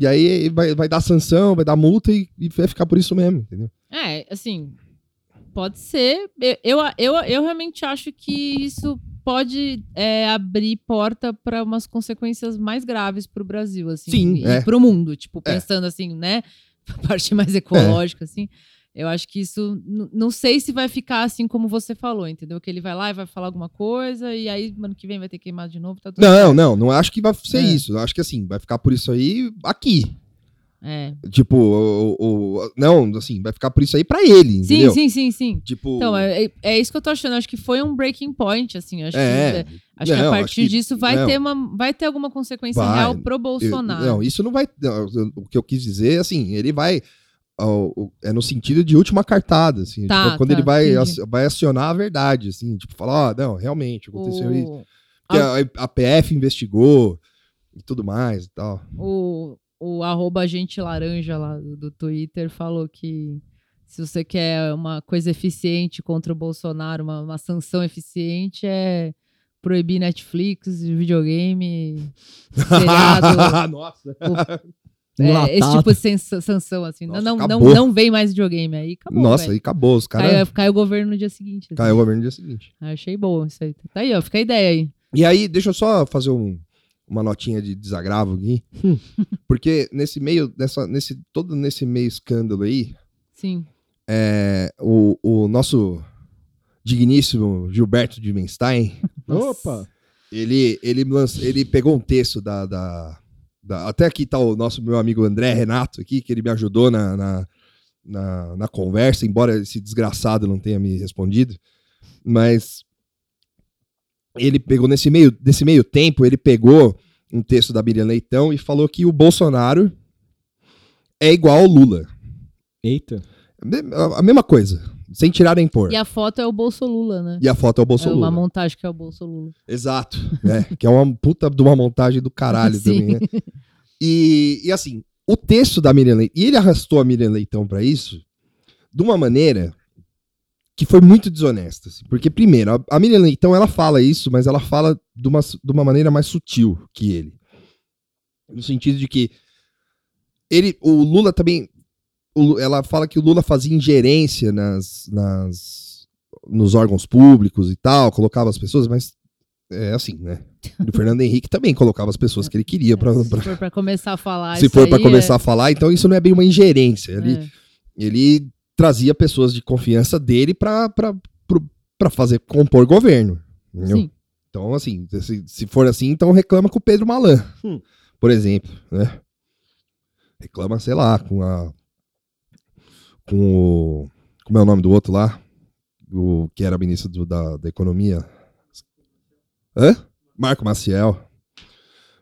Speaker 1: E aí vai, vai dar sanção, vai dar multa e, e vai ficar por isso mesmo, entendeu?
Speaker 3: é, assim, pode ser. Eu, eu, eu, eu realmente acho que isso pode é, abrir porta para umas consequências mais graves para o Brasil, assim,
Speaker 1: Sim,
Speaker 3: e
Speaker 1: é.
Speaker 3: para o mundo, tipo
Speaker 1: É.
Speaker 3: pensando assim, né, a parte mais ecológica, assim. Eu acho que isso, n- não sei se vai ficar assim como você falou, entendeu? Que ele vai lá e vai falar alguma coisa e aí ano que vem vai ter queimado de novo, tá tudo
Speaker 1: Não, não, não acho que vai ser
Speaker 3: É.
Speaker 1: isso. Eu acho que assim, vai ficar por isso aí aqui.
Speaker 3: É.
Speaker 1: Tipo, o, o- o- não, assim, vai ficar por isso aí pra ele,
Speaker 3: Sim,
Speaker 1: entendeu?
Speaker 3: sim, sim, sim.
Speaker 1: Tipo,
Speaker 3: Então, é, é- é isso que eu tô achando. Acho que foi um breaking point, assim. Acho que,
Speaker 1: é,
Speaker 3: Acho que
Speaker 1: Não,
Speaker 3: a
Speaker 1: acho
Speaker 3: partir
Speaker 1: que-
Speaker 3: disso vai
Speaker 1: não.
Speaker 3: ter, uma, vai ter alguma consequência
Speaker 1: Vai.
Speaker 3: real pro
Speaker 1: Eu-
Speaker 3: Bolsonaro.
Speaker 1: Não, isso não vai. não, eu- O que eu quis dizer, assim, ele vai. ao- o- é no sentido de última cartada, assim.
Speaker 3: Tá,
Speaker 1: tipo, quando
Speaker 3: tá,
Speaker 1: ele vai,
Speaker 3: entendi.
Speaker 1: ac- vai acionar a verdade, assim. Tipo, falar, ó, não, realmente, aconteceu isso.
Speaker 3: O,
Speaker 1: Porque a, a PF investigou e tudo mais e tal.
Speaker 3: o, o arroba gente laranja lá do, do Twitter falou que se você quer uma coisa eficiente contra o Bolsonaro, uma, uma sanção eficiente, é proibir Netflix, videogame, seriado, Tá
Speaker 1: Nossa.
Speaker 3: é, esse
Speaker 2: Enlatado.
Speaker 3: tipo de sen- sanção, assim.
Speaker 1: Nossa,
Speaker 3: não, não, não,
Speaker 1: acabou.
Speaker 3: não vem mais videogame. Aí acabou,
Speaker 1: Nossa,
Speaker 3: velho.
Speaker 1: aí acabou. Os caras.
Speaker 3: Caiu, caiu o governo no dia seguinte. assim. Ah,
Speaker 1: Caiu o governo no dia seguinte.
Speaker 3: Achei bom isso aí. Tá aí, ó. Fica a ideia aí.
Speaker 1: E aí, deixa eu só fazer um- uma notinha de desagravo aqui.
Speaker 3: Hum.
Speaker 1: porque nesse meio, nessa, nesse, todo nesse meio escândalo aí,
Speaker 3: Sim.
Speaker 1: é, o, o nosso digníssimo Gilberto de Menstein,
Speaker 3: é.
Speaker 2: Opa!
Speaker 1: ele, ele, lança- ele pegou um texto da, da- da- Até aqui tá o nosso meu amigo André Renato aqui, que ele me ajudou na, na, na- na conversa, embora esse desgraçado não tenha me respondido. Mas ele pegou nesse meio, nesse meio tempo, ele pegou um texto da Miriam Leitão e falou que o Bolsonaro é igual ao Lula.
Speaker 2: Eita.
Speaker 1: A- A mesma coisa, sem tirar nem pôr.
Speaker 3: E a foto é o Bolso Lula, né?
Speaker 1: E a foto é o
Speaker 3: É uma
Speaker 1: Bolsonaro.
Speaker 3: montagem que é o Bolso Lula.
Speaker 1: Exato. É, que é uma puta de uma montagem do caralho
Speaker 3: Sim.
Speaker 1: também, né? E, e assim, o texto da Miriam Leitão, e ele arrastou a Miriam Leitão pra isso de uma maneira que foi muito desonesta. assim. porque, primeiro, a, a Miriam Leitão, ela fala isso, mas ela fala de uma, su- de uma maneira mais sutil que ele. No sentido de que ele, o Lula também, o Lu- ela fala que o Lula fazia ingerência nas, nas, nos órgãos públicos e tal, colocava as pessoas, mas é assim, né? O Fernando Henrique também colocava as pessoas que ele queria é pra,
Speaker 3: Se
Speaker 1: pra-
Speaker 3: for pra começar a falar
Speaker 1: se
Speaker 3: isso
Speaker 1: for pra
Speaker 3: aí,
Speaker 1: começar a falar, então isso não é bem uma ingerência.
Speaker 3: é,
Speaker 1: Ele,
Speaker 3: é.
Speaker 1: ele trazia pessoas de confiança dele pra, pra, pro- pra fazer compor governo. entendeu?
Speaker 3: Sim.
Speaker 1: Então, assim, se, se for assim, então reclama com o Pedro Malan,
Speaker 2: Hum.
Speaker 1: por exemplo, né? Reclama, sei lá, com a. Com o. Como é o nome do outro lá? O que era ministro do- da, da Economia? Hã? Marco Maciel.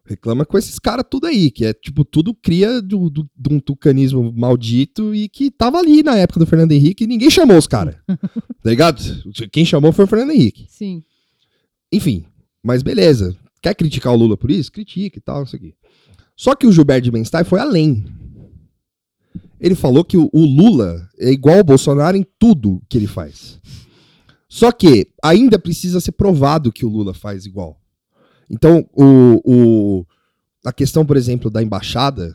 Speaker 1: Reclama com esses caras tudo aí, que é tipo, tudo cria do- do- de um tucanismo maldito e que tava ali na época do Fernando Henrique e ninguém chamou os caras. tá ligado? Quem chamou foi o Fernando Henrique.
Speaker 3: Sim.
Speaker 1: Enfim, mas beleza. Quer criticar o Lula por isso? Critique e tal, não sei o quê. Só que o Gilberto de Benstein foi além. Ele falou que o, o Lula é igual ao Bolsonaro em tudo que ele faz. Só que ainda precisa ser provado que o Lula faz igual. Então, o, o- a questão, por exemplo, da embaixada,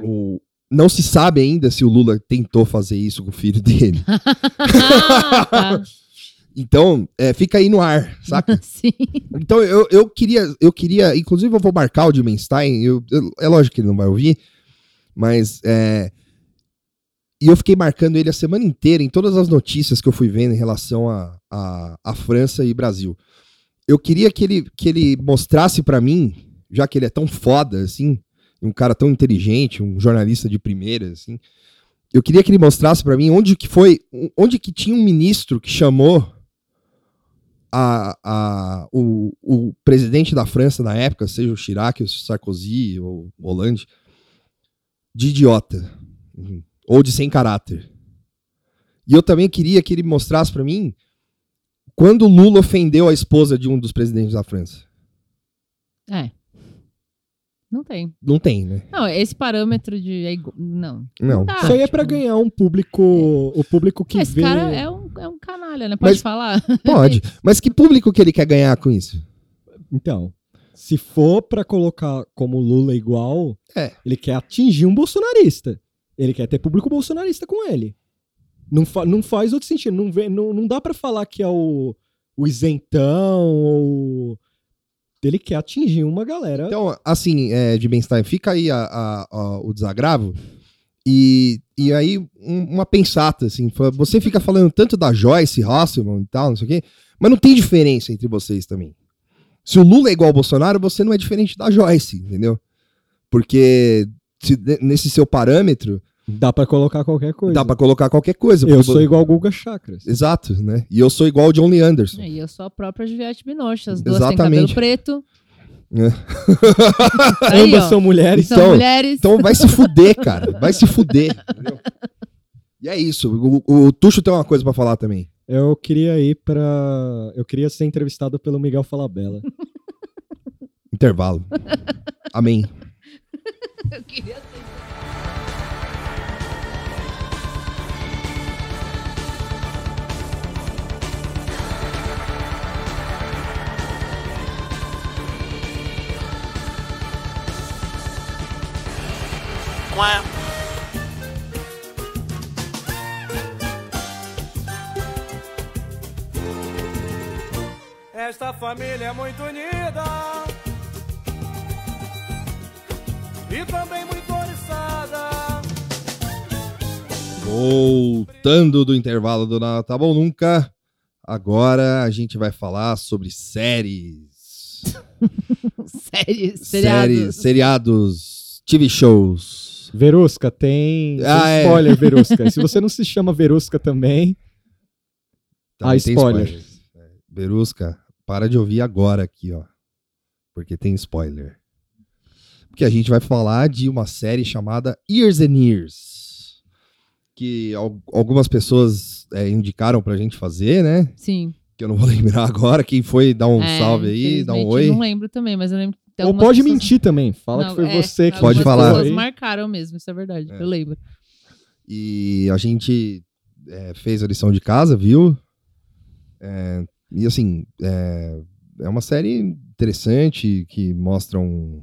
Speaker 1: o- não se sabe ainda se o Lula tentou fazer isso com o filho dele.
Speaker 3: Ah, tá.
Speaker 1: Então, é, fica aí no ar, saca?
Speaker 3: Sim.
Speaker 1: Então eu, eu queria, eu queria, inclusive eu vou marcar o Dimenstein, eu, eu- é lógico que ele não vai ouvir, mas é, e eu fiquei marcando ele a semana inteira em todas as notícias que eu fui vendo em relação a, a, a França e Brasil. Eu queria que ele, que ele mostrasse pra mim, já que ele é tão foda assim, um cara tão inteligente, um jornalista de primeira assim, eu queria que ele mostrasse pra mim onde que foi, onde que tinha um ministro que chamou a, a- o, o presidente da França na época, seja o Chirac, o Sarkozy ou o Hollande, de idiota Uhum. ou de sem caráter. E eu também queria que ele mostrasse pra mim quando o Lula ofendeu a esposa de um dos presidentes da França.
Speaker 3: É. Não tem.
Speaker 1: Não tem, né?
Speaker 3: Não, esse parâmetro de. é igu- Não.
Speaker 1: Não.
Speaker 3: dá,
Speaker 2: Isso aí é
Speaker 3: tipo,
Speaker 2: pra ganhar um público. O público que
Speaker 3: Esse
Speaker 2: vê.
Speaker 3: cara é um, é um canalha, né? Pode
Speaker 1: Mas-
Speaker 3: falar?
Speaker 1: Pode. Mas que público que ele quer ganhar com isso?
Speaker 2: Então, se for pra colocar como Lula igual,
Speaker 1: É.
Speaker 2: ele quer atingir um bolsonarista. Ele quer ter público bolsonarista com ele. Não, fa- não faz outro sentido. Não, vê, não, não dá pra falar que é o, o isentão ou. Ele quer atingir uma galera.
Speaker 1: Então, assim, é, de Benstein, fica aí a- a- a- o desagravo. E, e aí, um- uma pensata, assim, fa- você fica falando tanto da Joyce, Hasselman e tal, não sei o quê, mas não tem diferença entre vocês também. Se o Lula é igual ao Bolsonaro, você não é diferente da Joyce, entendeu? Porque se de- nesse seu parâmetro,
Speaker 2: dá pra colocar qualquer coisa.
Speaker 1: dá pra colocar qualquer coisa.
Speaker 2: Eu
Speaker 1: porque
Speaker 2: sou
Speaker 1: vo-
Speaker 2: igual o Guga Chakras.
Speaker 1: Exato,
Speaker 3: É
Speaker 1: né? E eu sou igual ao John Lee Anderson.
Speaker 3: E eu sou a própria Juliette Binoche. As duas têm cabelo
Speaker 1: Exatamente. É.
Speaker 3: preto. Aí,
Speaker 2: Ambas
Speaker 3: ó.
Speaker 2: são mulheres.
Speaker 3: São
Speaker 1: então,
Speaker 3: mulheres.
Speaker 1: Então vai se fuder, cara. Vai se fuder. entendeu? E é isso. O, o- o Tuxo tem uma coisa pra falar também.
Speaker 2: Eu queria ir pra. Eu queria ser entrevistado pelo Miguel Falabella.
Speaker 1: Intervalo. Amém.
Speaker 3: Eu queria ter-
Speaker 4: Esta família é muito unida e também muito oriçada.
Speaker 1: Voltando do intervalo do Nada Tá Bom Nunca, agora a gente vai falar sobre séries.
Speaker 3: Séries,
Speaker 1: Séries,
Speaker 3: seriados.
Speaker 1: seriados, TV shows.
Speaker 2: Verusca, tem. tem
Speaker 1: Ah, é.
Speaker 2: spoiler, Verusca. E Se você não se chama Verusca também,
Speaker 1: Também
Speaker 2: Ah,
Speaker 1: tem
Speaker 2: spoiler.
Speaker 1: spoilers. É, Berusca, para de ouvir agora aqui, ó. Porque tem spoiler. Porque a gente vai falar de uma série chamada Years and Years. Que al- algumas pessoas é, indicaram pra gente fazer, né?
Speaker 3: Sim.
Speaker 1: Que eu não vou lembrar agora. Quem foi, dá um
Speaker 3: É,
Speaker 1: salve aí, dá um
Speaker 3: infelizmente,
Speaker 1: oi.
Speaker 3: Eu não lembro também, mas eu lembro. que tem
Speaker 2: ou
Speaker 3: algumas
Speaker 2: pode
Speaker 3: pessoas-
Speaker 2: mentir também. Fala
Speaker 3: Não,
Speaker 2: que foi
Speaker 3: é,
Speaker 2: você que.
Speaker 1: Pode
Speaker 3: algumas
Speaker 1: falar.
Speaker 3: pessoas
Speaker 2: Aí.
Speaker 3: marcaram mesmo, isso é verdade.
Speaker 1: É.
Speaker 3: Eu lembro.
Speaker 1: E a gente é, fez a lição de casa, viu? É, e assim, é, é uma série interessante que mostra um,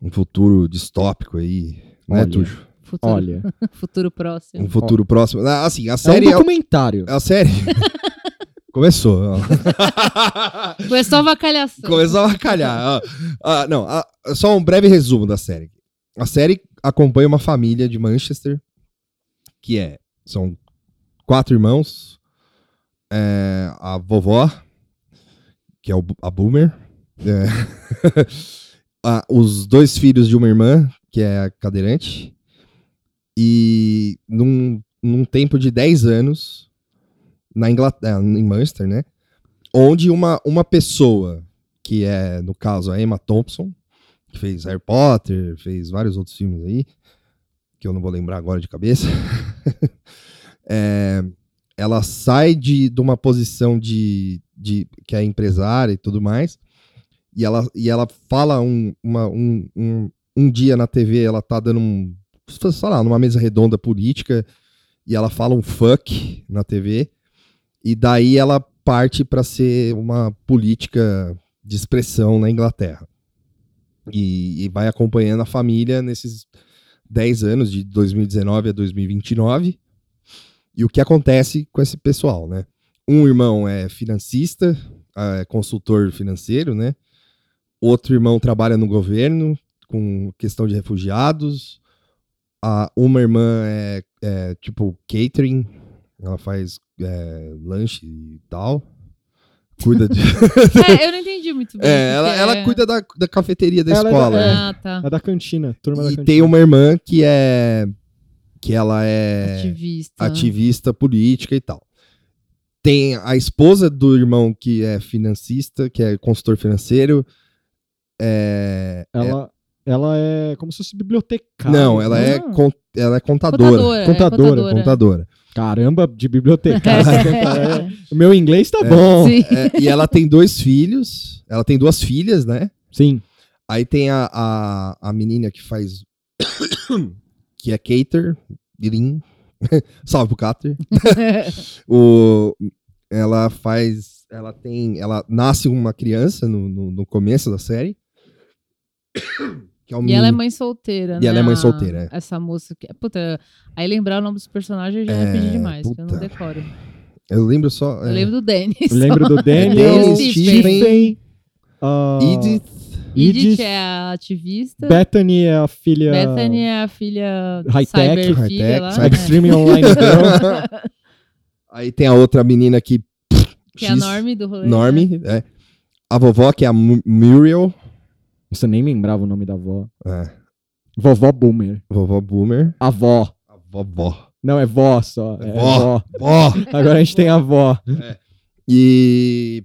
Speaker 1: um futuro distópico aí, né,
Speaker 2: Olha.
Speaker 1: Tuxo?
Speaker 3: Futuro,
Speaker 2: Olha. um
Speaker 3: futuro próximo.
Speaker 1: Um futuro próximo. Ah, Assim, a
Speaker 2: É um
Speaker 1: série é.
Speaker 2: documentário.
Speaker 1: A série. Começou. ó.
Speaker 3: Começou a vacalhação.
Speaker 1: Começou a calhar. Ah, ah, não, ah, só um breve resumo da série. A série acompanha uma família de Manchester, que é. São quatro irmãos. é, a vovó, que é o bo- a Boomer. é, ah, os dois filhos de uma irmã, que é a cadeirante. E num, num tempo de 10 anos, na Inglaterra, em Manchester, né? Onde uma, uma pessoa que é, no caso, a Emma Thompson, que fez Harry Potter, fez vários outros filmes aí, que eu não vou lembrar agora de cabeça. É, ela sai de, de uma posição de, de que é empresária e tudo mais, e ela, e ela fala um, uma- um, um, um dia na TV, ela tá dando um, sei lá, numa mesa redonda política, e ela fala um fuck na TV, e daí ela parte para ser uma política de expressão na Inglaterra. E, e vai acompanhando a família nesses 10 anos, de 2019 a 2029. E o que acontece com esse pessoal, né? Um irmão é financista, ah, é consultor financeiro, né? Outro irmão trabalha no governo com questão de refugiados. A, uma irmã é, é, tipo catering, ela faz é, lanche e tal. Cuida de.
Speaker 3: É, eu não entendi muito bem. o
Speaker 1: É,
Speaker 3: que
Speaker 1: ela,
Speaker 3: que
Speaker 1: ela
Speaker 3: é.
Speaker 1: cuida da, da cafeteria da
Speaker 2: Ela-
Speaker 1: escola. né?
Speaker 3: Ah, tá.
Speaker 2: É da cantina, turma da
Speaker 1: E
Speaker 2: cantina.
Speaker 1: tem uma irmã que é. que ela é
Speaker 3: Ativista.
Speaker 1: ativista política e tal. Tem a esposa do irmão que é financista, que é consultor financeiro. É,
Speaker 2: Ela, ela é como se fosse bibliotecária.
Speaker 1: não, ela é,
Speaker 3: não.
Speaker 1: con- ela é contadora.
Speaker 3: Contadora. é,
Speaker 2: Contadora,
Speaker 1: Contadora.
Speaker 2: Caramba, de bibliotecária.
Speaker 3: É.
Speaker 2: O meu inglês tá bom.
Speaker 3: Sim.
Speaker 1: É, e ela tem dois filhos. Ela tem duas filhas, né?
Speaker 2: Sim.
Speaker 1: Aí tem a, a, a menina que faz. que é Cater, Green. Salve pro Cater. O, ela faz. Ela tem. Ela nasce uma criança no, no, no começo da série. Que é um
Speaker 3: E ela é
Speaker 1: menino.
Speaker 3: mãe solteira,
Speaker 1: E
Speaker 3: né?
Speaker 1: ela é mãe
Speaker 3: a-
Speaker 1: solteira, é.
Speaker 3: Essa moça que. Puta, aí lembrar o nome dos personagens já
Speaker 1: É,
Speaker 3: é pedir demais, que eu não
Speaker 1: puta.
Speaker 3: decoro.
Speaker 1: Eu lembro só.
Speaker 3: Eu
Speaker 1: é,
Speaker 3: lembro do Dennis.
Speaker 2: Eu lembro do Daniel,
Speaker 1: Dennis,
Speaker 3: Stephen.
Speaker 2: Stephen, ah,
Speaker 1: Edith.
Speaker 2: Edith,
Speaker 3: Edith é a ativista.
Speaker 2: Bethany é a filha
Speaker 3: Bethany é a filha
Speaker 2: High-tech.
Speaker 3: cyber filha
Speaker 1: High-tech,
Speaker 3: lá.
Speaker 1: cyber-
Speaker 3: né?
Speaker 2: Extreme Online Girl.
Speaker 1: Aí tem a outra menina que.
Speaker 3: Que é a
Speaker 1: X-
Speaker 3: Norm do rolê. né?
Speaker 1: Norme. É. A vovó, que é a Mu- Muriel.
Speaker 2: Você nem lembrava o nome da avó.
Speaker 1: É,
Speaker 2: Vovó Boomer.
Speaker 1: vovó Boomer.
Speaker 2: Avó.
Speaker 1: A vovó.
Speaker 2: Não, é vó só. É
Speaker 1: Vó.
Speaker 2: vó.
Speaker 1: Vó!
Speaker 2: Agora a gente tem a avó.
Speaker 1: E.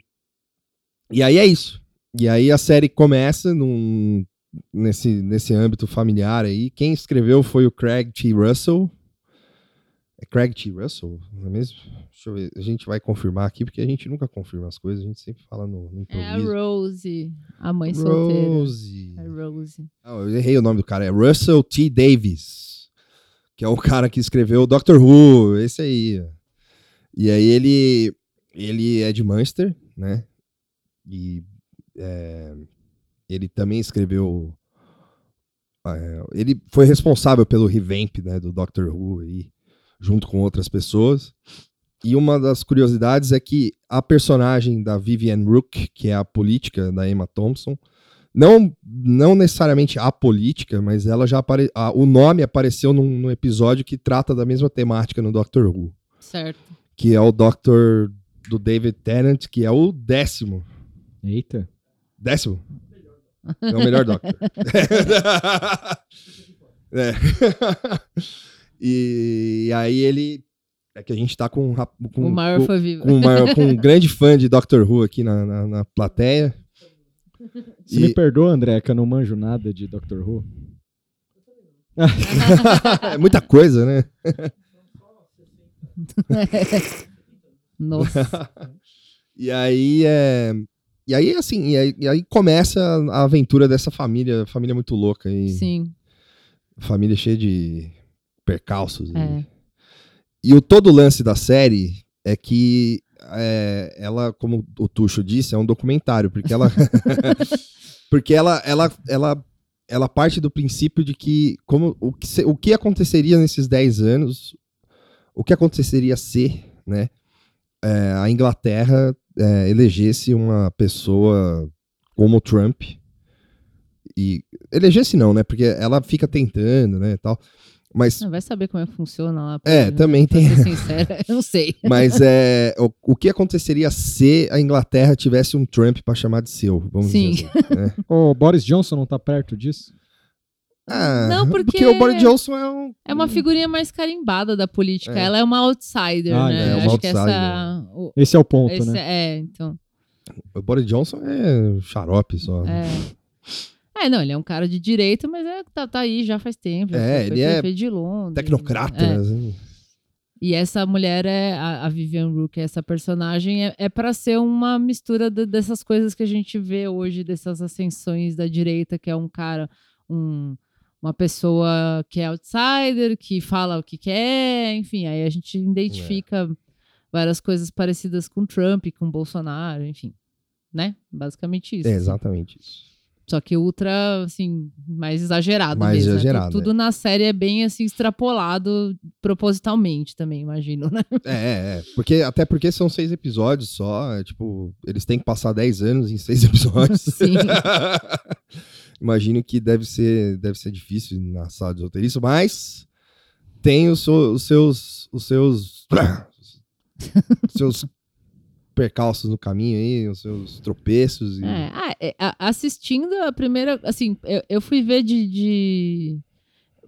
Speaker 1: E aí é isso. E aí a série começa num, nesse, nesse âmbito familiar aí. Quem escreveu foi o Craig T. Russell. É Craig T. Russell, não é mesmo? Deixa eu ver. A gente vai confirmar aqui, porque a gente nunca confirma as coisas, a gente sempre fala no, no
Speaker 3: É a
Speaker 1: improviso.
Speaker 3: Rose, a mãe solteira. É
Speaker 1: Rose.
Speaker 3: A Rose.
Speaker 1: Ah, eu errei o nome do cara. É Russell T. Davis, que é o cara que escreveu Doctor Who, esse aí. E aí ele, ele é de Manchester, né? E é, ele também escreveu... é, ele foi responsável pelo revamp né, do Doctor Who aí, junto com outras pessoas. E uma das curiosidades é que a personagem da Vivian Rook, que é a política da Emma Thompson, não, não necessariamente a política, mas ela já apare... a- o nome apareceu num, num episódio que trata da mesma temática no Doctor Who,
Speaker 3: Certo.
Speaker 1: que é o Doctor do David Tennant, que é o décimo.
Speaker 2: Eita.
Speaker 1: Décimo? É o melhor Doctor. é. e aí ele. É que a gente tá com, um rap- com,
Speaker 3: o maior
Speaker 1: com-
Speaker 3: foi vivo.
Speaker 1: com uma- com um grande fã de Doctor Who aqui na, na, na plateia.
Speaker 2: Você
Speaker 1: E-
Speaker 2: me perdoa, André, que eu não manjo nada de Doctor Who.
Speaker 1: é muita coisa, né?
Speaker 3: Nossa.
Speaker 1: E aí é. E aí, assim, e aí, e aí começa a aventura dessa família, família muito louca e
Speaker 3: Sim.
Speaker 1: família cheia de percalços. e-
Speaker 3: É.
Speaker 1: E o todo lance da série é que é, ela, como o Tuxo disse, é um documentário, porque ela. porque ela, ela, ela, ela parte do princípio de que como, o, que se- o que aconteceria nesses 10 anos, o que aconteceria se, né? é, a Inglaterra é, elegesse uma pessoa como o Trump. E elegesse não, né? Porque ela fica tentando, né, e tal. Mas
Speaker 3: Não, vai saber como é que funciona lá.
Speaker 1: É,
Speaker 3: porque,
Speaker 1: também
Speaker 3: pra
Speaker 1: tem-
Speaker 3: Ser sincera, eu não sei.
Speaker 1: Mas é, o, o que aconteceria se a Inglaterra tivesse um Trump pra chamar de seu? Vamos
Speaker 3: Sim.
Speaker 1: dizer assim, né?
Speaker 2: O Boris Johnson não tá perto disso?
Speaker 1: Ah,
Speaker 3: Não, porque-
Speaker 1: o Boris Johnson é um.
Speaker 3: É uma figurinha mais carimbada da política.
Speaker 1: É.
Speaker 3: Ela é uma outsider,
Speaker 2: Ah,
Speaker 3: né?
Speaker 2: é, uma
Speaker 3: Acho que
Speaker 1: outsider.
Speaker 3: essa. o-
Speaker 2: Esse é o ponto,
Speaker 3: esse-
Speaker 2: né?
Speaker 3: É, então.
Speaker 1: O Boris Johnson é xarope só. É,
Speaker 3: É. É, não, ele é um cara de direita, mas é, tá, tá aí já faz tempo. já
Speaker 1: É,
Speaker 3: foi
Speaker 1: ele
Speaker 3: prefeito
Speaker 1: é
Speaker 3: de Londres.
Speaker 1: Tecnocrata.
Speaker 3: É.
Speaker 1: assim.
Speaker 3: E essa mulher é a, a Vivian Rook, essa personagem é, é para ser uma mistura de- dessas coisas que a gente vê hoje dessas ascensões da direita, que é um cara, um- uma pessoa que é outsider, que fala o que quer, enfim, aí a gente identifica
Speaker 1: É.
Speaker 3: várias coisas parecidas com Trump, com Bolsonaro, enfim, né? Basicamente isso.
Speaker 1: É, exatamente isso.
Speaker 3: Só que ultra, assim, mais exagerado
Speaker 1: Mais
Speaker 3: mesmo. né? Tu-
Speaker 1: exagerado,
Speaker 3: Tudo na série é bem, assim, extrapolado propositalmente também, imagino, né?
Speaker 1: É, é, é. Porque, até porque são seis episódios só. é, tipo, eles têm que passar dez anos em seis episódios.
Speaker 3: Sim.
Speaker 1: Imagino que deve ser, deve ser difícil na sala de roteirista, mas tem os, so- os seus. Os seus. os seus percalços no caminho aí, os seus tropeços. E...
Speaker 3: É, ah, é, a- assistindo a primeira. Assim, eu, eu fui ver de. de-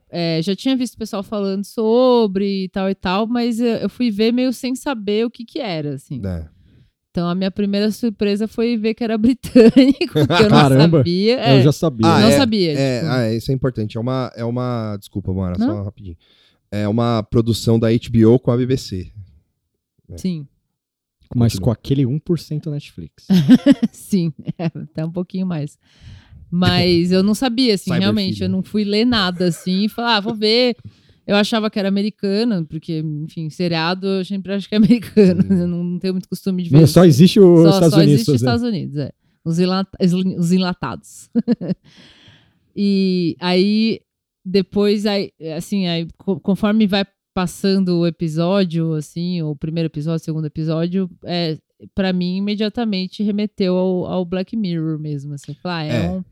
Speaker 3: é, já tinha visto o pessoal falando sobre e tal e tal, mas eu, eu fui ver meio sem saber o que que era, assim.
Speaker 1: né?
Speaker 3: Então a minha primeira surpresa foi ver que era britânico, que eu não
Speaker 2: Caramba,
Speaker 3: sabia. É,
Speaker 2: Eu já sabia.
Speaker 1: Ah,
Speaker 3: não
Speaker 1: é,
Speaker 3: sabia.
Speaker 1: É,
Speaker 3: tipo,
Speaker 1: ah, isso é importante. É uma. É uma desculpa, Mara, só
Speaker 3: Não.
Speaker 1: rapidinho. É uma produção da HBO com a BBC.
Speaker 3: Sim,
Speaker 2: Mas
Speaker 1: Continua.
Speaker 2: com aquele 1% Netflix.
Speaker 3: sim, é, até um pouquinho mais. Mas eu não sabia, assim,
Speaker 1: Cyberfilho.
Speaker 3: realmente. Eu não fui ler nada, assim, e falar, ah, vou ver. Eu achava que era americana, porque, enfim, seriado eu sempre acho que é americano.
Speaker 1: Sim.
Speaker 3: Eu não, não tenho muito costume de ver.
Speaker 2: Não, só existe os
Speaker 3: Só-
Speaker 2: Estados
Speaker 3: só
Speaker 2: Unidos.
Speaker 3: existe os
Speaker 2: fazendo.
Speaker 3: Estados Unidos, é. Os, enlata- esli- os enlatados. e aí, depois, aí, assim, aí, co- conforme vai passando o episódio, assim, o primeiro episódio, o segundo episódio, é, para mim, imediatamente remeteu ao, ao Black Mirror mesmo. Assim, falar, ah, é
Speaker 1: É.
Speaker 3: um-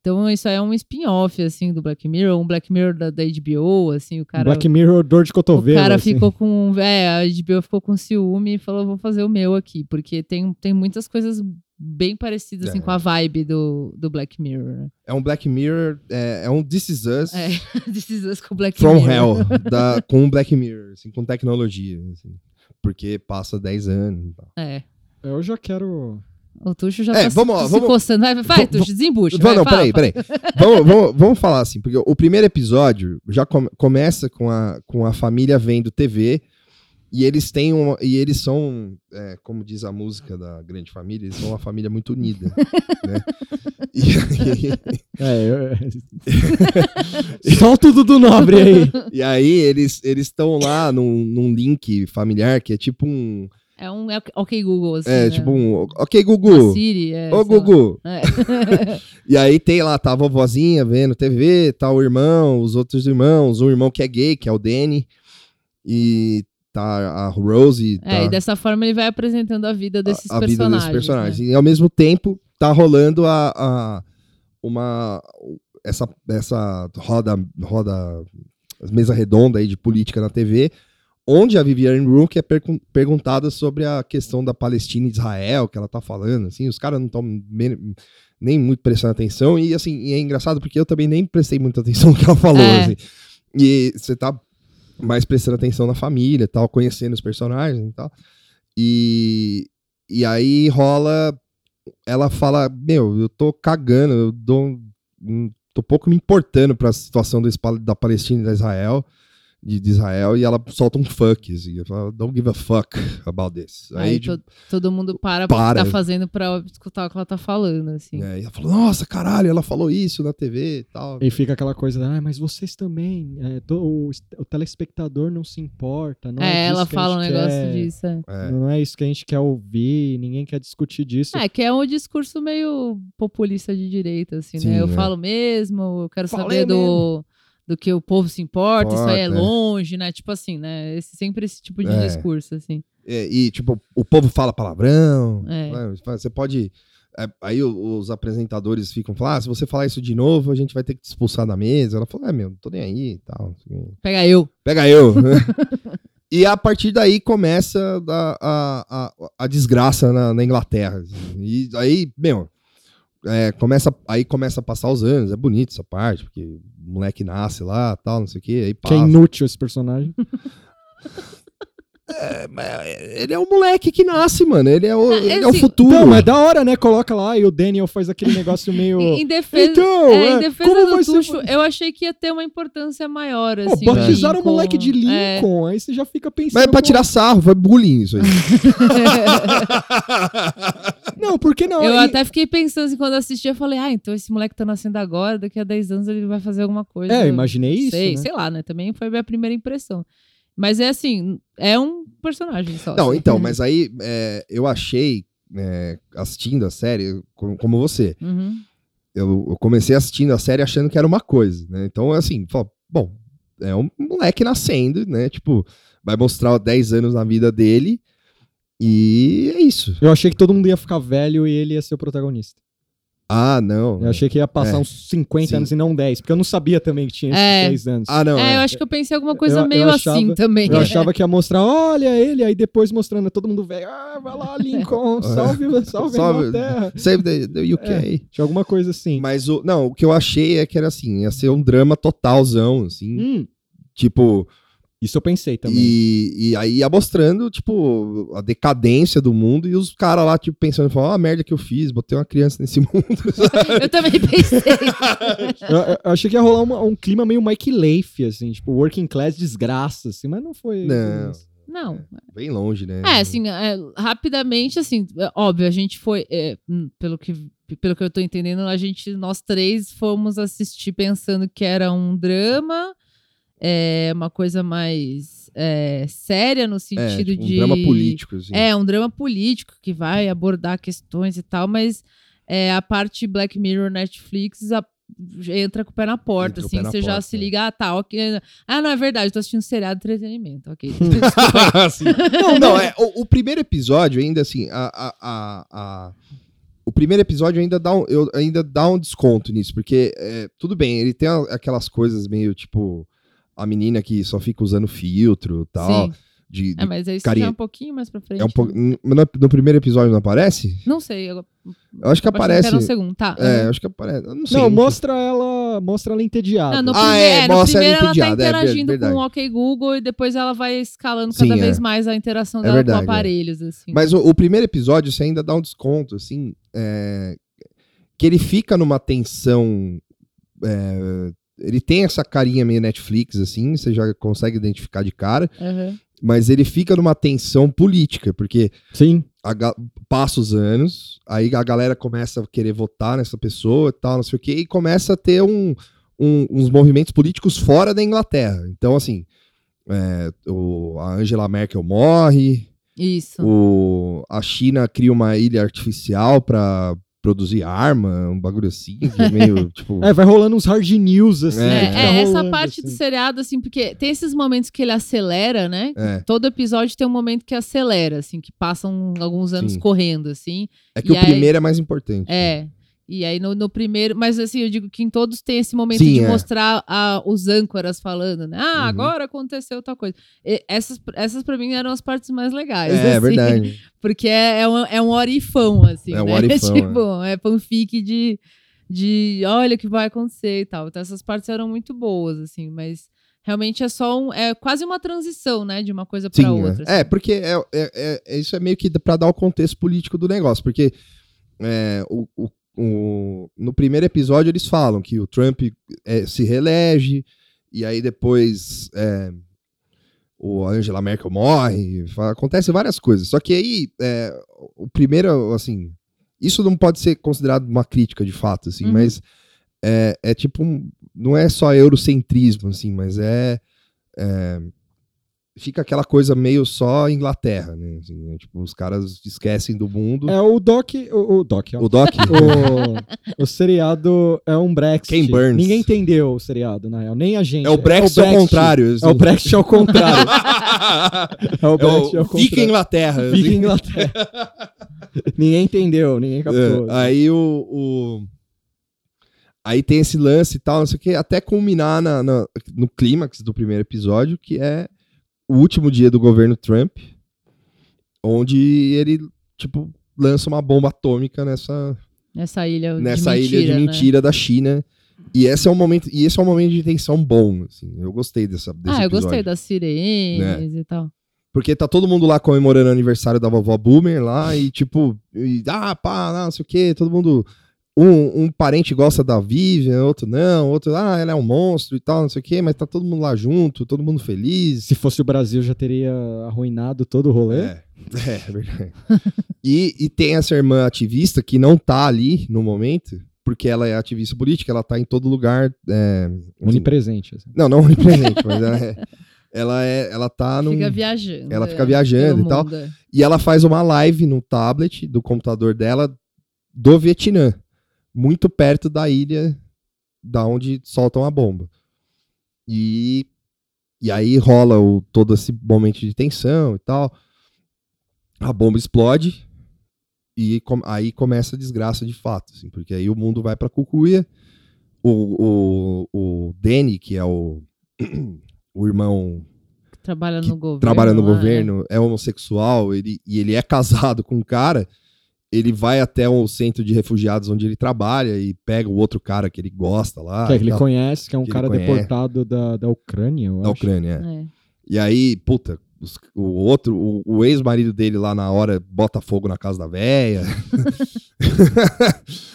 Speaker 3: Então, isso aí é um spin-off, assim, do Black Mirror, um Black Mirror da, da HBO, assim, o cara...
Speaker 2: Black Mirror, dor de cotovelo.
Speaker 3: O cara
Speaker 2: assim.
Speaker 3: ficou com. É, a HBO ficou com ciúme e falou: vou fazer o meu aqui, porque tem, tem muitas coisas bem parecidas assim,
Speaker 1: É.
Speaker 3: com a vibe do, do Black Mirror. né?
Speaker 1: É um Black Mirror. É, é um This Is Us
Speaker 3: É, decisões com o Black
Speaker 1: From
Speaker 3: Mirror.
Speaker 1: Hell, da, com Black Mirror, assim, com tecnologia. assim. porque passa 10 anos e tal.
Speaker 3: É.
Speaker 2: Eu já quero
Speaker 3: O Tuxo já
Speaker 1: É,
Speaker 3: tá
Speaker 1: vamos
Speaker 3: se,
Speaker 1: lá,
Speaker 3: se
Speaker 1: vamos-
Speaker 3: coçando. Vai, vai,
Speaker 1: Vamos-
Speaker 3: Tuxo, desembucha.
Speaker 1: Não,
Speaker 3: vai,
Speaker 1: não,
Speaker 3: fala,
Speaker 1: peraí,
Speaker 3: fala.
Speaker 1: peraí. vamos, vamos, vamos falar assim, porque o primeiro episódio já come- começa com a, com a família vendo TV e eles têm uma, e eles são, é, como diz a música da grande família, eles são uma família muito unida. né? E, aí-
Speaker 2: É, eu... Solta o Dudu Nobre aí.
Speaker 1: e aí eles eles estão lá num, num link familiar que é tipo um.
Speaker 3: É um é ok Google, assim.
Speaker 1: É,
Speaker 3: né?
Speaker 1: tipo um. Ok,
Speaker 3: Uma
Speaker 1: Gugu!
Speaker 3: Siri, é,
Speaker 1: Ô,
Speaker 3: sei lá.
Speaker 1: Gugu!
Speaker 3: É.
Speaker 1: E aí tem lá, tá a vovozinha vendo TV, tá o irmão, os outros irmãos, um irmão que é gay, que é o Danny, e tá a Rose, tá
Speaker 3: É, e dessa forma ele vai apresentando a vida desses
Speaker 1: a, a vida
Speaker 3: personagens. né?
Speaker 1: desses personagens. E ao mesmo tempo tá rolando a, a- uma essa, essa roda, roda mesa redonda aí de política na TV, onde a Viviane Rook é percun- perguntada sobre a questão da Palestina e Israel, que ela tá falando, assim, os caras não estão nem muito prestando atenção, e assim, e é engraçado porque eu também nem prestei muita atenção no que ela falou,
Speaker 3: É.
Speaker 1: assim. E você tá mais prestando atenção na família, e tal, conhecendo os personagens e tal. E, e aí rola. Ela fala: Meu, eu tô cagando, eu dou, um- tô pouco me importando pra situação do, espa- da Palestina e da Israel. De, de Israel, e ela solta um fuck, assim, ela fala, don't give a fuck about this.
Speaker 3: Aí,
Speaker 1: Aí, tipo,
Speaker 3: to- todo mundo para, para o que
Speaker 1: para.
Speaker 3: tá fazendo pra escutar o que ela tá falando, assim.
Speaker 1: né, e ela falou, nossa, caralho, ela falou isso na TV e tal.
Speaker 2: E fica aquela coisa, ah, mas vocês também. é, to- o, est- o telespectador não se importa. Não é,
Speaker 3: É,
Speaker 2: disso
Speaker 3: ela
Speaker 2: que a
Speaker 3: fala um
Speaker 2: gente
Speaker 3: negócio
Speaker 2: quer,
Speaker 3: disso. É.
Speaker 1: É.
Speaker 2: Não é isso que a gente quer ouvir, ninguém quer discutir disso.
Speaker 3: É, que é um discurso meio populista de direita, assim,
Speaker 1: Sim,
Speaker 3: né? Eu
Speaker 1: é.
Speaker 3: falo mesmo, eu quero
Speaker 2: Falei
Speaker 3: saber do, do que o povo se importa, isso aí é
Speaker 1: Importa, é.
Speaker 3: longe, né? Tipo assim, né? Esse, sempre esse tipo de
Speaker 1: É.
Speaker 3: discurso, assim.
Speaker 1: É, e, tipo, o povo fala palavrão.
Speaker 3: É.
Speaker 1: né? Você pode. é, Aí o- os apresentadores ficam falando: ah, se você falar isso de novo, a gente vai ter que te expulsar da mesa. Ela falou: é, meu, não tô nem aí e tal.
Speaker 3: Pega eu.
Speaker 1: Pega eu. e a partir daí começa da- a, a, a desgraça na, na Inglaterra. assim. E aí, meu, é, começa, aí começa a passar os anos. É bonito essa parte, porque o moleque nasce lá tal, não sei o quê. Aí
Speaker 2: Que é
Speaker 1: passa.
Speaker 2: inútil esse personagem.
Speaker 1: Ele é o moleque que nasce, mano. Ele é o, ele é o
Speaker 3: assim,
Speaker 1: futuro.
Speaker 2: Não, mas é da hora, né? Coloca lá e o Daniel faz aquele negócio meio.
Speaker 3: Em, em defesa,
Speaker 2: então,
Speaker 3: é, em
Speaker 2: é,
Speaker 3: defesa
Speaker 2: como
Speaker 3: do
Speaker 2: vai ser-
Speaker 3: Tuxo, eu achei que ia ter uma importância maior,
Speaker 2: Pô,
Speaker 3: assim.
Speaker 2: batizaram o
Speaker 3: Lincoln.
Speaker 2: moleque de
Speaker 3: É.
Speaker 2: Lincoln, aí você já fica pensando.
Speaker 1: Mas é pra
Speaker 2: pô,
Speaker 1: tirar sarro, foi bullying isso aí.
Speaker 2: Não, por que não?
Speaker 3: Eu
Speaker 2: E-
Speaker 3: até fiquei pensando assim, quando eu assisti, eu falei, ah, então esse moleque tá nascendo agora, daqui a 10 anos ele vai fazer alguma coisa.
Speaker 2: É, imaginei isso.
Speaker 3: sei,
Speaker 2: né?
Speaker 3: sei lá, né? Também foi a minha primeira impressão. Mas é assim, é um personagem só.
Speaker 1: Não,
Speaker 3: assim.
Speaker 1: então, mas aí é, eu achei, é, assistindo a série, como, como você,
Speaker 3: Uhum.
Speaker 1: eu, eu comecei assistindo a série achando que era uma coisa, né? Então, assim, fala, bom, é um moleque nascendo, né? Tipo, vai mostrar 10 anos na vida dele e é isso.
Speaker 2: Eu achei que todo mundo ia ficar velho e ele ia ser o protagonista.
Speaker 1: Ah, não.
Speaker 2: Eu achei que ia passar
Speaker 1: É.
Speaker 2: uns 50
Speaker 1: Sim.
Speaker 2: anos e não 10, porque eu não sabia também que tinha esses
Speaker 3: É.
Speaker 2: 10 anos.
Speaker 1: Ah, não.
Speaker 3: é, eu
Speaker 1: é.
Speaker 3: acho que eu pensei alguma coisa
Speaker 2: Eu- eu
Speaker 3: meio
Speaker 2: achava-
Speaker 3: assim também.
Speaker 2: Eu achava que ia mostrar, olha ele, aí depois mostrando todo mundo velho. Ah, vai lá, Lincoln, salve, salve, a
Speaker 1: É. Salve.
Speaker 2: Inglaterra.
Speaker 1: Save the, the UK.
Speaker 2: Tinha alguma coisa assim.
Speaker 1: Mas o, não, o que eu achei é que era assim, ia ser um drama totalzão, assim,
Speaker 2: Hum,
Speaker 1: tipo,
Speaker 2: isso eu pensei também.
Speaker 1: E, e aí ia mostrando, tipo, a decadência do mundo e os caras lá, tipo, pensando, falando, ó, a merda que eu fiz, botei uma criança nesse mundo.
Speaker 3: Eu também pensei.
Speaker 2: Eu, eu- eu achei que ia rolar uma- um clima meio Mike Leif, assim, tipo, working class desgraça, assim, mas não foi.
Speaker 1: Não.
Speaker 3: Não,
Speaker 1: Bem longe, né?
Speaker 3: É, assim, é, rapidamente, assim, é, óbvio, a gente foi, é, hum, pelo, que, pelo que eu tô entendendo, a gente, nós três fomos assistir pensando que era um drama, é, uma coisa mais é, séria no
Speaker 1: É,
Speaker 3: sentido
Speaker 1: tipo, um
Speaker 3: de...
Speaker 1: drama político, assim.
Speaker 3: É, um drama político que vai abordar questões e tal, mas é, a parte Black Mirror Netflix a- entra com o pé na porta,
Speaker 1: Entra o
Speaker 3: assim,
Speaker 1: pé na
Speaker 3: você já
Speaker 1: porta,
Speaker 3: se
Speaker 1: é.
Speaker 3: liga, ah, tá, ok. Ah, não, é verdade, eu tô assistindo seriado de entretenimento, ok.
Speaker 1: Assim. Não, não, é, o, o primeiro episódio ainda, assim, a, a, a, a- o primeiro episódio ainda dá um, eu, ainda dá um desconto nisso, porque, é, tudo bem, ele tem a- aquelas coisas meio, tipo, a menina que só fica usando filtro e tal,
Speaker 3: Sim.
Speaker 1: de, de-
Speaker 3: É, mas aí isso
Speaker 1: carinha.
Speaker 3: já é um pouquinho mais pra frente.
Speaker 1: é um pouco.
Speaker 3: né?
Speaker 1: No, no primeiro episódio não aparece?
Speaker 3: Não sei. Eu,
Speaker 1: Eu acho que
Speaker 3: eu achei
Speaker 1: aparece.
Speaker 3: era no segundo, tá.
Speaker 1: É, eu acho que aparece. Eu não sei.
Speaker 2: Não, mostra ela, mostra ela entediada.
Speaker 3: Ah, no,
Speaker 1: Ah,
Speaker 3: prime-
Speaker 1: é,
Speaker 3: é, no
Speaker 1: mostra ela
Speaker 3: primeiro ela tá
Speaker 1: entediada, é, ver-
Speaker 3: interagindo
Speaker 1: verdade.
Speaker 3: com o OK Google e depois ela vai escalando
Speaker 1: Sim,
Speaker 3: cada
Speaker 1: é.
Speaker 3: vez mais a interação
Speaker 1: É
Speaker 3: dela
Speaker 1: verdade, é.
Speaker 3: com aparelhos, assim.
Speaker 1: Mas o, o primeiro episódio você ainda dá um desconto, assim. é, que ele fica numa tensão. é, ele tem essa carinha meio Netflix, assim, você já consegue identificar de cara,
Speaker 3: Aham.
Speaker 1: mas ele fica numa tensão política, porque
Speaker 2: Sim.
Speaker 1: a ga- passa os anos, aí a galera começa a querer votar nessa pessoa e tal, não sei o quê, e começa a ter um, um- uns movimentos políticos fora da Inglaterra. Então, assim, é, o- a Angela Merkel morre,
Speaker 3: Isso.
Speaker 1: o, a China cria uma ilha artificial pra produzir arma, um bagulho assim, que é meio, tipo...
Speaker 2: É, vai rolando uns hard news, assim.
Speaker 1: É, tá
Speaker 2: que
Speaker 3: É,
Speaker 2: fica
Speaker 3: é, essa
Speaker 2: rolando,
Speaker 3: parte do
Speaker 2: assim.
Speaker 3: seriado, assim, porque tem esses momentos que ele acelera, né?
Speaker 1: É,
Speaker 3: Todo episódio tem um momento que acelera, assim, que passam alguns anos
Speaker 1: Sim.
Speaker 3: correndo, assim.
Speaker 1: é que
Speaker 3: E
Speaker 1: o
Speaker 3: aí-
Speaker 1: primeiro é mais importante.
Speaker 3: É. E aí no, no primeiro. Mas assim, eu digo que em todos tem esse momento
Speaker 1: Sim,
Speaker 3: de
Speaker 1: é.
Speaker 3: mostrar a- os âncoras falando, né? Ah,
Speaker 1: Uhum.
Speaker 3: agora aconteceu tal coisa. E essas, essas pra mim eram as partes mais legais.
Speaker 1: É, é
Speaker 3: assim,
Speaker 1: verdade.
Speaker 3: Porque é, é um, é um orifão, assim.
Speaker 1: É um
Speaker 3: né?
Speaker 1: orifão,
Speaker 3: tipo, é. fanfic de, de olha o que vai acontecer e tal. Então essas partes eram muito boas, assim, mas. Realmente é só um. É quase uma transição, né? De uma coisa
Speaker 1: Sim,
Speaker 3: pra outra.
Speaker 1: é. É,
Speaker 3: assim.
Speaker 1: porque é, é- é- isso é meio que pra dar o contexto político do negócio, porque é, o, o- o- no primeiro episódio eles falam que o Trump é, se reelege, e aí depois é, o Angela Merkel morre, fa- acontece várias coisas. Só que aí, é, o primeiro, assim, isso não pode ser considerado uma crítica de fato, assim,
Speaker 3: Uhum.
Speaker 1: mas é, é tipo, um- não é só eurocentrismo, assim, mas é, é, fica aquela coisa meio só Inglaterra, né? assim, né, tipo, os caras esquecem do mundo.
Speaker 2: É o Doc. O, o Doc, ó.
Speaker 1: O Doc,
Speaker 2: O, o seriado é um Brexit.
Speaker 1: Ken Burns.
Speaker 2: Ninguém entendeu o seriado, na real. Nem a gente.
Speaker 1: é o Brexit ao contrário. assim.
Speaker 2: É o Brexit ao contrário. É
Speaker 1: É
Speaker 2: o
Speaker 1: o-
Speaker 2: Brexit ao contrário.
Speaker 1: fica Inglaterra. assim.
Speaker 2: Fica em Inglaterra. ninguém entendeu, ninguém captou.
Speaker 1: É, aí o, o- Aí tem esse lance e tal, não sei o que, até culminar na- na- no clímax do primeiro episódio, que é o último dia do governo Trump, onde ele, tipo, lança uma bomba atômica nessa,
Speaker 3: Nessa ilha
Speaker 1: nessa
Speaker 3: de mentira.
Speaker 1: ilha de
Speaker 3: né?
Speaker 1: mentira da China. E esse é um momento, e esse é um momento de tensão bom, assim. Eu gostei dessa desse
Speaker 3: Ah, eu
Speaker 1: episódio. Né?
Speaker 3: gostei das sirenes e tal.
Speaker 1: Porque tá todo mundo lá comemorando o aniversário da vovó Boomer lá e tipo, e, ah, pá, não sei o quê, todo mundo. Um, um parente gosta da Vivian, outro não, outro, ah, ela é um monstro e tal, não sei o quê, mas tá todo mundo lá junto, todo mundo feliz.
Speaker 2: Se fosse o Brasil, já teria arruinado todo o rolê.
Speaker 1: É, é, é verdade. e, e tem essa irmã ativista que não tá ali no momento, porque ela é ativista política, ela tá em todo lugar. É, assim,
Speaker 2: Onipresente. assim.
Speaker 1: não, não onipresente, mas ela é. Ela, é, ela tá num.
Speaker 3: Fica viajando.
Speaker 1: Ela
Speaker 3: é,
Speaker 1: fica viajando
Speaker 3: pelo
Speaker 1: e tal.
Speaker 3: mundo, é.
Speaker 1: E ela faz uma live no tablet do computador dela do Vietnã, muito perto da ilha da onde soltam a bomba. E, e aí rola o, todo esse momento de tensão e tal. A bomba explode e com- aí começa a desgraça de fato, assim, porque aí o mundo vai pra cucuia. O, o, o Danny, que é o, o irmão
Speaker 3: Que Trabalha
Speaker 1: que
Speaker 3: no governo.
Speaker 1: trabalha no
Speaker 3: lá,
Speaker 1: governo, é homossexual, ele, e ele é casado com um cara, ele vai até o centro de refugiados onde ele trabalha e pega o outro cara que ele gosta lá.
Speaker 2: que é,
Speaker 1: e
Speaker 2: que ele
Speaker 1: tal,
Speaker 2: conhece, que é um
Speaker 1: Ah, então. Que ele
Speaker 2: cara
Speaker 1: conhece.
Speaker 2: deportado da, da Ucrânia, eu
Speaker 1: da
Speaker 2: acho.
Speaker 1: Ucrânia. é.
Speaker 3: né?
Speaker 1: E aí, puta, os- o outro, o, o ex-marido dele lá na hora bota fogo na casa da véia.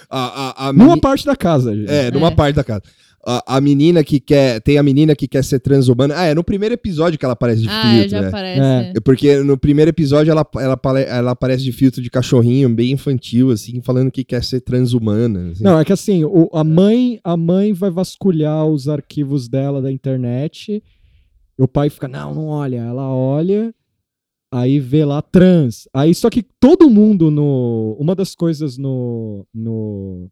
Speaker 1: a, a, a
Speaker 2: Numa
Speaker 1: meni-
Speaker 2: parte da casa, gente.
Speaker 1: É, numa
Speaker 3: É.
Speaker 1: parte da casa. A, a menina que quer. Tem a menina que quer ser transhumana. Ah, é no primeiro episódio que ela aparece de
Speaker 3: Ah,
Speaker 1: filtro.
Speaker 3: já
Speaker 1: é.
Speaker 3: aparece.
Speaker 2: É.
Speaker 3: É.
Speaker 1: É porque no primeiro episódio ela, ela, pare- ela aparece de filtro de cachorrinho, bem infantil, assim, falando que quer ser transhumana. assim.
Speaker 2: Não, é que assim, o- a, mãe, a mãe vai vasculhar os arquivos dela da internet. E o pai fica, não, não olha. Ela olha, aí vê lá trans. Aí só que todo mundo no. Uma das coisas no. No,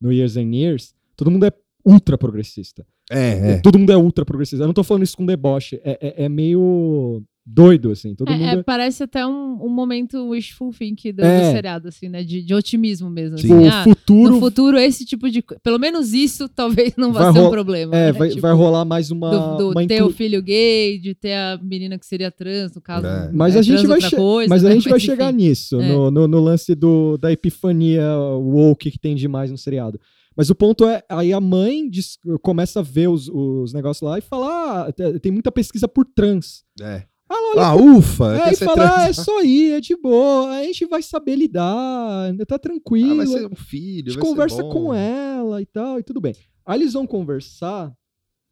Speaker 2: no Years and Years, todo mundo é ultra progressista.
Speaker 1: É, é.
Speaker 2: Todo mundo é ultra progressista. Eu não tô falando isso com deboche. É, é- é meio. doido, assim. Todo
Speaker 3: É, é,
Speaker 2: mundo.
Speaker 3: parece até um, um momento wishful thinking do,
Speaker 2: É.
Speaker 3: do seriado, assim, né? De, de otimismo mesmo.
Speaker 1: Sim.
Speaker 3: assim,
Speaker 2: o
Speaker 3: ah,
Speaker 2: futuro.
Speaker 3: no futuro, esse tipo de. co- Pelo menos isso talvez não vá
Speaker 2: Vai
Speaker 3: ser um
Speaker 2: ro-
Speaker 3: problema.
Speaker 2: é,
Speaker 3: né?
Speaker 2: vai,
Speaker 3: Tipo,
Speaker 2: vai rolar mais uma.
Speaker 3: Do, do
Speaker 2: uma
Speaker 3: ter
Speaker 2: inclu-
Speaker 3: o filho gay, de ter a menina que seria trans, no caso.
Speaker 1: É.
Speaker 2: Mas
Speaker 3: é
Speaker 2: a gente
Speaker 3: trans
Speaker 2: vai,
Speaker 3: outra
Speaker 2: che-
Speaker 3: coisa,
Speaker 2: mas a
Speaker 3: né?
Speaker 2: gente vai
Speaker 3: Mas,
Speaker 2: chegar
Speaker 3: enfim.
Speaker 2: nisso,
Speaker 3: É.
Speaker 2: no, no- no lance do, da epifania woke que tem demais no seriado. Mas o ponto é, aí a mãe diz- começa a ver os, os negócios lá e fala, ah, te- tem muita pesquisa por trans.
Speaker 1: É.
Speaker 2: Ah, lá,
Speaker 1: Ah, ufa!
Speaker 2: é,
Speaker 1: quer
Speaker 2: e
Speaker 1: ser
Speaker 2: fala, ah, é
Speaker 1: trans-
Speaker 2: só ir, é de boa, a gente vai saber lidar, ainda tá
Speaker 1: Ah,
Speaker 2: tranquilo.
Speaker 1: vai ser
Speaker 2: a
Speaker 1: um filho.
Speaker 2: gente
Speaker 1: vai ser bom.
Speaker 2: conversa
Speaker 1: né?
Speaker 2: com ela e tal, e tudo bem. Aí eles vão conversar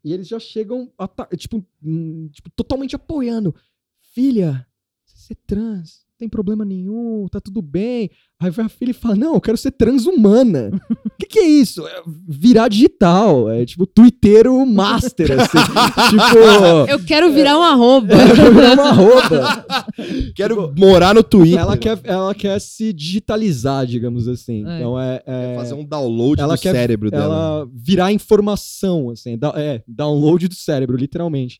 Speaker 2: e eles já chegam, ata- tipo, hum, tipo, totalmente apoiando. Filha, você é trans, não tem problema nenhum, tá tudo bem. Aí vai a filha e fala, não, eu quero ser transhumana. O que, que é isso? É virar digital, é tipo, twitteiro master, assim. tipo...
Speaker 3: Eu quero virar um arroba.
Speaker 2: eu virar uma arroba.
Speaker 1: Quero morar no Twitter.
Speaker 2: Tipo, Ela quer, ela quer se digitalizar, digamos assim.
Speaker 3: É.
Speaker 2: Então é. é-
Speaker 1: Quer fazer um download
Speaker 2: ela
Speaker 1: do
Speaker 2: quer-
Speaker 1: cérebro dela.
Speaker 2: ela virar informação, assim, da- é, download do cérebro, literalmente.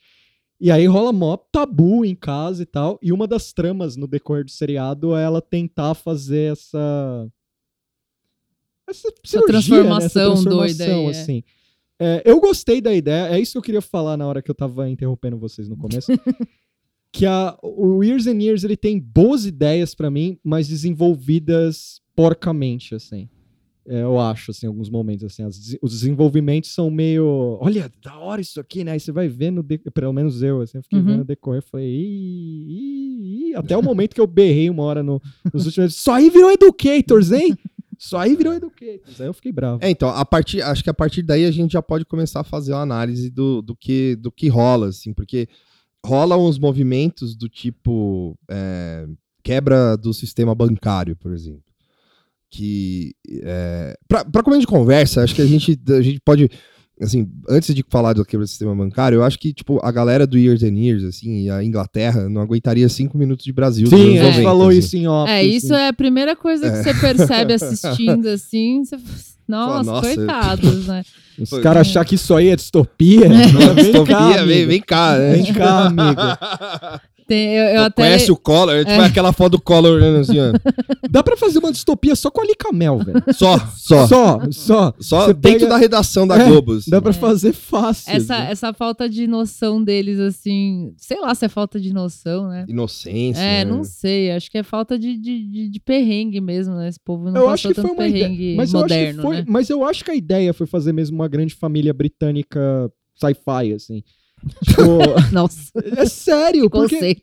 Speaker 2: E aí rola mó tabu em casa e tal. E uma das tramas no decorrer do seriado é ela tentar fazer essa. Essa, cirurgia, né? Essa
Speaker 3: transformação doida aí, é.
Speaker 2: assim. É, eu gostei da ideia, é isso que eu queria falar na hora que eu tava interrompendo vocês no começo. que a, o Years and Years ele tem boas ideias pra mim, mas desenvolvidas porcamente, assim. É, eu acho, assim, em alguns momentos, assim, as des- os desenvolvimentos são meio, olha, da hora isso aqui, né? Aí você vai vendo, de- pelo menos eu, assim, eu fiquei
Speaker 3: Uhum.
Speaker 2: vendo decorrer, falei, "Ih, ih, ih", até o momento que eu berrei uma hora no, nos últimos, só aí virou Educators, hein? Só aí virou Educators, aí eu fiquei bravo.
Speaker 1: É, então, a partir, acho que a partir daí a gente já pode começar a fazer uma análise do, do, que, do que rola, assim, porque rolam uns movimentos do tipo é, quebra do sistema bancário, por exemplo. Que. É, para começo de conversa, acho que a gente, a gente pode. Assim, antes de falar da quebra do sistema bancário, eu acho que, tipo, a galera do Years and Years, assim, e a Inglaterra, não aguentaria cinco minutos de Brasil. dos
Speaker 2: Sim,
Speaker 1: anos
Speaker 2: a gente
Speaker 1: 90,
Speaker 2: é. falou
Speaker 1: assim.
Speaker 2: isso em off.
Speaker 3: É, isso
Speaker 2: assim.
Speaker 3: é a primeira coisa que você percebe assistindo, assim. Você... fala, Nossa,
Speaker 1: Nossa, eu-
Speaker 3: coitados, né?
Speaker 2: Os caras achar que isso aí é distopia. Vem cá,
Speaker 1: Distopia, vem,
Speaker 2: amigo.
Speaker 1: vem cá, né?
Speaker 2: Vem cá, amigo.
Speaker 3: Tem, eu, eu
Speaker 1: Pô,
Speaker 3: até.
Speaker 1: Conhece o Collor? Tipo,
Speaker 3: É.
Speaker 1: aquela foto do Collor olhando assim, ó.
Speaker 2: Dá pra fazer uma distopia só com a Licamel, velho.
Speaker 1: Só, só. Só,
Speaker 2: Só, só. Você
Speaker 1: dentro
Speaker 2: pega-
Speaker 1: da redação da
Speaker 2: É,
Speaker 1: Globo. assim.
Speaker 2: Dá pra fazer fácil.
Speaker 3: Essa,
Speaker 2: né?
Speaker 3: essa falta de noção deles, assim. Sei lá se é falta de noção, né?
Speaker 1: Inocência.
Speaker 3: É,
Speaker 1: né?
Speaker 3: não sei. Acho que é falta de, de, de- de perrengue mesmo, né? Esse povo não
Speaker 2: Eu acho
Speaker 3: passou
Speaker 2: que foi
Speaker 3: tanto
Speaker 2: uma ideia.
Speaker 3: perrengue
Speaker 2: Mas, eu acho que
Speaker 3: moderno,
Speaker 2: foi,
Speaker 3: né?
Speaker 2: mas eu acho que a ideia foi fazer mesmo uma grande família britânica sci-fi, assim. Tipo,
Speaker 3: Nossa,
Speaker 2: é sério, porque
Speaker 3: conceito.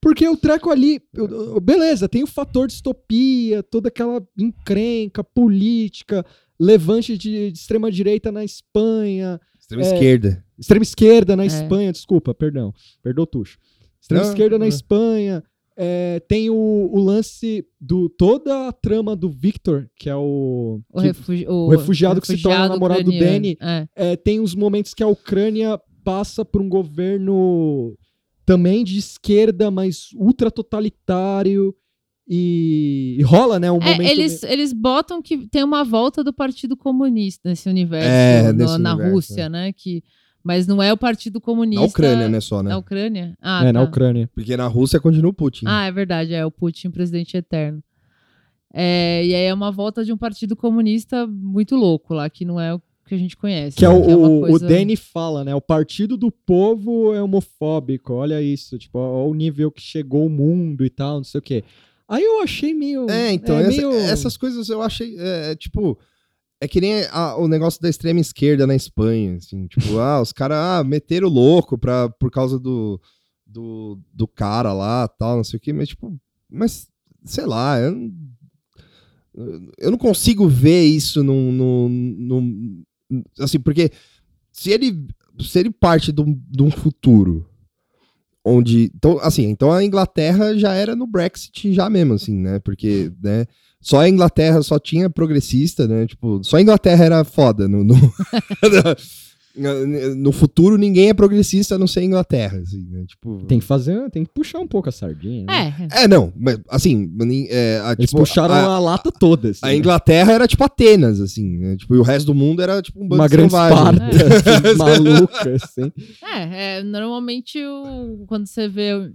Speaker 2: Porque o treco ali, eu- eu- beleza, tem o fator distopia, toda aquela encrenca política, levante de, de extrema direita na Espanha,
Speaker 1: Extrema esquerda.
Speaker 2: extrema esquerda na
Speaker 3: É.
Speaker 2: Espanha, desculpa, perdão, perdoa o tucho. Extrema
Speaker 1: Não,
Speaker 2: esquerda na
Speaker 1: não.
Speaker 2: Espanha, é, tem o, o lance do toda a trama do Victor, que é o
Speaker 3: O,
Speaker 2: que-
Speaker 3: refugi-
Speaker 2: o refugiado que se torna
Speaker 3: refugiado
Speaker 2: namorado do
Speaker 3: ucraniano.
Speaker 2: Danny.
Speaker 3: É.
Speaker 2: é, tem os momentos que a Ucrânia passa por um governo também de esquerda, mas ultra totalitário e, e rola, né? Um
Speaker 3: É,
Speaker 2: momento
Speaker 3: eles, eles botam que tem uma volta do Partido Comunista nesse universo,
Speaker 1: É,
Speaker 3: no-
Speaker 1: nesse
Speaker 3: na
Speaker 1: universo,
Speaker 3: Rússia, né? Que, mas não é o Partido Comunista.
Speaker 1: Na Ucrânia, né, só, né?
Speaker 3: Na Ucrânia? Ah,
Speaker 2: meio- é, na
Speaker 3: tá.
Speaker 2: Ucrânia.
Speaker 1: Porque na Rússia continua o Putin.
Speaker 3: Ah, é verdade, é o Putin, presidente eterno. É, e aí é uma volta de um partido comunista muito louco lá, que não é o que a gente conhece.
Speaker 2: Que é
Speaker 3: né?
Speaker 2: o,
Speaker 3: uma
Speaker 2: o,
Speaker 3: coisa-
Speaker 2: o Danny fala, né? O partido do povo é homofóbico, olha isso, tipo, olha o nível que chegou o mundo e tal, não sei o quê. Aí eu achei meio. né,
Speaker 1: É, então, essa-
Speaker 2: meio-
Speaker 1: essas coisas eu achei, é, é, tipo, é que nem a- o negócio da extrema esquerda na Espanha, assim, tipo, ah, os caras ah, meteram o louco pra, por causa do, do, do cara lá, tal, não sei o que, mas, tipo, mas, sei lá, eu, não- eu não consigo ver isso num, num, num- assim, porque se ele, se ele parte de um, de um futuro onde então assim então a Inglaterra já era no Brexit já mesmo assim né porque né só a Inglaterra só tinha progressista né tipo só a Inglaterra era foda no no, no futuro ninguém é progressista a não ser a Inglaterra assim né tipo
Speaker 2: Tem que fazer, tem que puxar um pouco a sardinha. né?
Speaker 3: É,
Speaker 1: é não mas assim nin- é, a,
Speaker 2: Eles
Speaker 1: tipo,
Speaker 2: puxaram
Speaker 1: a,
Speaker 2: a, lata toda. assim,
Speaker 1: a Inglaterra era tipo Atenas assim né? tipo e o resto do mundo era tipo um bando
Speaker 2: Uma
Speaker 1: de
Speaker 2: grande
Speaker 1: selvagem.
Speaker 2: Esparta, assim, maluca, assim.
Speaker 3: é, é, normalmente o- quando você vê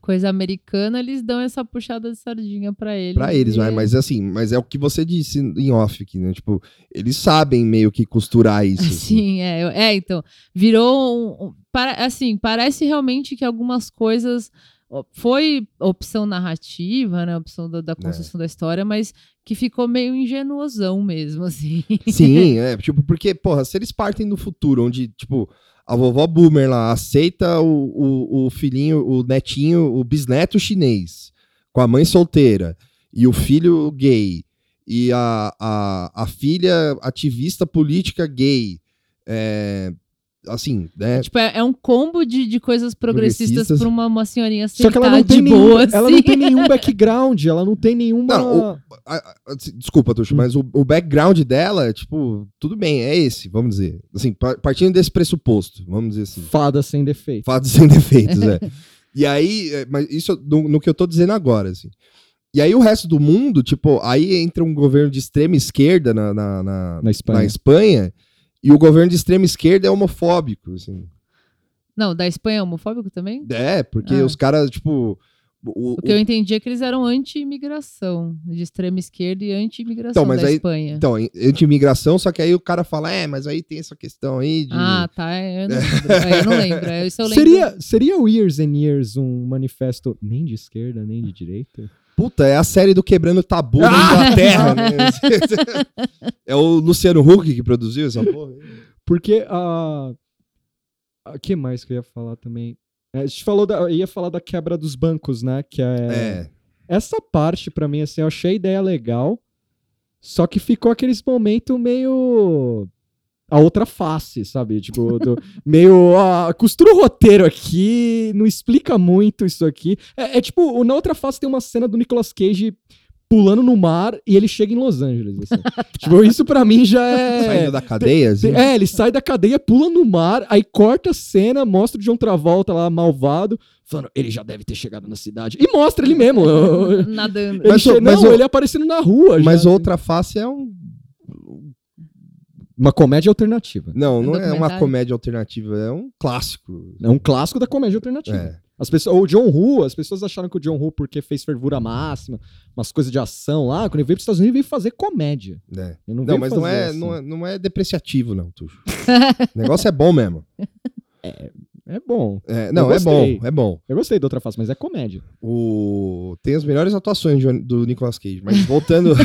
Speaker 3: coisa americana, eles dão essa puxada de sardinha pra eles.
Speaker 1: Pra eles,
Speaker 3: E-
Speaker 1: vai, mas assim, mas é o que você disse em off aqui, né? Tipo, eles sabem meio que costurar isso. assim.
Speaker 3: Sim, é, eu- é, então, virou um, um- para, assim, parece realmente que algumas coisas ó, foi opção narrativa, né, opção
Speaker 2: É.
Speaker 3: da, da construção da história, mas que ficou meio ingenuosão mesmo, assim.
Speaker 1: Sim, é, tipo, porque, porra, se eles partem do futuro, onde, tipo, a vovó Boomer lá aceita o, o, o filhinho, o netinho, o bisneto chinês, com a mãe solteira, e o filho gay, e a, a, a filha ativista política gay, é, assim, né,
Speaker 3: Tipo, é, é um combo de, de coisas progressistas
Speaker 1: Progressistas.
Speaker 3: pra uma, uma senhorinha
Speaker 2: Só
Speaker 3: sentar
Speaker 2: que ela não,
Speaker 3: tá de
Speaker 2: tem nenhum,
Speaker 3: boa,
Speaker 2: ela
Speaker 3: assim.
Speaker 2: não tem nenhum background, ela não tem nenhuma.
Speaker 1: Não, a- a- se- Assim, Desculpa, Tuxo,
Speaker 3: Hum.
Speaker 1: mas o, o background dela, tipo, tudo bem, é esse, vamos dizer. Assim, pa- partindo desse pressuposto, vamos dizer assim.
Speaker 2: Fada sem defeito.
Speaker 1: Fatos sem defeitos, é. E aí, é, mas isso no, no que eu tô dizendo agora, assim. E aí o resto do mundo, tipo, aí entra um governo de extrema esquerda na, na, na,
Speaker 2: Na Espanha.
Speaker 1: na Espanha, e o governo de extrema esquerda é homofóbico, assim.
Speaker 3: Não, da Espanha é homofóbico também?
Speaker 1: É, porque
Speaker 3: Ah.
Speaker 1: os caras, tipo... O,
Speaker 3: O
Speaker 1: o-
Speaker 3: que eu entendi é que eles eram anti-imigração, de extrema esquerda e anti-imigração
Speaker 1: Então, mas
Speaker 3: da
Speaker 1: aí-
Speaker 3: Espanha.
Speaker 1: então, em- anti-imigração, só que aí o cara fala, é, mas aí tem essa questão aí de...
Speaker 3: Ah, tá. é, Eu não lembro. É, eu não lembro. é, Isso eu lembro.
Speaker 2: Seria, seria o Years and Years um manifesto nem de esquerda, nem de direita?
Speaker 1: Puta, é a série do Quebrando Tabu da
Speaker 2: Ah!
Speaker 1: Inglaterra, né? é o Luciano Huck que produziu essa porra.
Speaker 2: Porque a. O que mais que eu ia falar também? É, A gente falou da, eu ia falar da quebra dos bancos, né? Que é,
Speaker 1: É.
Speaker 2: Essa parte, pra mim, assim, eu achei a ideia legal. Só que ficou aqueles momentos meio. A outra face, sabe? Tipo, do- meio. ah, costura o roteiro aqui, não explica muito isso aqui. É, é tipo, o na outra face tem uma cena do Nicolas Cage pulando no mar e ele chega em Los Angeles. assim. tipo, isso pra mim já é.
Speaker 1: Saindo da cadeia, assim.
Speaker 2: É, ele sai da cadeia, pula no mar, aí corta a cena, mostra o John Travolta lá, malvado, falando, ele já deve ter chegado na cidade. E mostra ele mesmo. ele
Speaker 3: Nadando.
Speaker 1: Mas
Speaker 2: che-
Speaker 1: o- mas
Speaker 2: não,
Speaker 1: o-
Speaker 2: ele aparecendo na rua.
Speaker 1: Mas
Speaker 2: já,
Speaker 1: outra face é um.
Speaker 2: assim. Uma comédia alternativa.
Speaker 1: Não, não é uma
Speaker 3: documentário?
Speaker 1: comédia alternativa, é um clássico.
Speaker 2: É um clássico da comédia alternativa.
Speaker 1: É.
Speaker 2: As pessoas, o John Woo, as pessoas acharam que o John Woo, porque fez fervura máxima, umas coisas de ação lá, quando ele veio pros Estados Unidos, ele veio fazer comédia.
Speaker 1: é.
Speaker 2: Ele não,
Speaker 1: Não,
Speaker 2: veio
Speaker 1: mas não
Speaker 2: fazer
Speaker 1: é,
Speaker 2: assim.
Speaker 1: não, é, não é depreciativo, não, Tuxo. o negócio é bom mesmo.
Speaker 2: É bom.
Speaker 1: É, não,
Speaker 2: Eu
Speaker 1: é bom,
Speaker 2: gostei.
Speaker 1: é bom.
Speaker 2: Eu gostei da outra face, mas é comédia.
Speaker 1: O... Tem as melhores atuações de- do Nicolas Cage, mas voltando.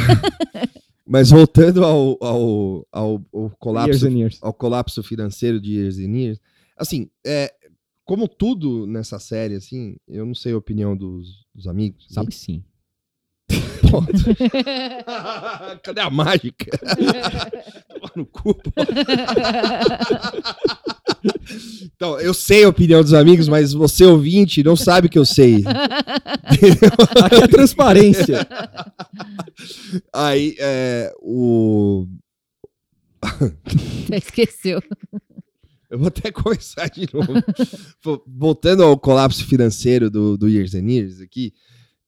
Speaker 1: mas voltando ao, ao, ao, ao
Speaker 2: Years
Speaker 1: colapso
Speaker 2: and years.
Speaker 1: ao colapso financeiro de Years and Years. Assim, é, como tudo nessa série, assim, eu não sei a opinião dos, dos amigos.
Speaker 2: Sabe sim.
Speaker 1: Ponto. Cadê a mágica? Toma no cu, pô. Então, eu sei a opinião dos amigos, mas você ouvinte não sabe que eu sei.
Speaker 2: Aqui é transparência.
Speaker 1: Aí, é, o...
Speaker 3: Até Esqueceu.
Speaker 1: Eu vou até começar de novo. Vo- Voltando ao colapso financeiro do, do Years and Years aqui.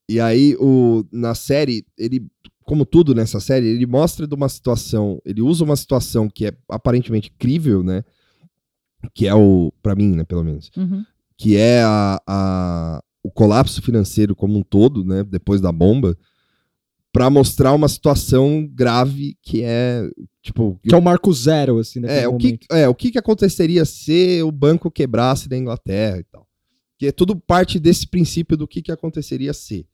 Speaker 1: E aí, o, na série, ele, como tudo nessa série, ele mostra de uma situação, ele usa uma situação que é aparentemente crível, né? Que é o, pra mim, né, pelo menos,
Speaker 3: Uhum.
Speaker 1: que é a, a- o colapso financeiro como um todo, né, depois da bomba, pra mostrar uma situação grave que é, tipo,
Speaker 2: Que é o marco zero, assim, naquele
Speaker 1: é, o que,
Speaker 2: momento.
Speaker 1: é, o que que aconteceria se o banco quebrasse na Inglaterra e tal. Que é tudo parte desse princípio do que que aconteceria se,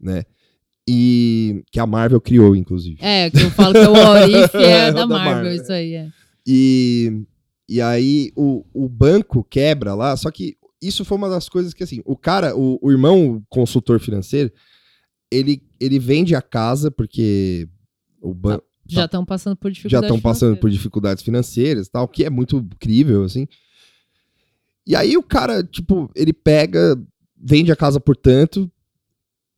Speaker 1: né? E que a Marvel criou, inclusive.
Speaker 3: É, que eu falo que é o Orif é,
Speaker 1: É, o
Speaker 3: da
Speaker 1: da
Speaker 3: Marvel,
Speaker 1: Marvel,
Speaker 3: isso aí. É.
Speaker 1: E, e aí o, o banco quebra lá, só que isso foi uma das coisas que, assim, o cara, o, o irmão consultor financeiro, ele, ele vende a casa porque o banco...
Speaker 3: Já estão passando
Speaker 1: Tá.
Speaker 3: por
Speaker 1: já
Speaker 3: dificuldade.
Speaker 1: estão passando por dificuldades financeiras e tal, que é muito incrível, assim. E aí o cara, tipo, ele pega, vende a casa por tanto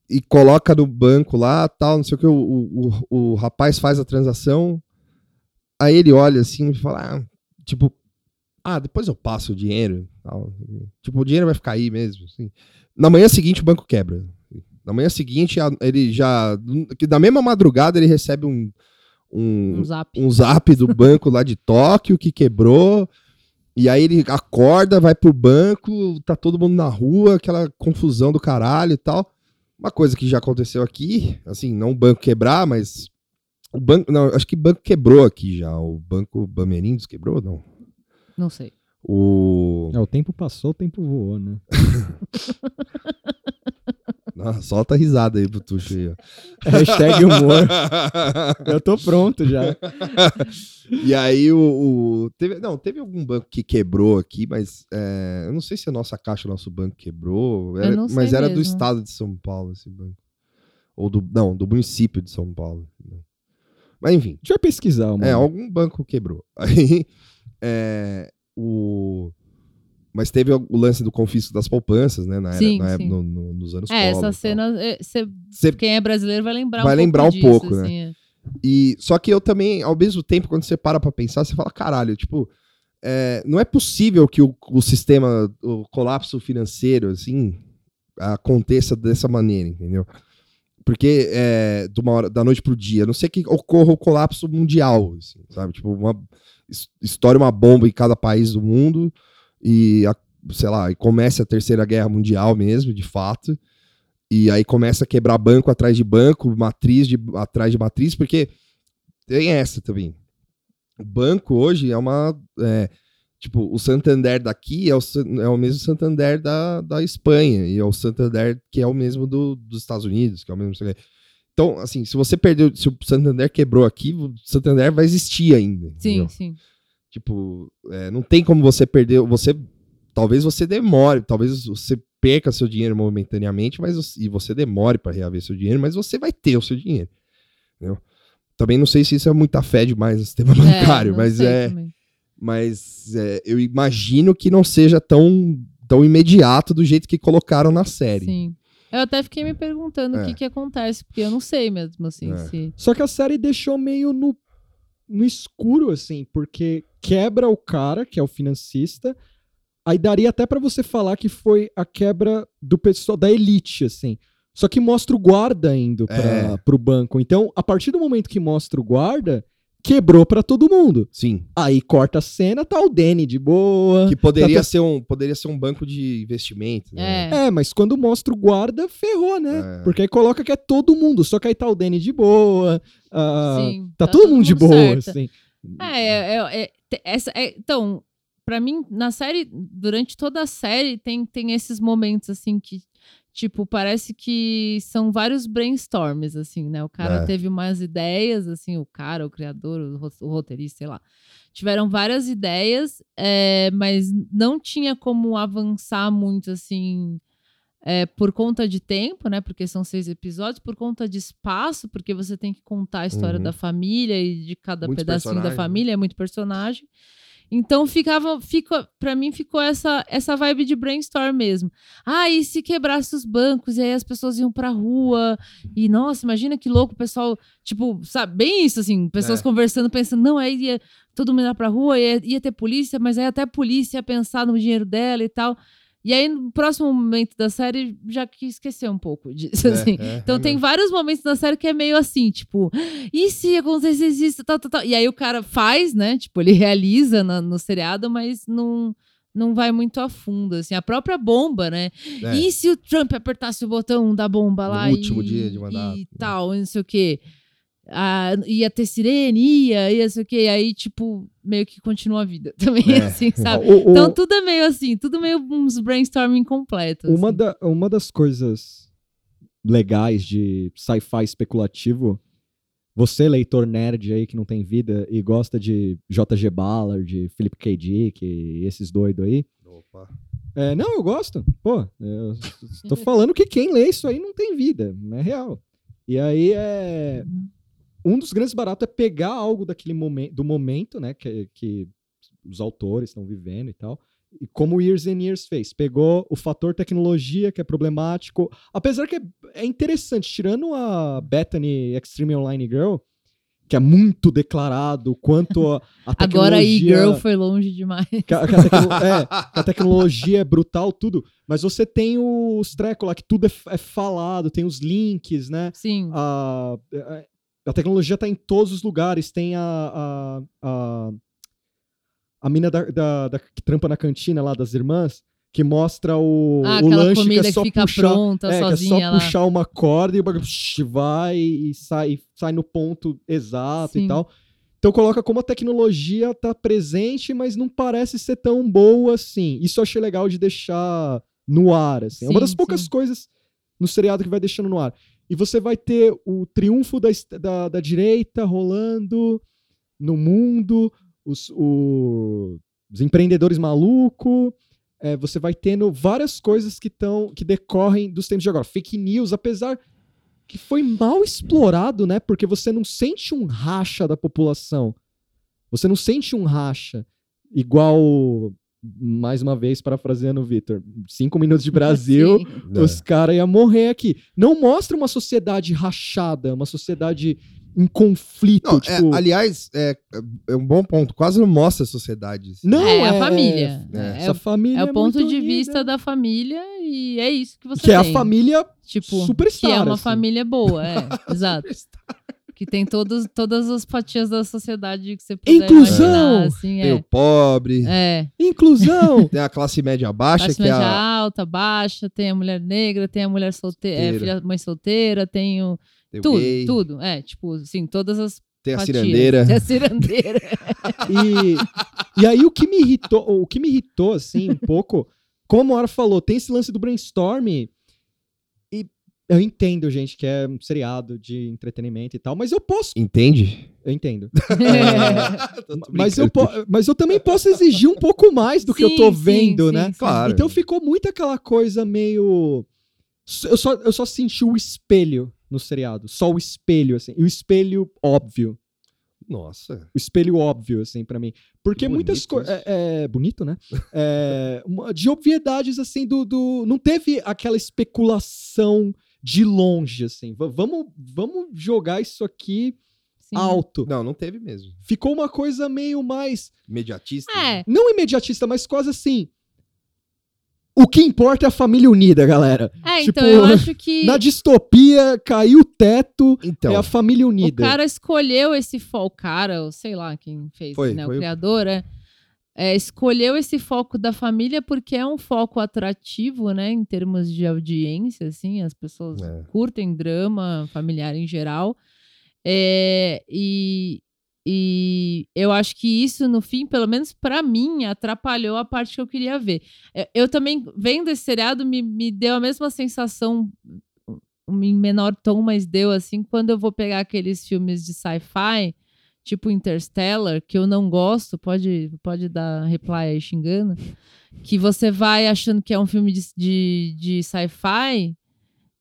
Speaker 1: e coloca no banco lá, tal, não sei o que, o, o, o- o rapaz faz a transação, aí ele olha assim e fala, ah, tipo, ah, depois eu passo o dinheiro, tal. tipo, o dinheiro vai ficar aí mesmo, assim. Na manhã seguinte o banco quebra. Na manhã seguinte a- ele já, que da mesma madrugada ele recebe um-
Speaker 3: Um zap.
Speaker 1: um zap do banco lá de Tóquio que quebrou E aí ele acorda, vai pro banco, tá todo mundo na rua, aquela confusão do caralho e tal. Uma coisa que já aconteceu aqui, assim, não o banco quebrar, mas o banco, não, acho que o banco quebrou aqui já, o banco Bamerindos quebrou, não.
Speaker 3: Não sei.
Speaker 1: O
Speaker 2: É, o tempo passou, o tempo voou, né?
Speaker 1: ah, solta a risada aí pro Tuxo aí, ó.
Speaker 2: Hashtag humor. Eu tô pronto já.
Speaker 1: E aí o, o- teve, não, teve algum banco que quebrou aqui, mas é, eu não sei se a nossa caixa, o nosso banco quebrou, era-
Speaker 3: não sei
Speaker 1: mas era do
Speaker 3: mesmo.
Speaker 1: estado de São Paulo esse banco. Ou do, não, do município de São Paulo. Mas enfim,
Speaker 2: Deixa eu pesquisar, mano.
Speaker 1: é,
Speaker 3: Hum.
Speaker 1: algum banco quebrou. Aí, é, o... Mas teve o lance do confisco das poupanças, né? Na era,
Speaker 3: Sim,
Speaker 1: na época-
Speaker 3: sim.
Speaker 1: no- no- nos anos Collor
Speaker 3: É, essa
Speaker 1: e tal.
Speaker 3: cena. é, cê-
Speaker 1: Cê-
Speaker 3: quem é brasileiro vai lembrar
Speaker 1: Vai
Speaker 3: um
Speaker 1: lembrar um
Speaker 3: pouco. disso,
Speaker 1: pouco, né?
Speaker 3: assim, é.
Speaker 1: E, só que eu também, ao mesmo tempo, quando você para pra pensar, você fala, caralho, tipo, é, não é possível que o, o sistema, o colapso financeiro, assim, aconteça dessa maneira, entendeu? Porque é, de uma hora, da noite pro dia, a não sei que ocorra o colapso mundial, assim, sabe? Tipo, uma, es- estoure uma bomba em cada país do mundo e, a- sei lá, e comece a Terceira Guerra Mundial mesmo, de fato. E aí começa a quebrar banco atrás de banco, matriz de, atrás de matriz, porque tem essa também. O banco hoje é uma. é, tipo, o Santander daqui é o, San- é o mesmo Santander da, da Espanha, e é o Santander que é o mesmo do, dos Estados Unidos, que é o mesmo. Então, assim, se você perdeu, se o Santander quebrou aqui, o Santander vai existir ainda. entendeu?
Speaker 3: Sim, sim.
Speaker 1: Tipo, é, não tem como você perder. Você, talvez você demore, talvez você perca seu dinheiro momentaneamente, mas você- e você demore para reaver seu dinheiro, mas você vai ter o seu dinheiro. entendeu? Também não sei se isso é muita fé demais no sistema
Speaker 3: É,
Speaker 1: bancário,
Speaker 3: não
Speaker 1: mas
Speaker 3: sei
Speaker 1: é,
Speaker 3: também.
Speaker 1: mas é, eu imagino que não seja tão tão imediato do jeito que colocaram na série.
Speaker 3: Sim. Eu até fiquei me perguntando o
Speaker 1: É.
Speaker 3: que, que acontece, porque eu não sei mesmo, assim,
Speaker 1: É.
Speaker 3: se.
Speaker 2: Só que a série deixou meio no, no escuro, assim, porque quebra o cara, que é o financista. Aí daria até pra você falar que foi a quebra do pessoal da elite, assim. Só que mostra o guarda indo pra,
Speaker 1: É.
Speaker 2: pro banco. Então, a partir do momento que mostra o guarda, quebrou pra todo mundo.
Speaker 1: Sim.
Speaker 2: Aí corta a cena, tá o Danny de boa.
Speaker 1: Que poderia
Speaker 2: Tá
Speaker 1: ser um poderia ser um banco de investimento. né?
Speaker 3: É.
Speaker 2: É, mas quando mostra o guarda, ferrou, né?
Speaker 1: É.
Speaker 2: Porque aí coloca que é todo mundo. Só que aí tá o Danny de boa. ah,
Speaker 3: Sim,
Speaker 2: tá, todo, mundo de boa,
Speaker 3: certo.
Speaker 2: assim.
Speaker 3: É, é, é, é, te- essa, é, então, pra mim, na série, durante toda a série, tem, tem esses momentos, assim, que, tipo, parece que são vários brainstorms, assim, né? O cara
Speaker 1: É.
Speaker 3: teve umas ideias, assim, o cara, o criador, o, ro- o roteirista, sei lá. Tiveram várias ideias, é, mas não tinha como avançar muito, assim, é, por conta de tempo, né? Porque são seis episódios, por conta de espaço, porque você tem que contar a história
Speaker 1: Uhum.
Speaker 3: da família e de cada
Speaker 1: Muitos
Speaker 3: pedacinho da
Speaker 1: personagens, né?
Speaker 3: família, é muito personagem. Então ficava, fica, para mim ficou essa essa vibe de brainstorm mesmo. Ah, e se quebrasse os bancos e aí as pessoas iam pra rua e nossa, imagina que louco o pessoal, tipo, sabe, bem isso assim, pessoas
Speaker 1: É.
Speaker 3: conversando, pensando, não, aí ia todo mundo ia pra rua, ia, ia ter polícia, mas aí até a polícia ia pensar no dinheiro dela e tal. E aí no próximo momento da série já que esqueceu um pouco disso,
Speaker 1: É,
Speaker 3: assim.
Speaker 1: é, é
Speaker 3: Então tem
Speaker 1: mesmo.
Speaker 3: vários momentos na série que é meio assim, tipo, e se acontecesse isso, tal, tal, tal. E aí o cara faz, né? Tipo, ele realiza na- no seriado, mas não, não vai muito a fundo, assim. A própria bomba, né?
Speaker 1: É.
Speaker 3: E se o Trump apertasse o botão da bomba
Speaker 1: No
Speaker 3: lá
Speaker 1: último
Speaker 3: e,
Speaker 1: dia de mandato,
Speaker 3: e
Speaker 1: né?
Speaker 3: tal, e não sei o quê. Ah, ia ter sirene, ia, ia, não sei o quê. E aí, tipo, meio que continua a vida também,
Speaker 1: É.
Speaker 3: assim, sabe?
Speaker 2: O- o-
Speaker 3: Então tudo é meio assim, tudo meio uns brainstorming completos.
Speaker 2: Uma,
Speaker 3: assim.
Speaker 2: da, uma das coisas legais de sci-fi especulativo, você, leitor nerd aí que não tem vida e gosta de J.G. Ballard, Philip K. Dick e esses doidos aí.
Speaker 1: Opa.
Speaker 2: É, não, eu gosto. Pô, eu tô falando que quem lê isso aí não tem vida, é real. E aí é.
Speaker 3: Uhum.
Speaker 2: Um dos grandes baratos é pegar algo daquele momento, do momento, né, que, que os autores estão vivendo e tal. E como o Years and Years fez, pegou o fator tecnologia que é problemático, apesar que é, é interessante, tirando a Bethany Extreme Online Girl, que é muito declarado quanto a, a tecnologia...
Speaker 3: Agora aí, girl foi longe demais.
Speaker 2: Que a, que a tecno- é, que a tecnologia é brutal, tudo. Mas você tem os trecos lá, que tudo é, f- é falado, tem os links, né?
Speaker 3: Sim.
Speaker 2: A, é, a- a tecnologia tá em todos os lugares. Tem a. a, a- a mina da, da, da- que trampa na cantina lá das irmãs, que mostra o,
Speaker 3: Ah,
Speaker 2: o
Speaker 3: aquela
Speaker 2: lanche que
Speaker 3: comida
Speaker 2: é
Speaker 3: que,
Speaker 2: só
Speaker 3: fica
Speaker 2: puxar.
Speaker 3: pronta
Speaker 2: é, que é
Speaker 3: sozinha
Speaker 2: só
Speaker 3: lá.
Speaker 2: puxar uma corda e o bagulho psh, vai e sai, sai no ponto exato
Speaker 3: Sim.
Speaker 2: e tal. Então coloca como a tecnologia tá presente, mas não parece ser tão boa assim. Isso eu achei legal de deixar no ar, assim. é uma
Speaker 3: Sim,
Speaker 2: das poucas
Speaker 3: sim.
Speaker 2: coisas no seriado que vai deixando no ar. E você vai ter o triunfo da, est- da, da direita rolando no mundo, os, o- os empreendedores malucos, é, você vai tendo várias coisas que estão que decorrem dos tempos de agora. Fake news, apesar que foi mal explorado, né? Porque você não sente um racha da população. Você não sente um racha igual mais uma vez parafraseando o Vitor, cinco minutos de Brasil,
Speaker 3: Sim.
Speaker 1: É.
Speaker 2: os caras iam morrer aqui. Não mostra uma sociedade rachada, uma sociedade em conflito,
Speaker 1: Não, é,
Speaker 2: tipo,
Speaker 1: aliás, é, é um bom ponto. Quase não mostra a sociedade. assim.
Speaker 2: não
Speaker 3: É, a família.
Speaker 1: é,
Speaker 3: É,
Speaker 2: Essa família
Speaker 3: é o ponto
Speaker 2: muito
Speaker 3: de
Speaker 2: unida.
Speaker 3: vista da família e é isso que você
Speaker 2: que
Speaker 3: tem.
Speaker 2: é a família
Speaker 3: tipo,
Speaker 2: superstar,
Speaker 3: Que é uma
Speaker 2: assim.
Speaker 3: família boa, é. exato. Que tem todos, todas as fatias da sociedade que você puder
Speaker 2: Inclusão!
Speaker 3: imaginar, assim,
Speaker 1: Tem o
Speaker 3: é.
Speaker 1: pobre,
Speaker 3: É.
Speaker 2: inclusão.
Speaker 1: tem a classe média baixa,
Speaker 3: classe
Speaker 1: que
Speaker 3: média
Speaker 1: é a.
Speaker 3: alta, baixa, tem a mulher negra, tem a mulher solteira, é,
Speaker 1: Solteira.
Speaker 3: filha- mãe solteira, tem o.
Speaker 1: tem o
Speaker 3: tudo,
Speaker 1: gay,
Speaker 3: tudo. É, tipo, assim, todas as.
Speaker 1: Tem a
Speaker 3: fatias.
Speaker 1: cirandeira.
Speaker 3: Tem a cirandeira.
Speaker 2: e, e aí o que me irritou, o que me irritou assim um pouco, como a Mora falou, tem esse lance do brainstorm e eu entendo, gente, que é um seriado de entretenimento e tal, mas eu posso,
Speaker 1: Entende?
Speaker 2: eu entendo.
Speaker 1: Tô brincando.
Speaker 2: Mas eu, po- mas eu também posso exigir um pouco mais do que eu tô
Speaker 3: Sim, sim,
Speaker 2: vendo,
Speaker 3: sim,
Speaker 2: né?
Speaker 3: sim.
Speaker 1: Claro.
Speaker 2: Então ficou muito aquela coisa meio. Eu só, eu só senti o espelho no seriado. Só o espelho, assim. E o espelho óbvio.
Speaker 1: Nossa.
Speaker 2: O espelho óbvio, assim, pra mim. Porque
Speaker 1: Que
Speaker 2: muitas
Speaker 1: bonito
Speaker 2: coisas. É, é- bonito, né? É, uma- de obviedades, assim, do, do. Não teve aquela especulação de longe, assim. Va- Vamos, vamos jogar isso aqui
Speaker 3: Sim.
Speaker 2: alto.
Speaker 1: Não, não teve mesmo.
Speaker 2: Ficou uma coisa meio mais.
Speaker 1: Mediatista.
Speaker 3: É,
Speaker 2: Não imediatista, mas quase assim. O que importa é a família unida, galera.
Speaker 3: é
Speaker 2: Tipo,
Speaker 3: então eu acho que.
Speaker 2: Na distopia, caiu o teto,
Speaker 1: Então,
Speaker 2: é a família unida.
Speaker 3: O cara escolheu esse foco, o cara, ou sei lá quem fez,
Speaker 1: Foi,
Speaker 3: né?
Speaker 1: foi
Speaker 3: O
Speaker 1: o-
Speaker 3: criador, é, é, escolheu esse foco da família porque é um foco atrativo, né? Em termos de audiência, assim, as pessoas
Speaker 1: É.
Speaker 3: curtem drama familiar em geral. É, e, e eu acho que isso, no fim, pelo menos pra mim, atrapalhou a parte que eu queria ver. É, Eu também, vendo esse seriado, me, me deu a mesma sensação, um- em menor tom, mas deu assim, quando eu vou pegar aqueles filmes de sci-fi, tipo Interstellar, que eu não gosto, pode, pode dar reply aí xingando, que você vai achando que é um filme de, de, de sci-fi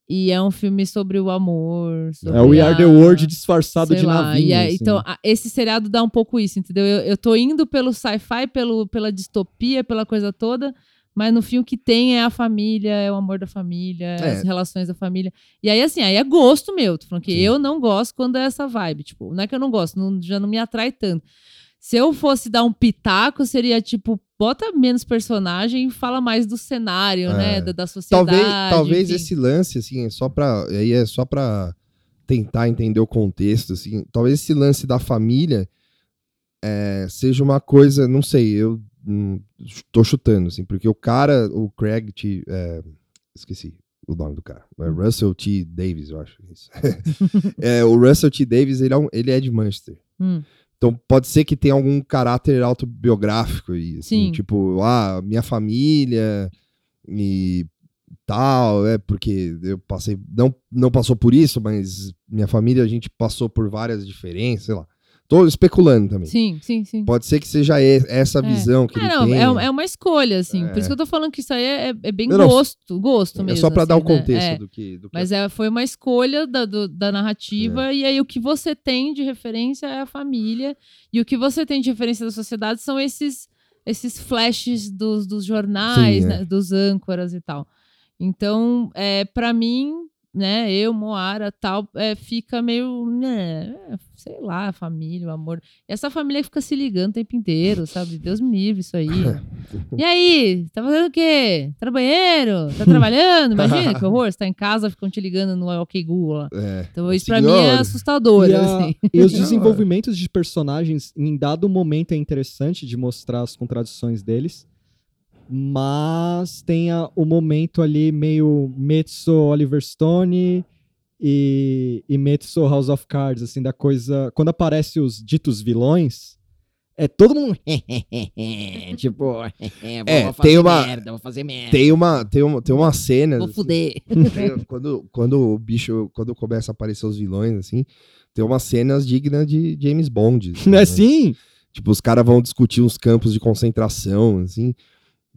Speaker 3: e é um filme sobre o amor.
Speaker 1: Então,
Speaker 3: Sobre
Speaker 2: É o We Are
Speaker 3: a-
Speaker 2: the World disfarçado
Speaker 3: Ah,
Speaker 2: de
Speaker 3: sei lá,
Speaker 2: navio.
Speaker 3: e aí,
Speaker 2: assim.
Speaker 3: Então, a- esse seriado dá um pouco isso, entendeu? Eu, eu tô indo pelo sci-fi, pelo, pela distopia, pela coisa toda, mas no fim o que tem é a família, é o amor da família, é
Speaker 1: É.
Speaker 3: as relações da família. E aí, assim, aí é gosto meu. Tô falando que
Speaker 1: Sim.
Speaker 3: eu não gosto quando é essa vibe. Tipo, não é que eu não gosto, não- já não me atrai tanto. Se eu fosse dar um pitaco, seria tipo, bota menos personagem e fala mais do cenário,
Speaker 1: É.
Speaker 3: né? Da, da sociedade.
Speaker 1: talvez, talvez
Speaker 3: enfim.
Speaker 1: esse lance, assim, só pra. Aí é só pra tentar entender o contexto, assim. Talvez esse lance da família é, seja uma coisa, não sei, eu hum, tô chutando, assim, porque o cara, o Craig T. é, esqueci o nome do cara.
Speaker 3: Hum.
Speaker 1: É Russell T. Davis, eu acho. Isso. é, o Russell T. Davis, ele é, um- ele é de Manchester.
Speaker 3: Hum,
Speaker 1: Então pode ser que tenha algum caráter autobiográfico e assim,
Speaker 3: Sim.
Speaker 1: tipo, ah, minha família e tal, é porque eu passei, não não passou por isso, mas minha família a gente passou por várias diferenças, sei lá. Tô especulando também.
Speaker 3: sim, sim, sim.
Speaker 1: Pode ser que seja e- essa
Speaker 3: É.
Speaker 1: visão que ele
Speaker 3: Ah, não,
Speaker 1: tem.
Speaker 3: é, um- é uma escolha, assim. Por
Speaker 1: É.
Speaker 3: isso que eu tô falando que isso aí é, é- é bem
Speaker 1: Não, não,
Speaker 3: gosto, gosto mesmo.
Speaker 1: É só pra dar o
Speaker 3: assim, né?
Speaker 1: contexto
Speaker 3: É,
Speaker 1: do que do que
Speaker 3: Mas é, foi uma escolha da, do- da
Speaker 1: É.
Speaker 3: narrativa, e aí o que você tem de referência é a família, e o que você tem de referência da sociedade são esses, esses flashes dos, dos jornais,
Speaker 1: Sim, é.
Speaker 3: né, dos âncoras e tal. Então, é, para mim, né, eu, Moara, tal, é, fica meio, né, é, sei lá, a família, o amor. E essa família fica se ligando o tempo inteiro, sabe? Deus me livre isso aí. e aí, tá fazendo o quê? Tá no banheiro? Tá trabalhando? Imagina que horror, você tá em casa, ficam te ligando no OK Google lá.
Speaker 1: É.
Speaker 3: Então isso pra mim é
Speaker 1: Senhora.
Speaker 3: assustador,
Speaker 2: E, a-
Speaker 3: assim.
Speaker 2: e os
Speaker 1: Não, é.
Speaker 2: desenvolvimentos de personagens em dado momento é interessante de mostrar as contradições deles, mas tem a- o momento ali meio Metso Oliver Stone e, e Metso House of Cards, assim, da coisa. Quando aparece os ditos vilões, é todo mundo. tipo,
Speaker 1: É, tem uma.
Speaker 2: vou fazer merda.
Speaker 1: Tem uma, tem uma, tem uma cena.
Speaker 3: Vou fuder.
Speaker 1: Tem- quando, quando o bicho, quando começa a aparecer os vilões, assim, tem umas cenas dignas de James Bond. assim,
Speaker 2: Não é
Speaker 1: né?
Speaker 2: assim?
Speaker 1: Tipo, os caras vão discutir uns campos de concentração, assim.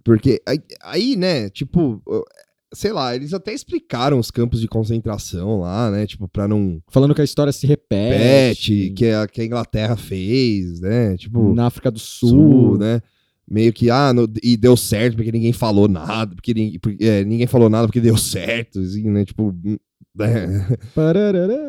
Speaker 1: Porque aí, aí, né, tipo, eu- sei lá, eles até explicaram os campos de concentração lá, né? Tipo, pra não
Speaker 2: Falando que a história se repete.
Speaker 1: pet, que a, que a Inglaterra fez, né? Tipo,
Speaker 2: na África do Sul,
Speaker 1: sul, né? Meio que, ah, no- e deu certo porque ninguém falou nada, porque, nin- porque, é, ninguém falou nada porque deu certo, assim, né? Tipo, né?
Speaker 2: Pararará.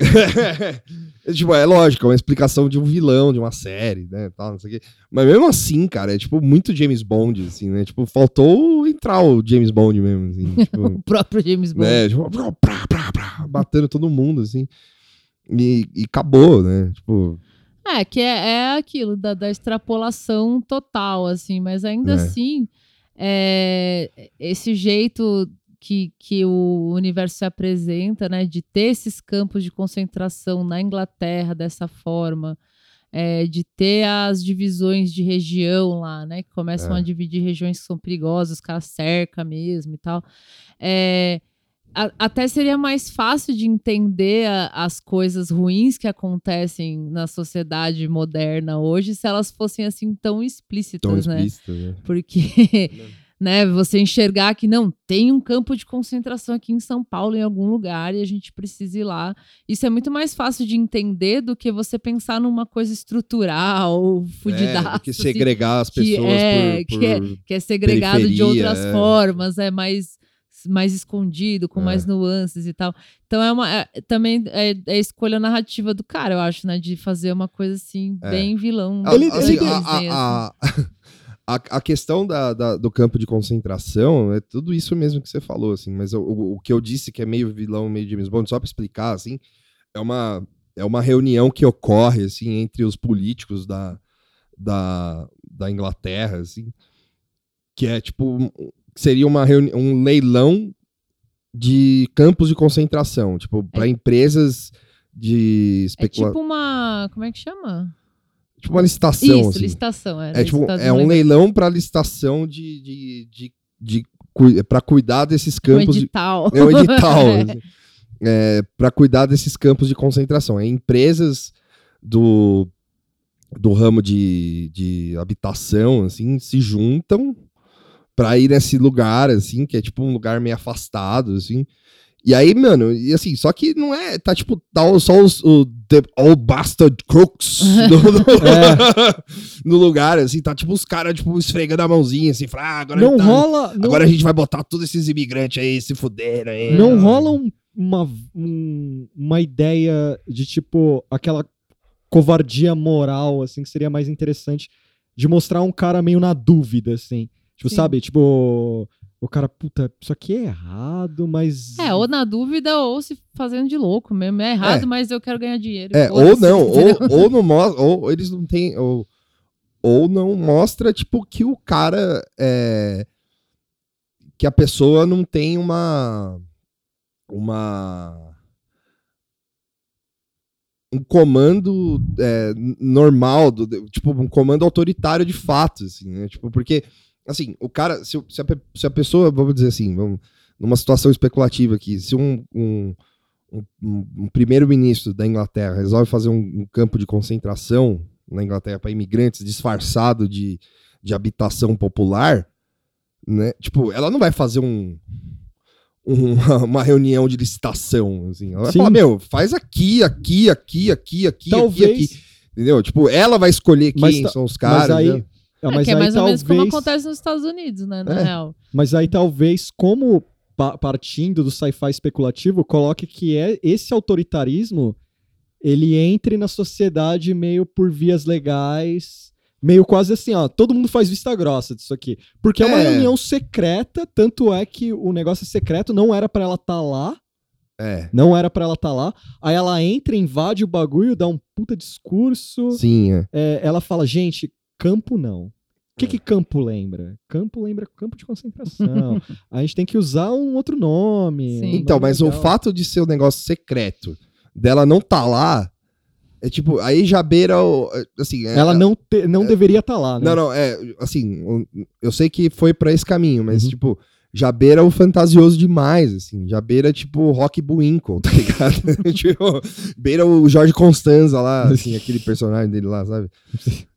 Speaker 1: É, tipo, é lógico, é uma explicação de um vilão, de uma série, né? Tal, não sei o quê. Mas mesmo assim, cara, é tipo muito James Bond, assim, né? Tipo, faltou entrar o James Bond mesmo, assim. Tipo,
Speaker 3: O próprio James Bond.
Speaker 1: né? Tipo, prá, prá, prá, prá, batendo todo mundo, assim. E, e acabou, né? Tipo,
Speaker 3: É, que é, é aquilo da, da extrapolação total, assim, mas ainda
Speaker 1: É.
Speaker 3: assim, é, esse jeito que, que o universo se apresenta, né, de ter esses campos de concentração na Inglaterra dessa forma, é, de ter as divisões de região lá, né, que começam
Speaker 1: É.
Speaker 3: a dividir regiões que são perigosas, os caras cercam mesmo e tal. É, a- até seria mais fácil de entender a- as coisas ruins que acontecem na sociedade moderna hoje se elas fossem assim tão explícitas,
Speaker 1: tão
Speaker 3: né?
Speaker 1: explícito, né?
Speaker 3: Porque, né, você enxergar que não tem um campo de concentração aqui em São Paulo, em algum lugar, e a gente precisa ir lá. Isso é muito mais fácil de entender do que você pensar numa coisa estrutural,
Speaker 1: É,
Speaker 3: fudidaça,
Speaker 1: do que
Speaker 3: assim,
Speaker 1: segregar as
Speaker 3: que
Speaker 1: pessoas
Speaker 3: é,
Speaker 1: por,
Speaker 3: que é-
Speaker 1: por-
Speaker 3: que é segregado de
Speaker 1: Periferia,
Speaker 3: outras
Speaker 1: é.
Speaker 3: formas, é mais mais escondido, com
Speaker 1: É.
Speaker 3: mais nuances e tal. Então é uma é- também é, é escolha narrativa do cara, eu acho, né, de fazer uma coisa assim
Speaker 1: É.
Speaker 3: bem vilão.
Speaker 1: A-
Speaker 2: Ele-
Speaker 3: bem
Speaker 1: assim,
Speaker 2: ele-
Speaker 1: a-
Speaker 3: Disney, assim.
Speaker 1: a- a- a- a questão da- da- do campo de concentração é tudo isso mesmo que você falou, assim, mas o, o- o que eu disse que é meio vilão, meio James Bond, só pra explicar, assim, é uma, é uma reunião que ocorre, assim, entre os políticos da, da, da Inglaterra, assim, que é tipo, um- que seria uma reuni- um leilão de campos de concentração, tipo, para empresas de
Speaker 3: É
Speaker 1: especulação,
Speaker 3: tipo uma, como é que chama?
Speaker 1: tipo, uma licitação,
Speaker 3: Isso,
Speaker 1: assim.
Speaker 3: licitação,
Speaker 1: É, tipo,
Speaker 3: licitação
Speaker 1: é um
Speaker 3: legal.
Speaker 1: leilão para licitação de, de, de, de, para cuidar desses
Speaker 3: um
Speaker 1: campos. de-
Speaker 3: edital.
Speaker 1: é um edital.
Speaker 3: É.
Speaker 1: para cuidar desses campos de concentração. É empresas do, do ramo de, de habitação, assim, se juntam para ir nesse lugar, assim, que é tipo um lugar meio afastado, assim. E aí, mano, e assim, só que não é. Tá tipo, tá o- só os, o The All Bastard Crooks no, no-
Speaker 2: É,
Speaker 1: no lugar, assim, tá tipo os caras, tipo, esfregando a mãozinha, assim, fala, ah, agora
Speaker 2: Não
Speaker 1: tá-
Speaker 2: rola, não,
Speaker 1: Agora a gente vai botar todos esses imigrantes aí, se fuderam aí.
Speaker 3: É.
Speaker 2: não rola um- uma, um- uma ideia de tipo aquela covardia moral, assim, que seria mais interessante de mostrar um cara meio na dúvida, assim. Tipo,
Speaker 3: Sim.
Speaker 2: sabe? Tipo, o cara, puta, isso aqui é errado, mas.
Speaker 3: É, ou na dúvida ou se fazendo de louco mesmo. É errado,
Speaker 1: É.
Speaker 3: mas eu quero ganhar dinheiro.
Speaker 1: É, ou
Speaker 3: foda-se,
Speaker 1: não,
Speaker 3: assim, entendeu?
Speaker 1: ou, ou não mostra, ou eles não têm, ou, ou não mostra, tipo, que o cara é. que a pessoa não tem uma. uma. um comando é, n- normal, do, do- tipo, um comando autoritário de fato, assim, né? Tipo, porque, assim, o cara, se, o- se a, pe- se a pessoa, vamos dizer assim, vamos, numa situação especulativa aqui, se um- um um, um- um primeiro-ministro da Inglaterra resolve fazer um, um campo de concentração na Inglaterra para imigrantes disfarçado de, de habitação popular, né? Tipo, ela não vai fazer um, um- uma reunião de licitação, assim. Ela vai
Speaker 2: Sim.
Speaker 1: falar, meu, faz aqui, aqui, aqui, aqui, aqui,
Speaker 2: talvez.
Speaker 1: aqui, aqui, entendeu? Tipo, ela vai escolher quem
Speaker 2: Mas ta-
Speaker 1: são os
Speaker 2: mas
Speaker 1: caras. né?
Speaker 2: aí.
Speaker 1: entendeu?
Speaker 2: É,
Speaker 3: É,
Speaker 2: mas
Speaker 3: que é
Speaker 2: aí
Speaker 3: mais ou
Speaker 2: talvez.
Speaker 3: menos como acontece nos Estados Unidos, né? Na
Speaker 1: É.
Speaker 3: real.
Speaker 2: Mas aí talvez, como pa- partindo do sci-fi especulativo, coloque que é esse autoritarismo ele entre na sociedade meio por vias legais, meio quase assim, ó, todo mundo faz vista grossa disso aqui, porque é, uma
Speaker 1: É.
Speaker 2: reunião secreta, tanto é que o negócio é secreto, não era pra ela estar lá,
Speaker 1: É.
Speaker 2: não era pra ela estar lá. Aí ela entra, invade o bagulho, dá um puta discurso.
Speaker 1: Sim, é.
Speaker 2: É, ela fala, gente, campo não. O que, que campo lembra? Campo lembra campo de concentração. a gente tem que usar um outro nome.
Speaker 3: Sim.
Speaker 2: um
Speaker 1: Então,
Speaker 2: nome
Speaker 1: mas o
Speaker 2: legal.
Speaker 1: fato de ser um negócio secreto, dela não tá lá, é tipo, aí já beira o. Assim, é-
Speaker 2: Ela não, te- não deveria estar lá, né?
Speaker 1: Não, não, é, assim, eu- eu sei que foi pra esse caminho, mas,
Speaker 2: Uhum.
Speaker 1: tipo, já beira o fantasioso demais, assim, já beira, tipo, Rock Buinco, tá ligado? tipo, beira o Jorge Constanza lá, assim, aquele personagem dele lá, sabe?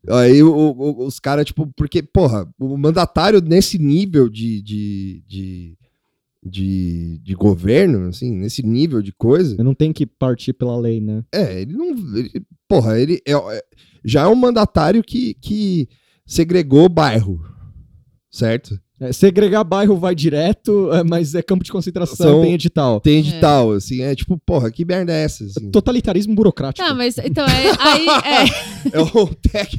Speaker 1: Aí o- o- os caras, tipo, porque, porra, o mandatário nesse nível de, de, de, de, de governo, assim, nesse nível de coisa,
Speaker 2: Eu não tem que partir pela lei, né?
Speaker 1: é, ele não. ele- porra, ele é, é- já é um mandatário que, que segregou bairro. Certo?
Speaker 2: É, segregar bairro vai direto, é, mas é campo de concentração,
Speaker 1: São-
Speaker 2: tem edital.
Speaker 1: Tem edital, assim. É tipo, porra, que merda é essa? assim?
Speaker 2: Totalitarismo burocrático.
Speaker 3: Tá, mas então é, aí é,
Speaker 1: É o tec,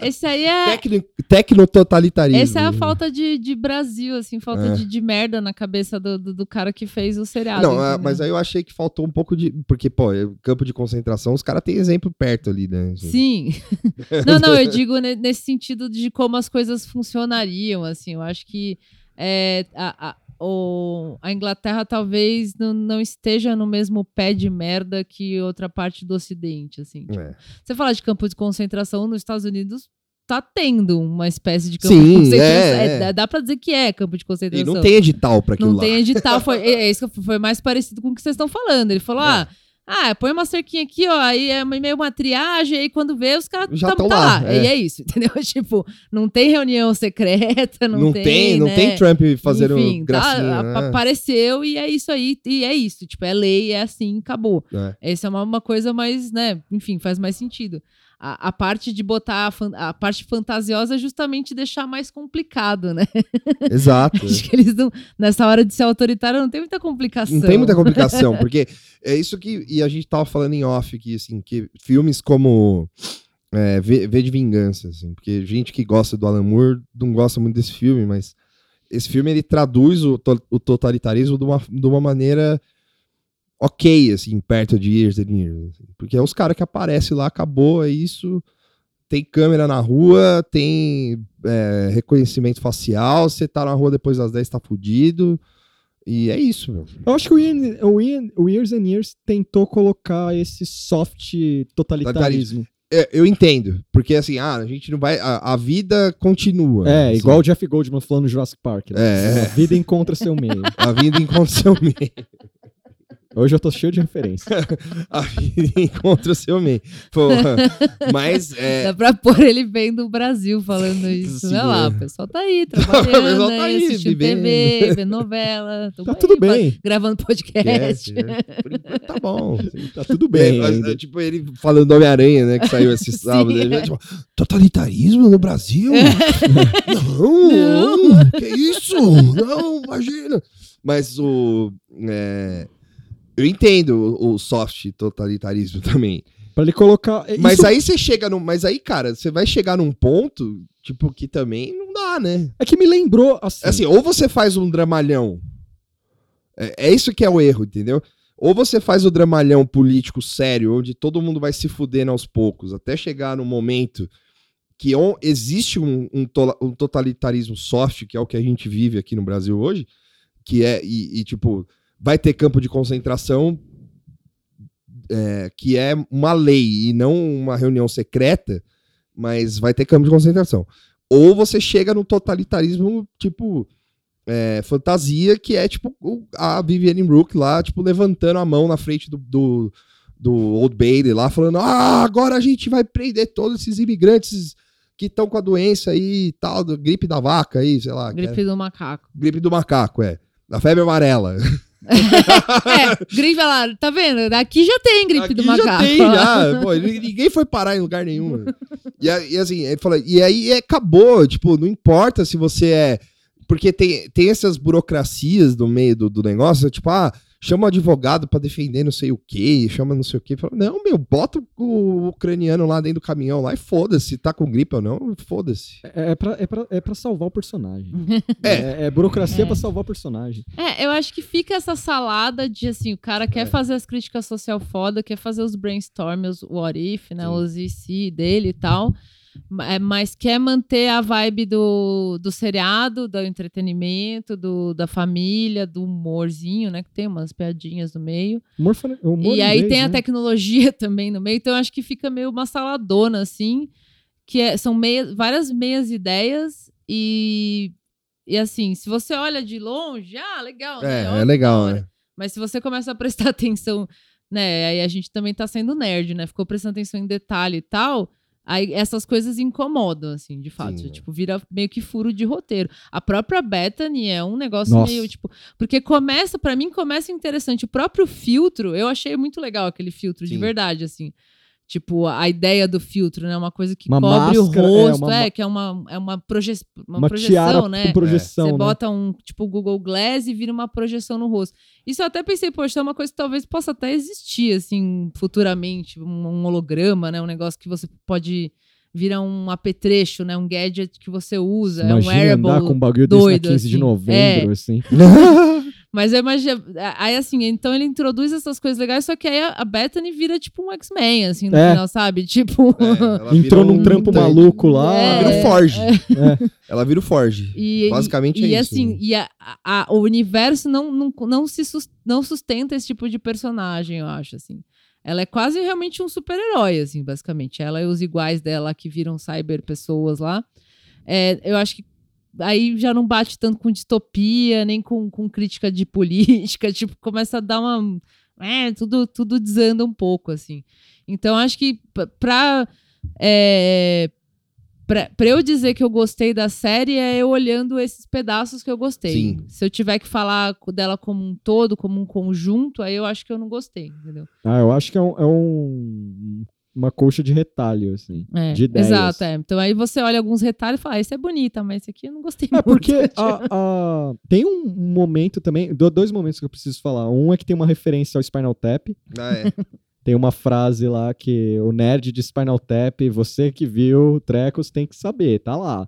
Speaker 3: esse aí é
Speaker 1: tecno- tecnototalitarismo.
Speaker 3: essa é a falta de, de Brasil, assim, falta
Speaker 1: É.
Speaker 3: de, de merda na cabeça do, do, do cara que fez o seriado.
Speaker 1: Não, ah,
Speaker 3: entendeu?
Speaker 1: mas aí eu achei que faltou um pouco de. Porque, pô, é campo de concentração, os caras têm exemplo perto ali, né? assim.
Speaker 3: Sim. não, não, eu digo ne- nesse sentido de como as coisas funcionariam, assim. Eu acho que é, a, a, o- a Inglaterra talvez não, não esteja no mesmo pé de merda que outra parte do Ocidente, assim.
Speaker 1: É.
Speaker 3: Você fala de campo de concentração nos Estados Unidos, tá tendo uma espécie de campo de
Speaker 1: Sim,
Speaker 3: concentração.
Speaker 1: é,
Speaker 3: É,
Speaker 1: é.
Speaker 3: dá- Dá pra dizer que é campo de
Speaker 1: E
Speaker 3: concentração.
Speaker 1: não tem edital pra aquilo
Speaker 3: Não
Speaker 1: lá.
Speaker 3: tem edital. Foi, é, é isso que eu- foi mais parecido com o que vocês estão falando. Ele
Speaker 1: É.
Speaker 3: falou: ah, ah, põe uma cerquinha aqui, ó, aí é uma- meio uma triagem, aí quando vê, os caras
Speaker 1: Já
Speaker 3: tão-
Speaker 1: tão
Speaker 3: tá
Speaker 1: lá,
Speaker 3: lá.
Speaker 1: é.
Speaker 3: E é isso, entendeu? Tipo, não tem reunião secreta, não, tem.
Speaker 1: não
Speaker 3: né?
Speaker 1: tem Trump fazendo
Speaker 3: Enfim, tá,
Speaker 1: gracinha.
Speaker 3: a-
Speaker 1: né?
Speaker 3: apareceu e é isso aí, e é isso. Tipo, é lei, é assim, acabou.
Speaker 1: É.
Speaker 3: Essa é uma, uma coisa mais, né? Enfim, faz mais sentido. A, a parte de botar a, fan- a parte fantasiosa é justamente deixar mais complicado, né?
Speaker 1: Exato.
Speaker 3: Acho que eles não. Nessa hora de ser autoritário não tem muita complicação.
Speaker 1: Não tem muita complicação, porque é isso que. E a gente tava falando em off que, assim, que filmes como. É, v, de Vingança, assim, porque gente que gosta do Alan Moore não gosta muito desse filme, mas esse filme ele traduz o, to- o totalitarismo de uma, de uma maneira ok, assim, perto de Years and Years. assim. porque é os caras que aparecem lá, acabou, é isso. Tem câmera na rua, tem é, reconhecimento facial, você tá na rua depois das 10, tá fudido. E é isso, meu.
Speaker 2: Eu acho que o, Ian, o, Ian- o Years and Years tentou colocar esse soft totalitarismo.
Speaker 1: É, eu entendo. Porque assim, ah, a gente não vai. A, a vida continua.
Speaker 2: É,
Speaker 1: assim.
Speaker 2: igual o Jeff Goldman falando no Jurassic Park. né?
Speaker 1: É.
Speaker 2: A vida encontra seu meio.
Speaker 1: A vida encontra seu meio.
Speaker 2: Hoje eu tô cheio de referência.
Speaker 1: A vida encontra seu meio. Porra. Mas é.
Speaker 3: Dá pra pôr ele bem do Brasil falando isso.
Speaker 1: Sim.
Speaker 3: Olha lá, o pessoal tá aí,
Speaker 1: O pessoal
Speaker 3: trabalhando,
Speaker 1: tá
Speaker 3: aí,
Speaker 1: aí,
Speaker 3: assistindo
Speaker 1: vivendo.
Speaker 3: TV, vendo novela. tamo
Speaker 2: Tá
Speaker 3: aí,
Speaker 2: tudo
Speaker 3: fa-
Speaker 2: bem.
Speaker 3: Gravando podcast.
Speaker 1: esquece, né? Por enquanto Tá bom. assim.
Speaker 2: Tá tudo
Speaker 1: É,
Speaker 2: bem.
Speaker 1: mas,
Speaker 2: ainda.
Speaker 1: é, tipo, ele falando do Homem-Aranha, né? Que saiu esse sábado.
Speaker 3: Sim.
Speaker 1: ele já, tipo, totalitarismo no Brasil? não, Que isso? Não, imagina. Mas o. é, eu entendo o- o soft totalitarismo também.
Speaker 2: Pra ele colocar. é,
Speaker 1: Mas
Speaker 2: isso-
Speaker 1: aí você chega num. Mas aí, cara, você vai chegar num ponto, tipo, que também não dá, né?
Speaker 2: É que me lembrou, assim.
Speaker 1: Assim, ou você faz um dramalhão. É, é isso que é o erro, entendeu? Ou você faz o dramalhão político sério, onde todo mundo vai se fudendo aos poucos, até chegar no momento que on- existe um, um tola- um totalitarismo soft, que é o que a gente vive aqui no Brasil hoje, que é, e, e, tipo, vai ter campo de concentração é, que é uma lei e não uma reunião secreta, mas vai ter campo de concentração. Ou você chega no totalitarismo, tipo, é, fantasia, que é tipo o- a Viviane Brook lá, tipo, levantando a mão na frente do, do, do Old Bailey lá, falando: Ah, agora a gente vai prender todos esses imigrantes que estão com a doença aí e tal, do, gripe da vaca aí, sei lá. que é-
Speaker 3: Gripe do macaco.
Speaker 1: gripe do macaco, é. Da febre amarela.
Speaker 3: É, gripe olha lá, tá vendo? Daqui já tem gripe do
Speaker 1: Aqui
Speaker 3: macaco.
Speaker 1: Já tem, já. Pô, ele- ninguém foi parar em lugar nenhum. e, a- e assim, ele fala, e aí é, acabou, tipo, não importa se você é. Porque tem, tem essas burocracias no meio do, do negócio, tipo, ah, chama o advogado pra defender não sei o que, chama não sei o que. Não, meu, bota o ucraniano lá dentro do caminhão lá e foda-se, tá com gripe ou não, foda-se.
Speaker 2: É, é, pra, é, pra, é pra salvar o personagem. É, é burocracia
Speaker 3: É.
Speaker 2: pra salvar o personagem.
Speaker 3: É, eu acho que fica essa salada de assim, o cara quer
Speaker 1: É.
Speaker 3: fazer as críticas social foda, quer fazer os brainstorm, os what if, né?
Speaker 1: Sim.
Speaker 3: Os IC dele e tal. ma- é, Mas quer manter a vibe do, do seriado, do entretenimento, do, da família, do humorzinho, né? Que tem umas piadinhas no meio.
Speaker 2: Humor, fora-
Speaker 1: um
Speaker 2: humor
Speaker 3: E aí
Speaker 2: inglês,
Speaker 3: tem a
Speaker 2: né?
Speaker 3: tecnologia também no meio, então eu acho que fica meio uma saladona, assim, que é- são meia- várias meias ideias e, e assim, se você olha de longe, ah, legal, né? Ó,
Speaker 1: É, é legal,
Speaker 3: da
Speaker 1: né?
Speaker 3: hora. Mas se você começa a prestar atenção, né, aí a gente também tá sendo nerd, né, ficou prestando atenção em detalhe e tal, aí essas coisas incomodam, assim, de fato,
Speaker 2: é.
Speaker 1: Sim, né?
Speaker 3: tipo, vira meio que furo de roteiro. A própria Bethany é um negócio
Speaker 2: Nossa.
Speaker 3: meio, tipo, porque começa, pra mim, começa interessante. O próprio filtro, eu achei muito legal aquele filtro, de
Speaker 1: Sim.
Speaker 3: verdade, assim. Tipo, a ideia do filtro, né? Uma coisa que
Speaker 2: Uma
Speaker 3: cobre
Speaker 2: máscara,
Speaker 3: o
Speaker 2: é,
Speaker 3: rosto,
Speaker 2: uma
Speaker 3: é,
Speaker 2: ma-
Speaker 3: que é uma, é uma, proje uma,
Speaker 2: Uma
Speaker 3: projeção,
Speaker 2: tiara
Speaker 3: né?
Speaker 2: com projeção,
Speaker 3: Você
Speaker 2: né?
Speaker 3: bota um, tipo, Google Glass e vira uma projeção no rosto. Isso eu até pensei, poxa, é uma coisa que talvez possa até existir, assim, futuramente. Um, um holograma, né? Um negócio que você pode virar um apetrecho, né? Um gadget que você usa.
Speaker 2: Imagina
Speaker 3: é um wearable.
Speaker 2: andar com um bagulho desse
Speaker 3: doido,
Speaker 2: na 15 de
Speaker 3: assim.
Speaker 2: novembro, assim.
Speaker 3: Mas eu imagino. Aí, assim, então ele introduz essas coisas legais, só que aí a- a Bethany vira tipo um X-Men, assim, no
Speaker 2: É.
Speaker 3: final, sabe? Tipo.
Speaker 1: É, ela
Speaker 2: Entrou
Speaker 1: vira
Speaker 2: num
Speaker 1: um
Speaker 2: trampo
Speaker 1: tanque.
Speaker 2: maluco lá.
Speaker 1: Ela vira o
Speaker 3: É.
Speaker 1: Forge. Ela vira o Forge.
Speaker 3: E,
Speaker 1: Basicamente
Speaker 3: e,
Speaker 1: é
Speaker 3: e,
Speaker 1: isso,
Speaker 3: assim,
Speaker 1: né?
Speaker 3: e a- a- o universo não, não, não se sus- não sustenta esse tipo de personagem, eu acho, assim. Ela é quase realmente um super-herói, assim, basicamente. Ela e os iguais dela que viram cyber pessoas lá. É, eu acho que aí já não bate tanto com distopia, nem com, com crítica de política, tipo, começa a dar uma. É, tudo, tudo desanda um pouco, assim. Então, acho que p- pra. é, pra, pra eu dizer que eu gostei da série é eu olhando esses pedaços que eu gostei.
Speaker 1: Sim.
Speaker 3: Se eu tiver que falar co- dela como um todo, como um conjunto, aí eu acho que eu não gostei, entendeu?
Speaker 2: Ah, eu acho que é, um, é um- uma colcha de retalho, assim.
Speaker 3: É,
Speaker 2: De ideias.
Speaker 3: Exato, é. Então aí você olha alguns retalhos e fala, ah, esse é bonita, mas esse aqui eu não gostei
Speaker 2: É
Speaker 3: muito.
Speaker 2: porque a- a- tem um momento também, do- dois momentos que eu preciso falar. Um é que tem uma referência ao Spinal Tap.
Speaker 1: Ah, é.
Speaker 2: Tem uma frase lá que o nerd de Spinal Tap, você que viu Trecos tem que saber, tá lá.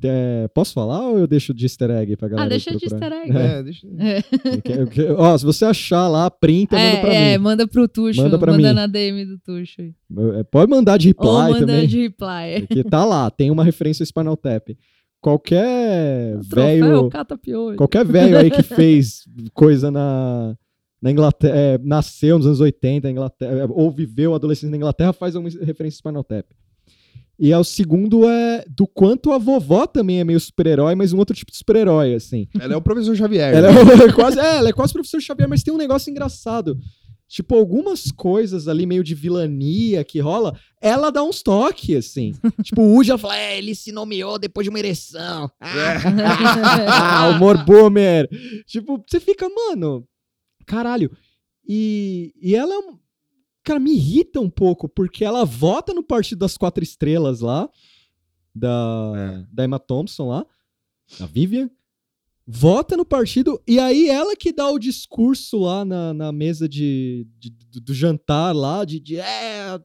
Speaker 2: É, posso falar ou eu deixo de easter egg pra Tá galera?
Speaker 3: Ah, deixa de
Speaker 2: procurar?
Speaker 3: easter egg.
Speaker 1: É, deixa-
Speaker 2: Eu que- eu que- Ó, se você achar lá, printa, manda pra
Speaker 3: É, é,
Speaker 2: mim.
Speaker 3: manda pro Tuxo,
Speaker 2: Manda
Speaker 3: manda,
Speaker 2: pra mim.
Speaker 3: na DM do Tuxo. aí.
Speaker 2: É, Pode mandar de reply
Speaker 3: Ou manda
Speaker 2: também.
Speaker 3: de reply.
Speaker 2: Porque tá lá, tem uma referência ao Spinal Tap. Qualquer
Speaker 3: Troféu,
Speaker 2: velho.
Speaker 3: cata piolho.
Speaker 2: Qualquer velho aí que fez coisa na, na Inglaterra, é, nasceu nos anos 80 na Inglaterra, ou viveu a adolescência na Inglaterra, faz uma referência ao Spinal Tap. E é, o segundo é do quanto a vovó também é meio super-herói, mas um outro tipo de super-herói, assim.
Speaker 1: Ela é o professor Xavier.
Speaker 2: Ela
Speaker 1: né?
Speaker 2: é quase, é, ela é quase professor Xavier, mas tem um negócio engraçado. Tipo, algumas coisas ali meio de vilania que rola, ela dá uns toques, assim. tipo, o Uja fala, é, ele se nomeou depois de uma ereção. Ah, ah, humor boomer. Tipo, você fica, mano, caralho. E, e ela, é um- cara, me irrita um pouco, porque ela vota no Partido das Quatro Estrelas lá, da, da Emma Thompson lá, da Vivian. Vota no partido e aí ela que dá o discurso lá na, na mesa de, de- do, do jantar lá, de, de é, a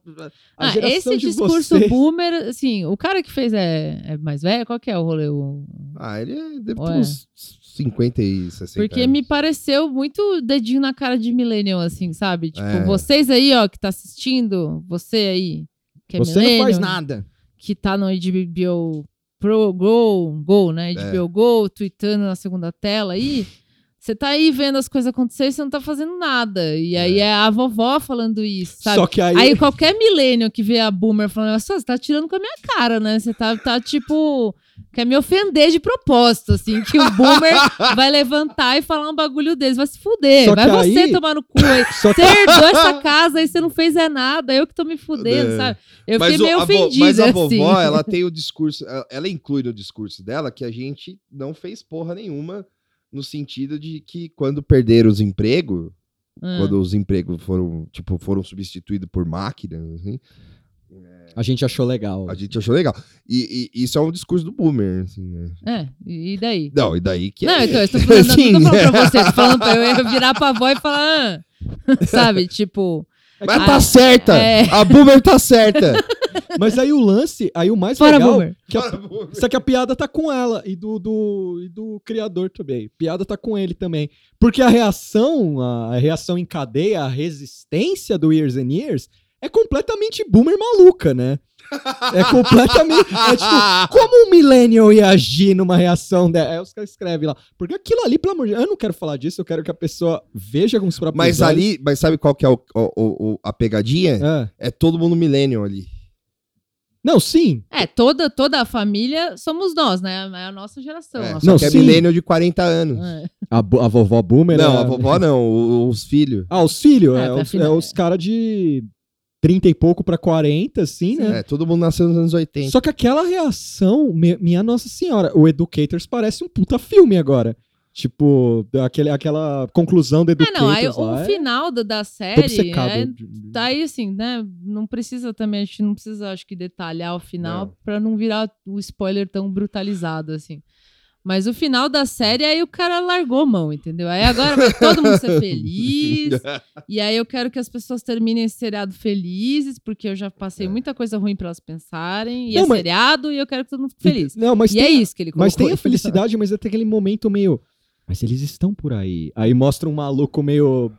Speaker 3: Ah,
Speaker 2: geração
Speaker 3: esse
Speaker 2: de
Speaker 3: discurso
Speaker 2: vocês.
Speaker 3: boomer, assim, o cara que fez é, é mais velho? Qual que é o rolê? O-
Speaker 1: Ah, ele é- deve ter
Speaker 3: Ué.
Speaker 1: uns 50 e 60
Speaker 3: Porque
Speaker 1: anos.
Speaker 3: me pareceu muito dedinho na cara de millennial, assim, sabe? Tipo,
Speaker 1: É.
Speaker 3: vocês aí, ó, que tá assistindo, você aí, que é
Speaker 2: Você não
Speaker 3: millennial,
Speaker 2: faz nada.
Speaker 3: que tá no HBO Pro, Go, Go, né?
Speaker 2: É.
Speaker 3: HBO Go, tweetando na segunda tela aí. Você tá aí vendo as coisas acontecerem, você não tá fazendo nada. E aí é a vovó falando isso, sabe?
Speaker 2: Só que aí,
Speaker 3: Aí qualquer milênio que vê a boomer falando, nossa, você tá tirando com a minha cara, né? Você tá, tá tipo. Quer me ofender de propósito, assim, que o boomer vai levantar e falar um bagulho desse, vai se fuder.
Speaker 2: Só
Speaker 3: vai
Speaker 2: que
Speaker 3: você
Speaker 2: aí-
Speaker 3: tomar no cu aí.
Speaker 2: só
Speaker 3: Você herdou essa casa aí, você não fez é nada, eu que tô me fudendo,
Speaker 1: É.
Speaker 3: sabe? Eu
Speaker 1: mas
Speaker 3: fiquei
Speaker 1: o-
Speaker 3: meio
Speaker 1: a vo-
Speaker 3: ofendida.
Speaker 1: Mas a vovó, é
Speaker 3: assim.
Speaker 1: ela tem o discurso, ela- ela inclui no discurso dela que a gente não fez porra nenhuma no sentido de que quando perderam os empregos,
Speaker 3: Ah.
Speaker 1: quando os empregos foram, tipo, foram substituídos por máquinas, assim,
Speaker 2: A gente achou legal.
Speaker 1: A gente achou legal. E, e isso é um discurso do boomer, assim, né?
Speaker 3: É, e e daí?
Speaker 1: Não, e daí que
Speaker 3: Não,
Speaker 1: é...
Speaker 3: então, eu estou falando,
Speaker 1: Sim. é.
Speaker 3: não tô falando pra você, tô falando pra eu, eu ia virar pra avó e falar, "Ah", sabe, tipo,
Speaker 1: Mas
Speaker 3: Ah,
Speaker 1: tá certa!
Speaker 3: é.
Speaker 1: A boomer tá certa!
Speaker 2: Mas aí o lance, aí o
Speaker 1: é
Speaker 2: mais
Speaker 3: fora
Speaker 2: legal.
Speaker 3: boomer.
Speaker 2: Que a, só que a piada tá com ela e do, do, e do criador também. Piada tá com ele também. Porque a reação, a, a reação em cadeia, a resistência do Years and Years é completamente boomer maluca, né? É completamente. é tipo, como um millennial ia agir numa reação dela? É os caras escrevem lá. Porque aquilo ali, pelo amor de Deus, eu não quero falar disso, eu quero que a pessoa veja com os próprios
Speaker 1: Mas
Speaker 2: olhos.
Speaker 1: ali, mas sabe qual que é o, o- o- a pegadinha?
Speaker 2: É.
Speaker 1: É todo mundo millennial ali.
Speaker 2: Não, sim.
Speaker 3: É, toda, toda a família somos nós, né? É a nossa geração.
Speaker 1: É,
Speaker 3: a
Speaker 1: só
Speaker 2: Não,
Speaker 1: que é
Speaker 2: sim.
Speaker 1: millennial de 40 anos.
Speaker 3: É.
Speaker 2: A, bo- a vovó boomer.
Speaker 1: Não,
Speaker 2: é-
Speaker 1: a vovó não, o- os filhos.
Speaker 2: Ah, os filhos.
Speaker 3: É,
Speaker 2: É,
Speaker 3: pra
Speaker 2: os,
Speaker 3: final-
Speaker 2: é os caras de 30 e pouco pra 40, assim, né?
Speaker 1: É, todo mundo nasceu nos anos 80.
Speaker 2: Só que aquela reação, me- minha Nossa Senhora, o Educators parece um puta filme agora. Tipo, aquele, aquela conclusão do
Speaker 3: Ah, não, aí
Speaker 2: Educators
Speaker 3: o
Speaker 2: lá é
Speaker 3: final da, da
Speaker 2: todo
Speaker 3: série
Speaker 2: secado.
Speaker 3: é, tá aí assim, né? Não precisa também, a gente não precisa, acho que, detalhar o
Speaker 2: É.
Speaker 3: final
Speaker 1: Não.
Speaker 3: pra não virar o spoiler tão brutalizado, assim. Mas o final da série, aí o cara largou a mão, entendeu? Aí agora vai todo mundo ser feliz. e aí eu quero que as pessoas terminem esse seriado felizes, porque eu já passei muita coisa ruim pra elas pensarem.
Speaker 2: É.
Speaker 3: E
Speaker 2: Não,
Speaker 3: é
Speaker 2: mas- Então,
Speaker 3: seriado e eu quero que todo mundo fique feliz.
Speaker 2: Não, mas
Speaker 3: e
Speaker 2: tem,
Speaker 3: é isso que ele colocou.
Speaker 2: Mas tem a
Speaker 3: no final.
Speaker 2: felicidade, mas até aquele momento meio. Mas eles estão por aí. Aí mostra um maluco meio.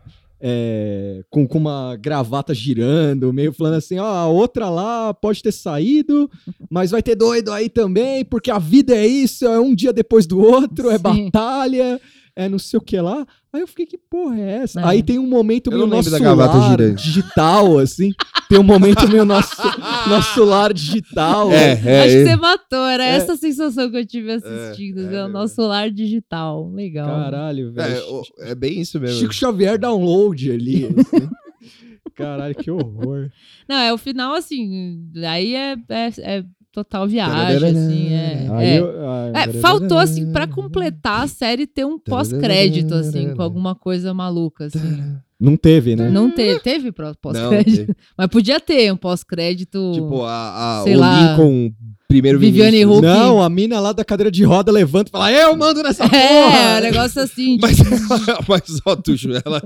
Speaker 2: é, com, com uma gravata girando, meio falando assim: ó, a outra lá pode ter saído, mas vai ter doido aí também, porque a vida é isso, é um dia depois do outro, é
Speaker 3: Sim.
Speaker 2: batalha, é não sei o que lá. Aí eu fiquei, que porra é essa?
Speaker 3: É.
Speaker 2: Aí tem um momento
Speaker 1: Eu
Speaker 2: meio
Speaker 1: não
Speaker 2: nosso
Speaker 1: lembro da gravata
Speaker 2: lar
Speaker 1: girante.
Speaker 2: digital, assim. Tem um momento meio nosso, nosso lar digital.
Speaker 3: Acho que
Speaker 1: é.
Speaker 3: você matou, era
Speaker 2: É.
Speaker 3: essa a sensação que eu tive assistindo,
Speaker 1: é
Speaker 3: né? o
Speaker 1: verdade.
Speaker 3: nosso lar digital. Legal.
Speaker 2: Caralho, velho.
Speaker 1: É, o- é bem isso mesmo.
Speaker 2: Chico Xavier download ali. assim. Caralho, que horror.
Speaker 3: Não, é o final, assim, aí é, é- é total viagem, assim, é.
Speaker 2: Aí
Speaker 3: é.
Speaker 2: eu- ai,
Speaker 3: É,
Speaker 2: peraí.
Speaker 3: faltou, assim, pra completar a série ter um pós-crédito, assim, com alguma coisa maluca, assim.
Speaker 2: Não teve, né?
Speaker 3: Não teve, teve pró-
Speaker 1: Não, é,
Speaker 3: pós-crédito, mas podia ter um pós-crédito.
Speaker 1: Tipo, a, a- o
Speaker 3: Sei lá.
Speaker 1: Lincoln, primeiro
Speaker 3: Viviane
Speaker 1: ministro.
Speaker 3: Huck.
Speaker 2: Não, a mina lá da cadeira de roda levanta e fala: Eu mando nessa porra!
Speaker 3: é, um negócio assim,
Speaker 1: Mas, mas ó, Tuxo, ela,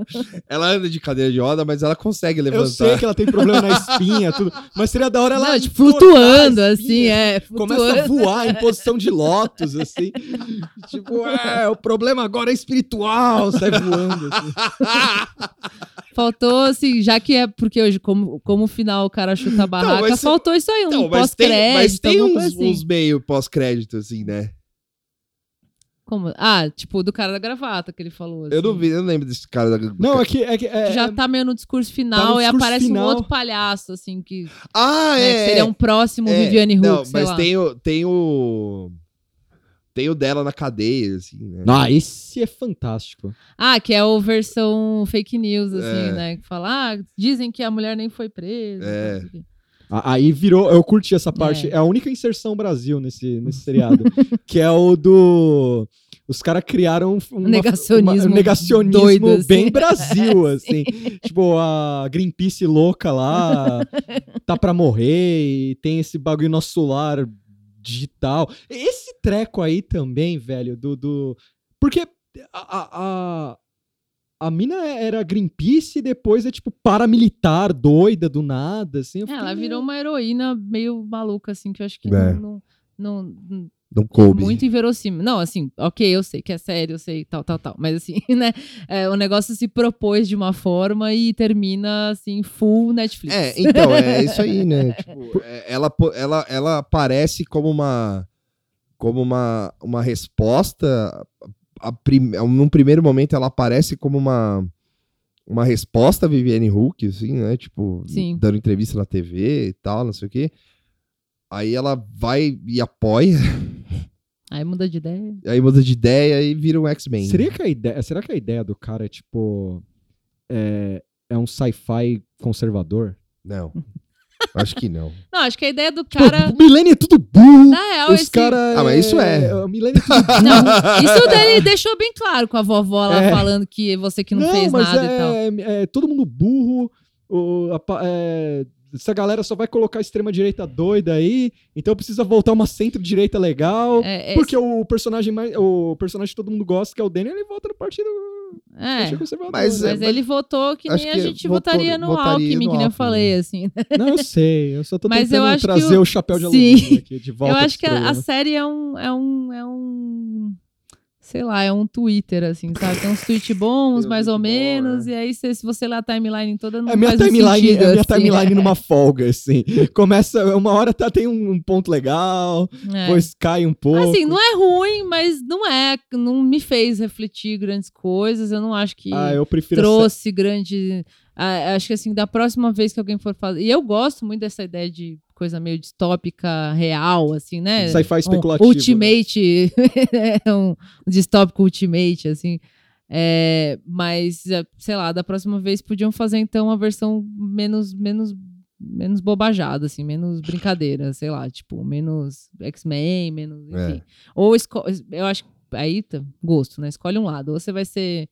Speaker 1: ela anda de cadeira de roda, mas ela consegue levantar.
Speaker 2: Eu sei que ela tem problema na espinha, tudo. Mas seria da hora ela.
Speaker 3: não, tipo,
Speaker 2: cortar
Speaker 3: flutuando,
Speaker 2: a
Speaker 3: assim,
Speaker 2: espinha,
Speaker 3: é,
Speaker 2: Começa a
Speaker 3: flutuando.
Speaker 2: voar em posição de lótus, assim. tipo, é, o problema agora é espiritual, sai voando. Assim.
Speaker 1: Ah,
Speaker 3: Faltou, assim, já que é porque hoje, como, como o final o cara chuta a barraca,
Speaker 1: mas se-
Speaker 3: faltou isso aí, um
Speaker 1: Não, então, mas tem, mas
Speaker 3: pós-crédito,
Speaker 1: tem
Speaker 3: alguma
Speaker 1: uns,
Speaker 3: coisa assim.
Speaker 1: uns meio pós-crédito, assim, né?
Speaker 3: Como? Ah, tipo, do cara da gravata que ele falou.
Speaker 1: Eu não
Speaker 3: assim.
Speaker 1: vi, eu não lembro desse cara. Da...
Speaker 2: Não, é que. É que é,
Speaker 3: Já tá meio no discurso final
Speaker 2: Tá no
Speaker 3: e
Speaker 2: discurso
Speaker 3: aparece
Speaker 2: final.
Speaker 3: um outro palhaço, assim, que,
Speaker 1: Ah,
Speaker 3: né, que
Speaker 1: é.
Speaker 3: seria
Speaker 1: é.
Speaker 3: um próximo
Speaker 1: É,
Speaker 3: Viviane Huck,
Speaker 1: Não,
Speaker 3: sei
Speaker 1: mas
Speaker 3: lá.
Speaker 1: tem o, tem o. Tem o dela na cadeia, assim, né?
Speaker 2: Ah, esse é fantástico.
Speaker 3: Ah, que é o versão fake news, assim,
Speaker 1: É.
Speaker 3: né? Que fala, ah, dizem que a mulher nem foi presa.
Speaker 1: É.
Speaker 3: não sei o quê.
Speaker 2: A- Aí virou, eu curti essa parte.
Speaker 3: É.
Speaker 2: É, a única inserção Brasil nesse, nesse seriado. que é o do. Os caras criaram um- uma-
Speaker 3: Negacionismo
Speaker 2: um negacionismo
Speaker 3: doido, assim.
Speaker 2: bem Brasil, assim. Tipo, a Greenpeace louca lá tá pra morrer e tem esse bagulho nosso lar digital. Esse treco aí também, velho, do. do... Porque a, a, a, a mina era Greenpeace e depois é tipo paramilitar, doida do nada, assim. eu
Speaker 3: É,
Speaker 2: fiquei,
Speaker 3: ela
Speaker 2: "Meu
Speaker 3: virou uma heroína meio maluca, assim, que eu acho que
Speaker 1: É.
Speaker 3: não- não- não,
Speaker 1: Não coube.
Speaker 3: Muito inverossímil. Não, assim, ok, eu sei que é sério, eu sei, tal, tal, tal. Mas assim, né? é, o negócio se propôs de uma forma e termina, assim, full Netflix.
Speaker 1: É, então, é isso aí, né? Tipo, é, ela, po- ela, ela aparece como uma como uma, uma resposta. A prim, é um, num primeiro momento ela aparece como uma uma resposta a Viviane Huck, assim, né? Tipo,
Speaker 3: Sim.
Speaker 1: dando entrevista na TV e tal, não sei o quê. Aí ela vai e apoia,
Speaker 3: Aí muda de ideia.
Speaker 1: aí muda de ideia e vira um X-Men.
Speaker 2: Seria que a ideia, será que a ideia do cara é tipo. É, é um sci-fi conservador?
Speaker 1: Não. Acho que não.
Speaker 3: Não, acho que a ideia do cara.
Speaker 2: Pô, o Milênio é tudo burro!
Speaker 3: Na real,
Speaker 2: Os
Speaker 3: esse.
Speaker 2: caras.
Speaker 1: Ah, mas isso é.
Speaker 2: O Milênio é tudo burro.
Speaker 3: Não, isso dele deixou bem claro com a vovó lá
Speaker 2: É.
Speaker 3: falando que você que não, fez
Speaker 2: mas
Speaker 3: nada
Speaker 2: é,
Speaker 3: e tal.
Speaker 2: É, todo mundo burro. o- a pa- é, essa galera só vai colocar a extrema-direita doida aí, então precisa voltar uma centro-direita legal.
Speaker 3: É, é,
Speaker 2: Porque o personagem mais. O personagem que todo mundo gosta, que é o Daniel, ele volta no partido
Speaker 3: é,
Speaker 2: é. conservador.
Speaker 1: Mas
Speaker 2: né?
Speaker 3: Mas ele votou que
Speaker 1: acho
Speaker 3: nem a
Speaker 1: que
Speaker 3: gente
Speaker 1: votou-
Speaker 3: votaria no
Speaker 1: votaria
Speaker 3: Alckmin,
Speaker 1: no
Speaker 3: que nem eu
Speaker 1: Alckmin.
Speaker 3: falei, assim.
Speaker 1: é.
Speaker 2: Não, eu sei. Eu só tô
Speaker 3: Mas
Speaker 2: tentando
Speaker 3: eu acho que
Speaker 2: trazer
Speaker 3: o-
Speaker 2: o... chapéu de
Speaker 3: Sim.
Speaker 2: alumínio aqui de volta.
Speaker 3: Eu acho
Speaker 2: pro
Speaker 3: que a, a
Speaker 2: programa.
Speaker 3: série é um, é um. É um. Sei lá, é um Twitter, assim, sabe? Tem uns tweets bons,
Speaker 1: Tem uns
Speaker 2: um
Speaker 3: mais ou
Speaker 1: tweet bom,
Speaker 3: menos.
Speaker 1: é.
Speaker 3: E aí, cê- se você ler a timeline toda, não
Speaker 2: É minha
Speaker 3: faz um
Speaker 2: timeline,
Speaker 3: sentido,
Speaker 2: é minha
Speaker 3: assim.
Speaker 2: timeline numa folga, assim. Começa, uma hora tá, tem um, um ponto legal,
Speaker 3: É.
Speaker 2: depois cai um pouco.
Speaker 3: Assim, não é ruim, mas não é. Não me fez refletir grandes coisas. Eu não acho que
Speaker 2: ah, eu prefiro a
Speaker 3: trouxe grande. Ah, acho que assim, da próxima vez que alguém for fazer. E eu gosto muito dessa ideia de coisa meio distópica, real, assim, né?
Speaker 2: sé- sci-fi especulativo. né?
Speaker 3: Ultimate, é um distópico ultimate, assim. É, mas, é, sei lá, da próxima vez podiam fazer então uma versão menos, menos, menos bobajada, assim, menos brincadeira, sei lá, tipo, menos X-Men, menos.
Speaker 1: É.
Speaker 3: Enfim. Ou esco- eu acho que aí tá, gosto, né? Escolhe um lado. Ou você vai ser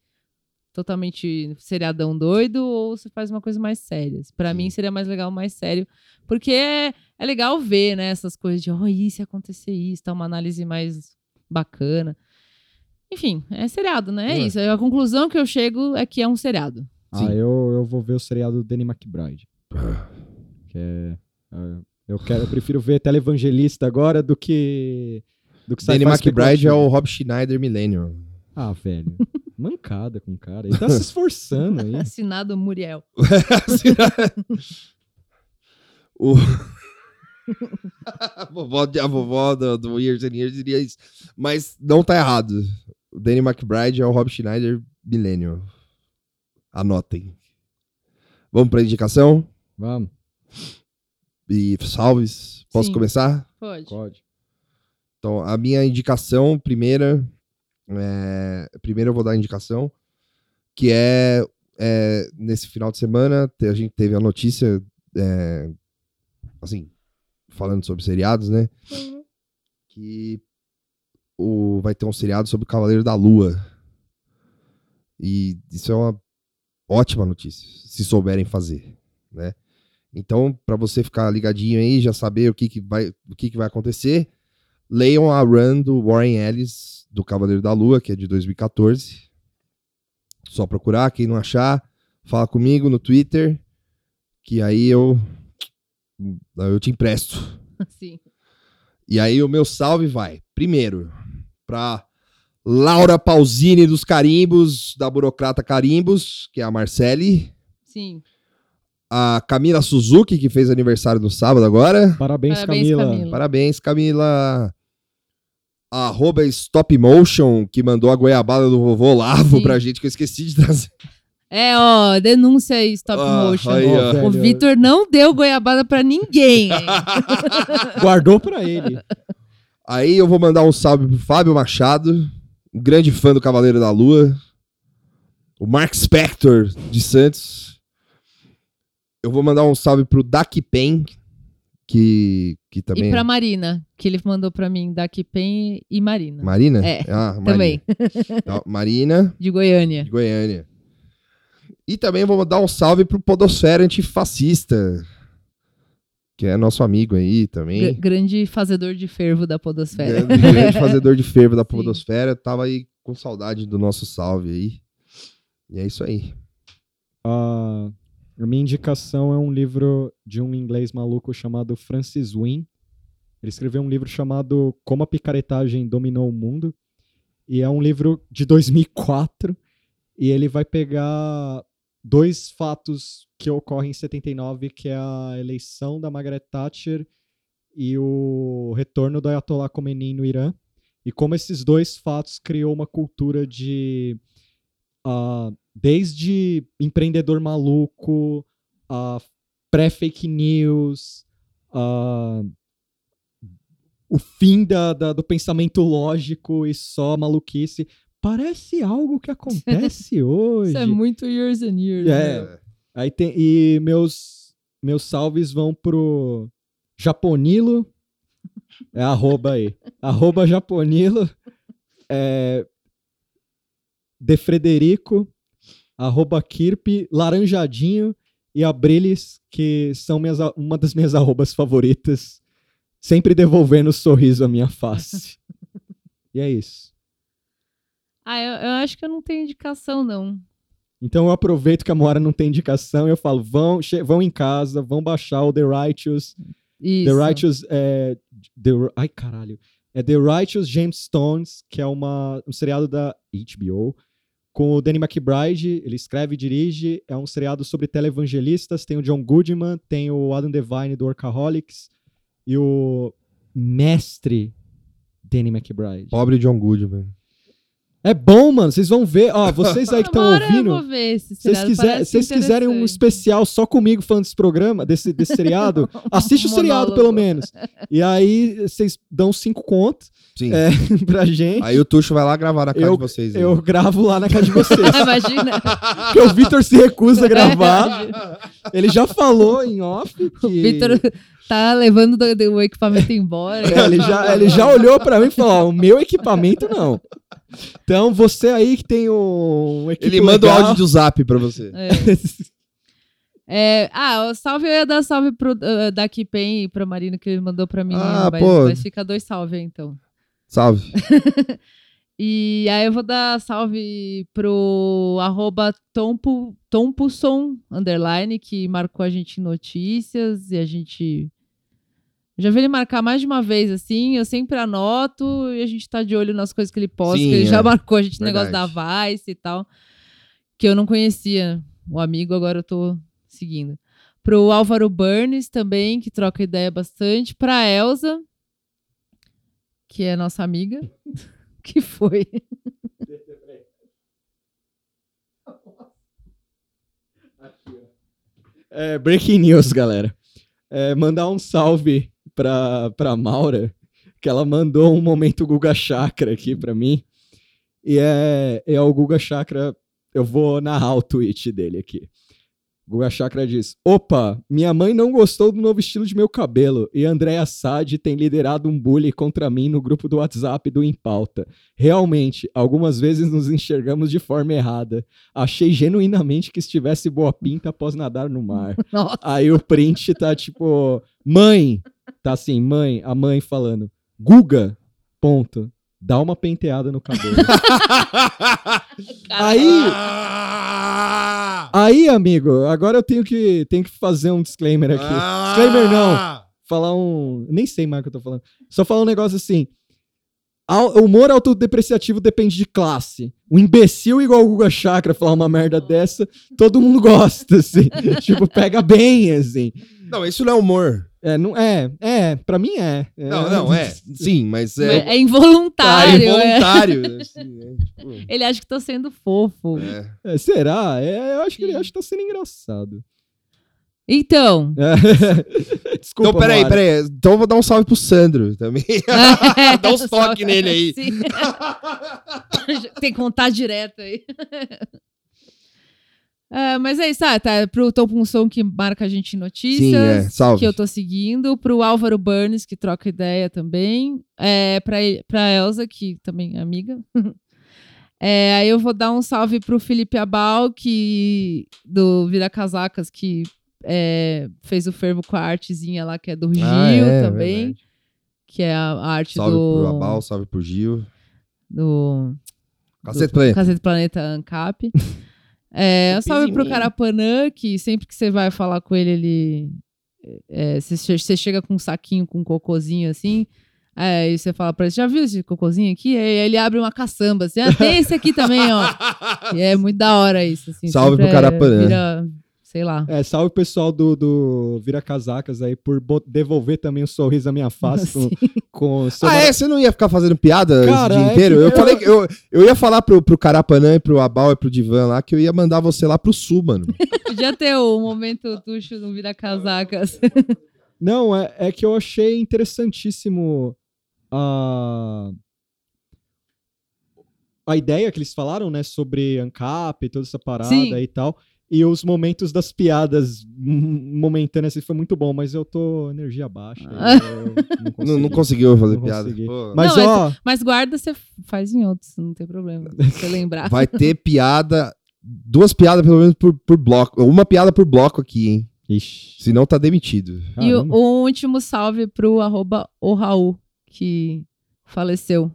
Speaker 3: totalmente seriadão doido, ou você faz uma coisa mais séria. Pra mim seria mais legal mais sério, porque é, é legal ver, né, essas coisas de, oh, e se acontecer isso, tá uma análise mais bacana. Enfim, é seriado, né? É,
Speaker 1: É.
Speaker 3: isso. A conclusão que eu chego é que é um seriado.
Speaker 2: Ah,
Speaker 1: Sim.
Speaker 2: eu, eu vou ver o seriado do Danny McBride. Que é, ah, eu, quero, eu prefiro ver Televangelista agora do que. Do que
Speaker 1: Danny
Speaker 2: sci-fi
Speaker 1: McBride é
Speaker 2: especulativo.
Speaker 1: o Rob Schneider Millennium.
Speaker 2: Ah, velho. Mancada com o cara. Ele tá se esforçando aí.
Speaker 3: Assinado Muriel.
Speaker 1: o... a vovó, de- a vovó do, do Years and Years diria isso. Mas não tá errado. O Danny McBride é o Rob Schneider Millennium. Anotem. Vamos pra indicação?
Speaker 2: Vamos,
Speaker 1: E salves. Posso
Speaker 3: Sim.
Speaker 1: começar?
Speaker 3: Pode.
Speaker 2: pode.
Speaker 1: Então, a minha indicação, primeira. é, primeiro eu vou dar a indicação, que é, é, nesse final de semana te- a gente teve a notícia, é, assim, falando sobre seriados, né? Que o, vai ter um seriado sobre o Cavaleiro da Lua. E isso é uma ótima notícia, se souberem fazer, né? Então, para você ficar ligadinho aí, já saber o que, que, vai, o que, que vai acontecer, leiam a run do Warren Ellis do Cavaleiro da Lua, que é de 2014. Só procurar, quem não achar, fala comigo no Twitter, que aí eu eu te empresto.
Speaker 3: Sim.
Speaker 1: E aí o meu salve vai, primeiro, pra Laura Pausini dos Carimbos, da burocrata Carimbos, que é a Marcele,
Speaker 3: Sim.
Speaker 1: a Camila Suzuki, que fez aniversário no sábado agora.
Speaker 2: Parabéns,
Speaker 3: Parabéns,
Speaker 2: Camila.
Speaker 3: Camila.
Speaker 1: Parabéns, Camila. Arroba Stop Motion, que mandou a goiabada do vovô Lavo
Speaker 3: Sim.
Speaker 1: pra gente, que eu esqueci de trazer.
Speaker 3: É, ó, denúncia aí, stop
Speaker 1: Ah,
Speaker 3: motion.
Speaker 1: aí, ó.
Speaker 2: Ó,
Speaker 3: O
Speaker 2: velho,
Speaker 3: Vitor não deu goiabada pra ninguém. hein?
Speaker 2: Guardou pra ele.
Speaker 1: Aí eu vou mandar um salve pro Fábio Machado, um grande fã do Cavaleiro da Lua. O Mark Spector de Santos. Eu vou mandar um salve pro Dak Pen, que, que também.
Speaker 3: e
Speaker 1: é-
Speaker 3: pra Marina, que ele mandou pra mim da Kipen e Marina.
Speaker 1: Marina?
Speaker 3: É,
Speaker 1: Ah, Marina.
Speaker 3: também,
Speaker 1: Então, Marina.
Speaker 3: de Goiânia.
Speaker 1: de Goiânia. E também vou dar um salve pro Podosfera Antifascista, que é nosso amigo aí
Speaker 3: Gr-
Speaker 1: também.
Speaker 3: grande fazedor de fervo da podosfera.
Speaker 1: Grande, grande fazedor de fervo da
Speaker 3: Sim.
Speaker 1: Podosfera. Tava aí com saudade do nosso salve aí. E é isso aí.
Speaker 2: Ah, a minha indicação é um livro de um inglês maluco chamado Francis Wynne. Ele escreveu um livro chamado Como a Picaretagem Dominou o Mundo. E é um livro de 2004. E ele vai pegar dois fatos que ocorrem em 79, que é a eleição da Margaret Thatcher e o retorno do Ayatollah Khomeini no Irã. E como esses dois fatos criou uma cultura de... ah, desde empreendedor maluco, a pré-fake news, a o fim da, da- do pensamento lógico e só maluquice. Parece algo que acontece hoje.
Speaker 3: Isso é muito years and years. né?
Speaker 2: É. Aí tem, e meus, meus salves vão pro Japonilo. É arroba aí. arroba Japonilo. É, de Frederico. Arroba Kirpe. Laranjadinho. e Abriles, que são minhas, a- uma das minhas arrobas favoritas, sempre devolvendo o sorriso à minha face. e é isso.
Speaker 3: Ah, eu, eu acho que eu não tenho indicação, não.
Speaker 2: Então eu aproveito que a Moara não tem indicação e eu falo, vão, che- vão em casa, vão baixar o The Righteous.
Speaker 3: Isso.
Speaker 2: The Righteous é... The, ai, caralho. É The Righteous Gemstones, que é uma, um seriado da HBO, com o Danny McBride, ele escreve e dirige, é um seriado sobre televangelistas, tem o John Goodman, tem o Adam Devine do Workaholics e o mestre Danny McBride.
Speaker 1: Pobre John Goodman.
Speaker 2: É bom, mano, vocês vão ver, ó, vocês aí que estão
Speaker 3: Uma hora Eu
Speaker 2: ouvindo...
Speaker 3: vou ver esse
Speaker 2: Se vocês
Speaker 3: seriado,
Speaker 2: quiser-
Speaker 3: parece
Speaker 2: se vocês quiserem um
Speaker 3: interessante.
Speaker 2: especial só comigo falando desse programa, desse, desse seriado, assiste o
Speaker 3: Um
Speaker 2: seriado,
Speaker 3: monólogo.
Speaker 2: pelo menos. E aí vocês dão cinco contos
Speaker 1: Sim.
Speaker 2: É, pra gente.
Speaker 1: Aí o Tuxo vai lá gravar na casa
Speaker 2: Eu-
Speaker 1: de vocês. aí.
Speaker 2: Eu gravo lá na casa de vocês.
Speaker 3: Ah, Imagina.
Speaker 2: porque o Vitor se recusa a gravar. Ele já falou em off que.
Speaker 3: Vitor tá levando do- do- o equipamento embora.
Speaker 2: É, ele, já, ele já olhou pra mim e falou: ó, o meu equipamento não. Então, você aí que tem um. equipe
Speaker 1: Ele manda o
Speaker 2: legal-
Speaker 1: áudio do zap pra você.
Speaker 3: É, ah, o salve eu ia dar salve pro, uh, da Kipen e pro Marino que ele mandou pra mim.
Speaker 1: Ah,
Speaker 3: mas,
Speaker 1: pô.
Speaker 3: mas fica dois salve aí, então.
Speaker 1: Salve.
Speaker 3: E aí eu vou dar salve pro arroba Tompu, Tompusson, underline, que marcou a gente em notícias e a gente... Já vi ele marcar mais de uma vez, assim, eu sempre anoto e a gente tá de olho nas coisas que ele posta,
Speaker 1: Sim,
Speaker 3: que ele já
Speaker 1: é.
Speaker 3: marcou a gente no negócio da
Speaker 1: Verdade.
Speaker 3: Vice e tal, que eu não conhecia o amigo, agora eu tô seguindo. Pro Álvaro Burns também, que troca ideia bastante, pra Elsa, que é nossa amiga, que foi...
Speaker 2: É, breaking news, galera. É, mandar um salve pra, pra Maura, que ela mandou um momento Guga Chakra aqui pra mim. E é, é o Guga Chakra. Eu vou narrar o tweet dele aqui. Guga Chakra diz: Opa, minha mãe não gostou do novo estilo de meu cabelo e Andréa Sade tem liderado um bullying contra mim no grupo do WhatsApp do Em Pauta. Realmente, algumas vezes nos enxergamos de forma errada. Achei genuinamente que estivesse boa pinta após nadar no mar.
Speaker 3: Nossa,
Speaker 2: Aí o print tá tipo, mãe, tá assim, mãe, a mãe falando, Guga, ponto, dá uma penteada no cabelo. aí,
Speaker 1: Ah!
Speaker 2: aí, amigo, agora eu tenho que, tenho que fazer um disclaimer aqui. Disclaimer não. Falar um, nem sei mais o que eu tô falando. Só falar um negócio assim, Au- humor autodepreciativo depende de classe. Um imbecil igual o Guga Chakra falar uma merda dessa, todo mundo gosta, assim. tipo, pega bem, assim.
Speaker 1: Não, isso não é humor.
Speaker 2: É, não é, é, pra mim é. É.
Speaker 1: Não, não, é. Sim, mas
Speaker 3: é,
Speaker 1: é.
Speaker 3: involuntário.
Speaker 1: é
Speaker 3: é.
Speaker 1: voluntário. assim, é, tipo,
Speaker 3: Ele acha que tô sendo fofo.
Speaker 1: é.
Speaker 2: É, será? É, eu acho que ele acho que tá sendo engraçado.
Speaker 3: Então,
Speaker 2: É. Desculpa.
Speaker 1: Então, peraí,
Speaker 2: Mara.
Speaker 1: peraí. Então eu vou dar um salve pro Sandro também. Dá uns toques nele aí.
Speaker 3: Sim. assim. Tem que contar direto aí. Ah, mas é isso, ah, tá. Pro Tom Punson que marca a gente em notícias.
Speaker 1: Sim, é. Salve.
Speaker 3: Que eu tô seguindo, pro Álvaro Burns, que troca ideia também, é, pra, pra Elsa, que também é amiga. É, aí eu vou dar um salve pro Felipe Abal, que do Vira Casacas, que é, fez o fervo com a artezinha lá, que é do Gil
Speaker 1: Ah, é,
Speaker 3: também,
Speaker 1: verdade.
Speaker 3: que é a arte
Speaker 1: Salve
Speaker 3: do,
Speaker 1: pro Abal, salve pro Gil.
Speaker 3: do
Speaker 1: Cacete Planeta.
Speaker 3: Caseta Planeta Ancap. É, um salve pro Carapanã, que sempre que você vai falar com ele, ele. é, Você che- você chega com um saquinho com um cocôzinho assim. Aí você fala pra ele: já viu esse cocôzinho aqui? Aí ele abre uma caçamba assim: ah, tem esse aqui também, ó. E é muito da hora isso. Assim,
Speaker 1: Salve
Speaker 3: sempre
Speaker 1: pro Carapanã.
Speaker 3: É, vira, sei lá.
Speaker 2: É, salve o pessoal do, do Vira Casacas aí por bo- devolver também o sorriso à minha face com,
Speaker 3: Assim.
Speaker 2: com
Speaker 1: Ah, é? Você não ia ficar fazendo piada esse
Speaker 2: Cara, é
Speaker 1: dia inteiro?
Speaker 2: que
Speaker 1: eu,
Speaker 2: eu-
Speaker 1: falei que eu, eu ia falar pro, pro Carapanã e pro Abal e pro Divan lá que eu ia mandar você lá pro sul, mano.
Speaker 3: Podia ter o momento tuxo no Vira assim. Casacas.
Speaker 2: Não, é, é que eu achei interessantíssimo a a ideia que eles falaram, né, sobre ANCAP e toda essa parada
Speaker 3: Sim.
Speaker 2: e tal. E os momentos das piadas m- momentâneas, assim, foi muito bom, mas eu tô energia baixa.
Speaker 3: Ah.
Speaker 2: eu não,
Speaker 1: não, não
Speaker 2: consegui.
Speaker 1: conseguiu fazer
Speaker 2: Não
Speaker 1: piada.
Speaker 2: consegui.
Speaker 1: Pô.
Speaker 2: Mas
Speaker 3: Não,
Speaker 2: ó,
Speaker 3: Mas guarda, você faz em outros, não tem problema. Se você lembrar.
Speaker 1: Vai ter piada duas piadas, pelo menos, por, por bloco. Uma piada por bloco aqui, hein?
Speaker 2: Ixi.
Speaker 1: Senão tá demitido.
Speaker 3: E o,
Speaker 2: caramba.
Speaker 3: o último salve pro arroba o Raul, que faleceu.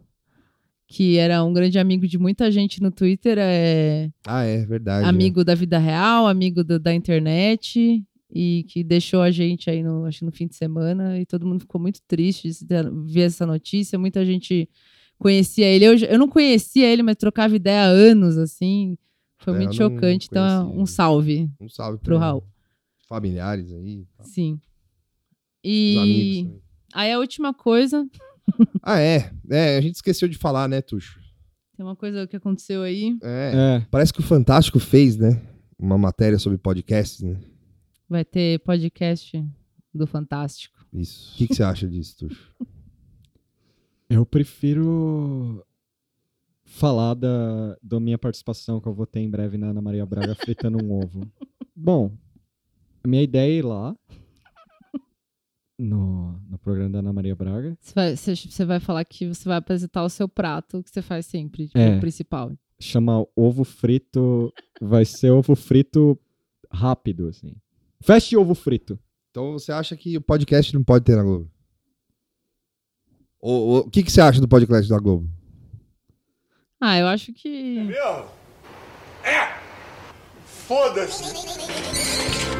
Speaker 3: Que era um grande amigo de muita gente no Twitter, é
Speaker 1: Ah, é verdade.
Speaker 3: amigo da vida real, amigo do- da internet, e que deixou a gente aí no, acho que no fim de semana, e todo mundo ficou muito triste de se ter- ver essa notícia. Muita gente conhecia ele. Eu, já- eu não conhecia ele, mas trocava ideia há anos, assim. Foi
Speaker 1: É,
Speaker 3: muito
Speaker 1: eu não
Speaker 3: chocante. Então, é
Speaker 1: conhecia
Speaker 3: um
Speaker 1: ele.
Speaker 3: salve
Speaker 1: Um salve
Speaker 3: pro
Speaker 1: pra
Speaker 3: Raul.
Speaker 1: Familiares aí.
Speaker 3: Sim.
Speaker 1: Tá. Os amigos. né?
Speaker 3: E
Speaker 1: também.
Speaker 3: aí a última coisa,
Speaker 1: Ah, é. É, a gente esqueceu de falar, né, Tuxo?
Speaker 3: tem uma coisa que aconteceu aí,
Speaker 1: É.
Speaker 2: É.
Speaker 1: Parece que o Fantástico fez, né? Uma matéria sobre podcasts, né?
Speaker 3: vai ter podcast do Fantástico.
Speaker 1: Isso. O que, que você acha disso, Tuxo?
Speaker 2: Eu prefiro falar da, da minha participação que eu vou ter em breve na Ana Maria Braga fritando um ovo. Bom, a minha ideia é ir lá no, no programa da Ana Maria Braga.
Speaker 3: Você vai, você- você vai falar que você vai apresentar o seu prato que você faz sempre, tipo,
Speaker 2: É.
Speaker 3: o principal.
Speaker 2: Chama ovo frito. Vai ser ovo frito rápido, assim. Fast ovo frito.
Speaker 1: Então você acha que o podcast não pode ter na Globo? O, o, o que, que você acha do podcast da Globo?
Speaker 3: Ah, eu acho que.
Speaker 5: Meu! É! Foda-se!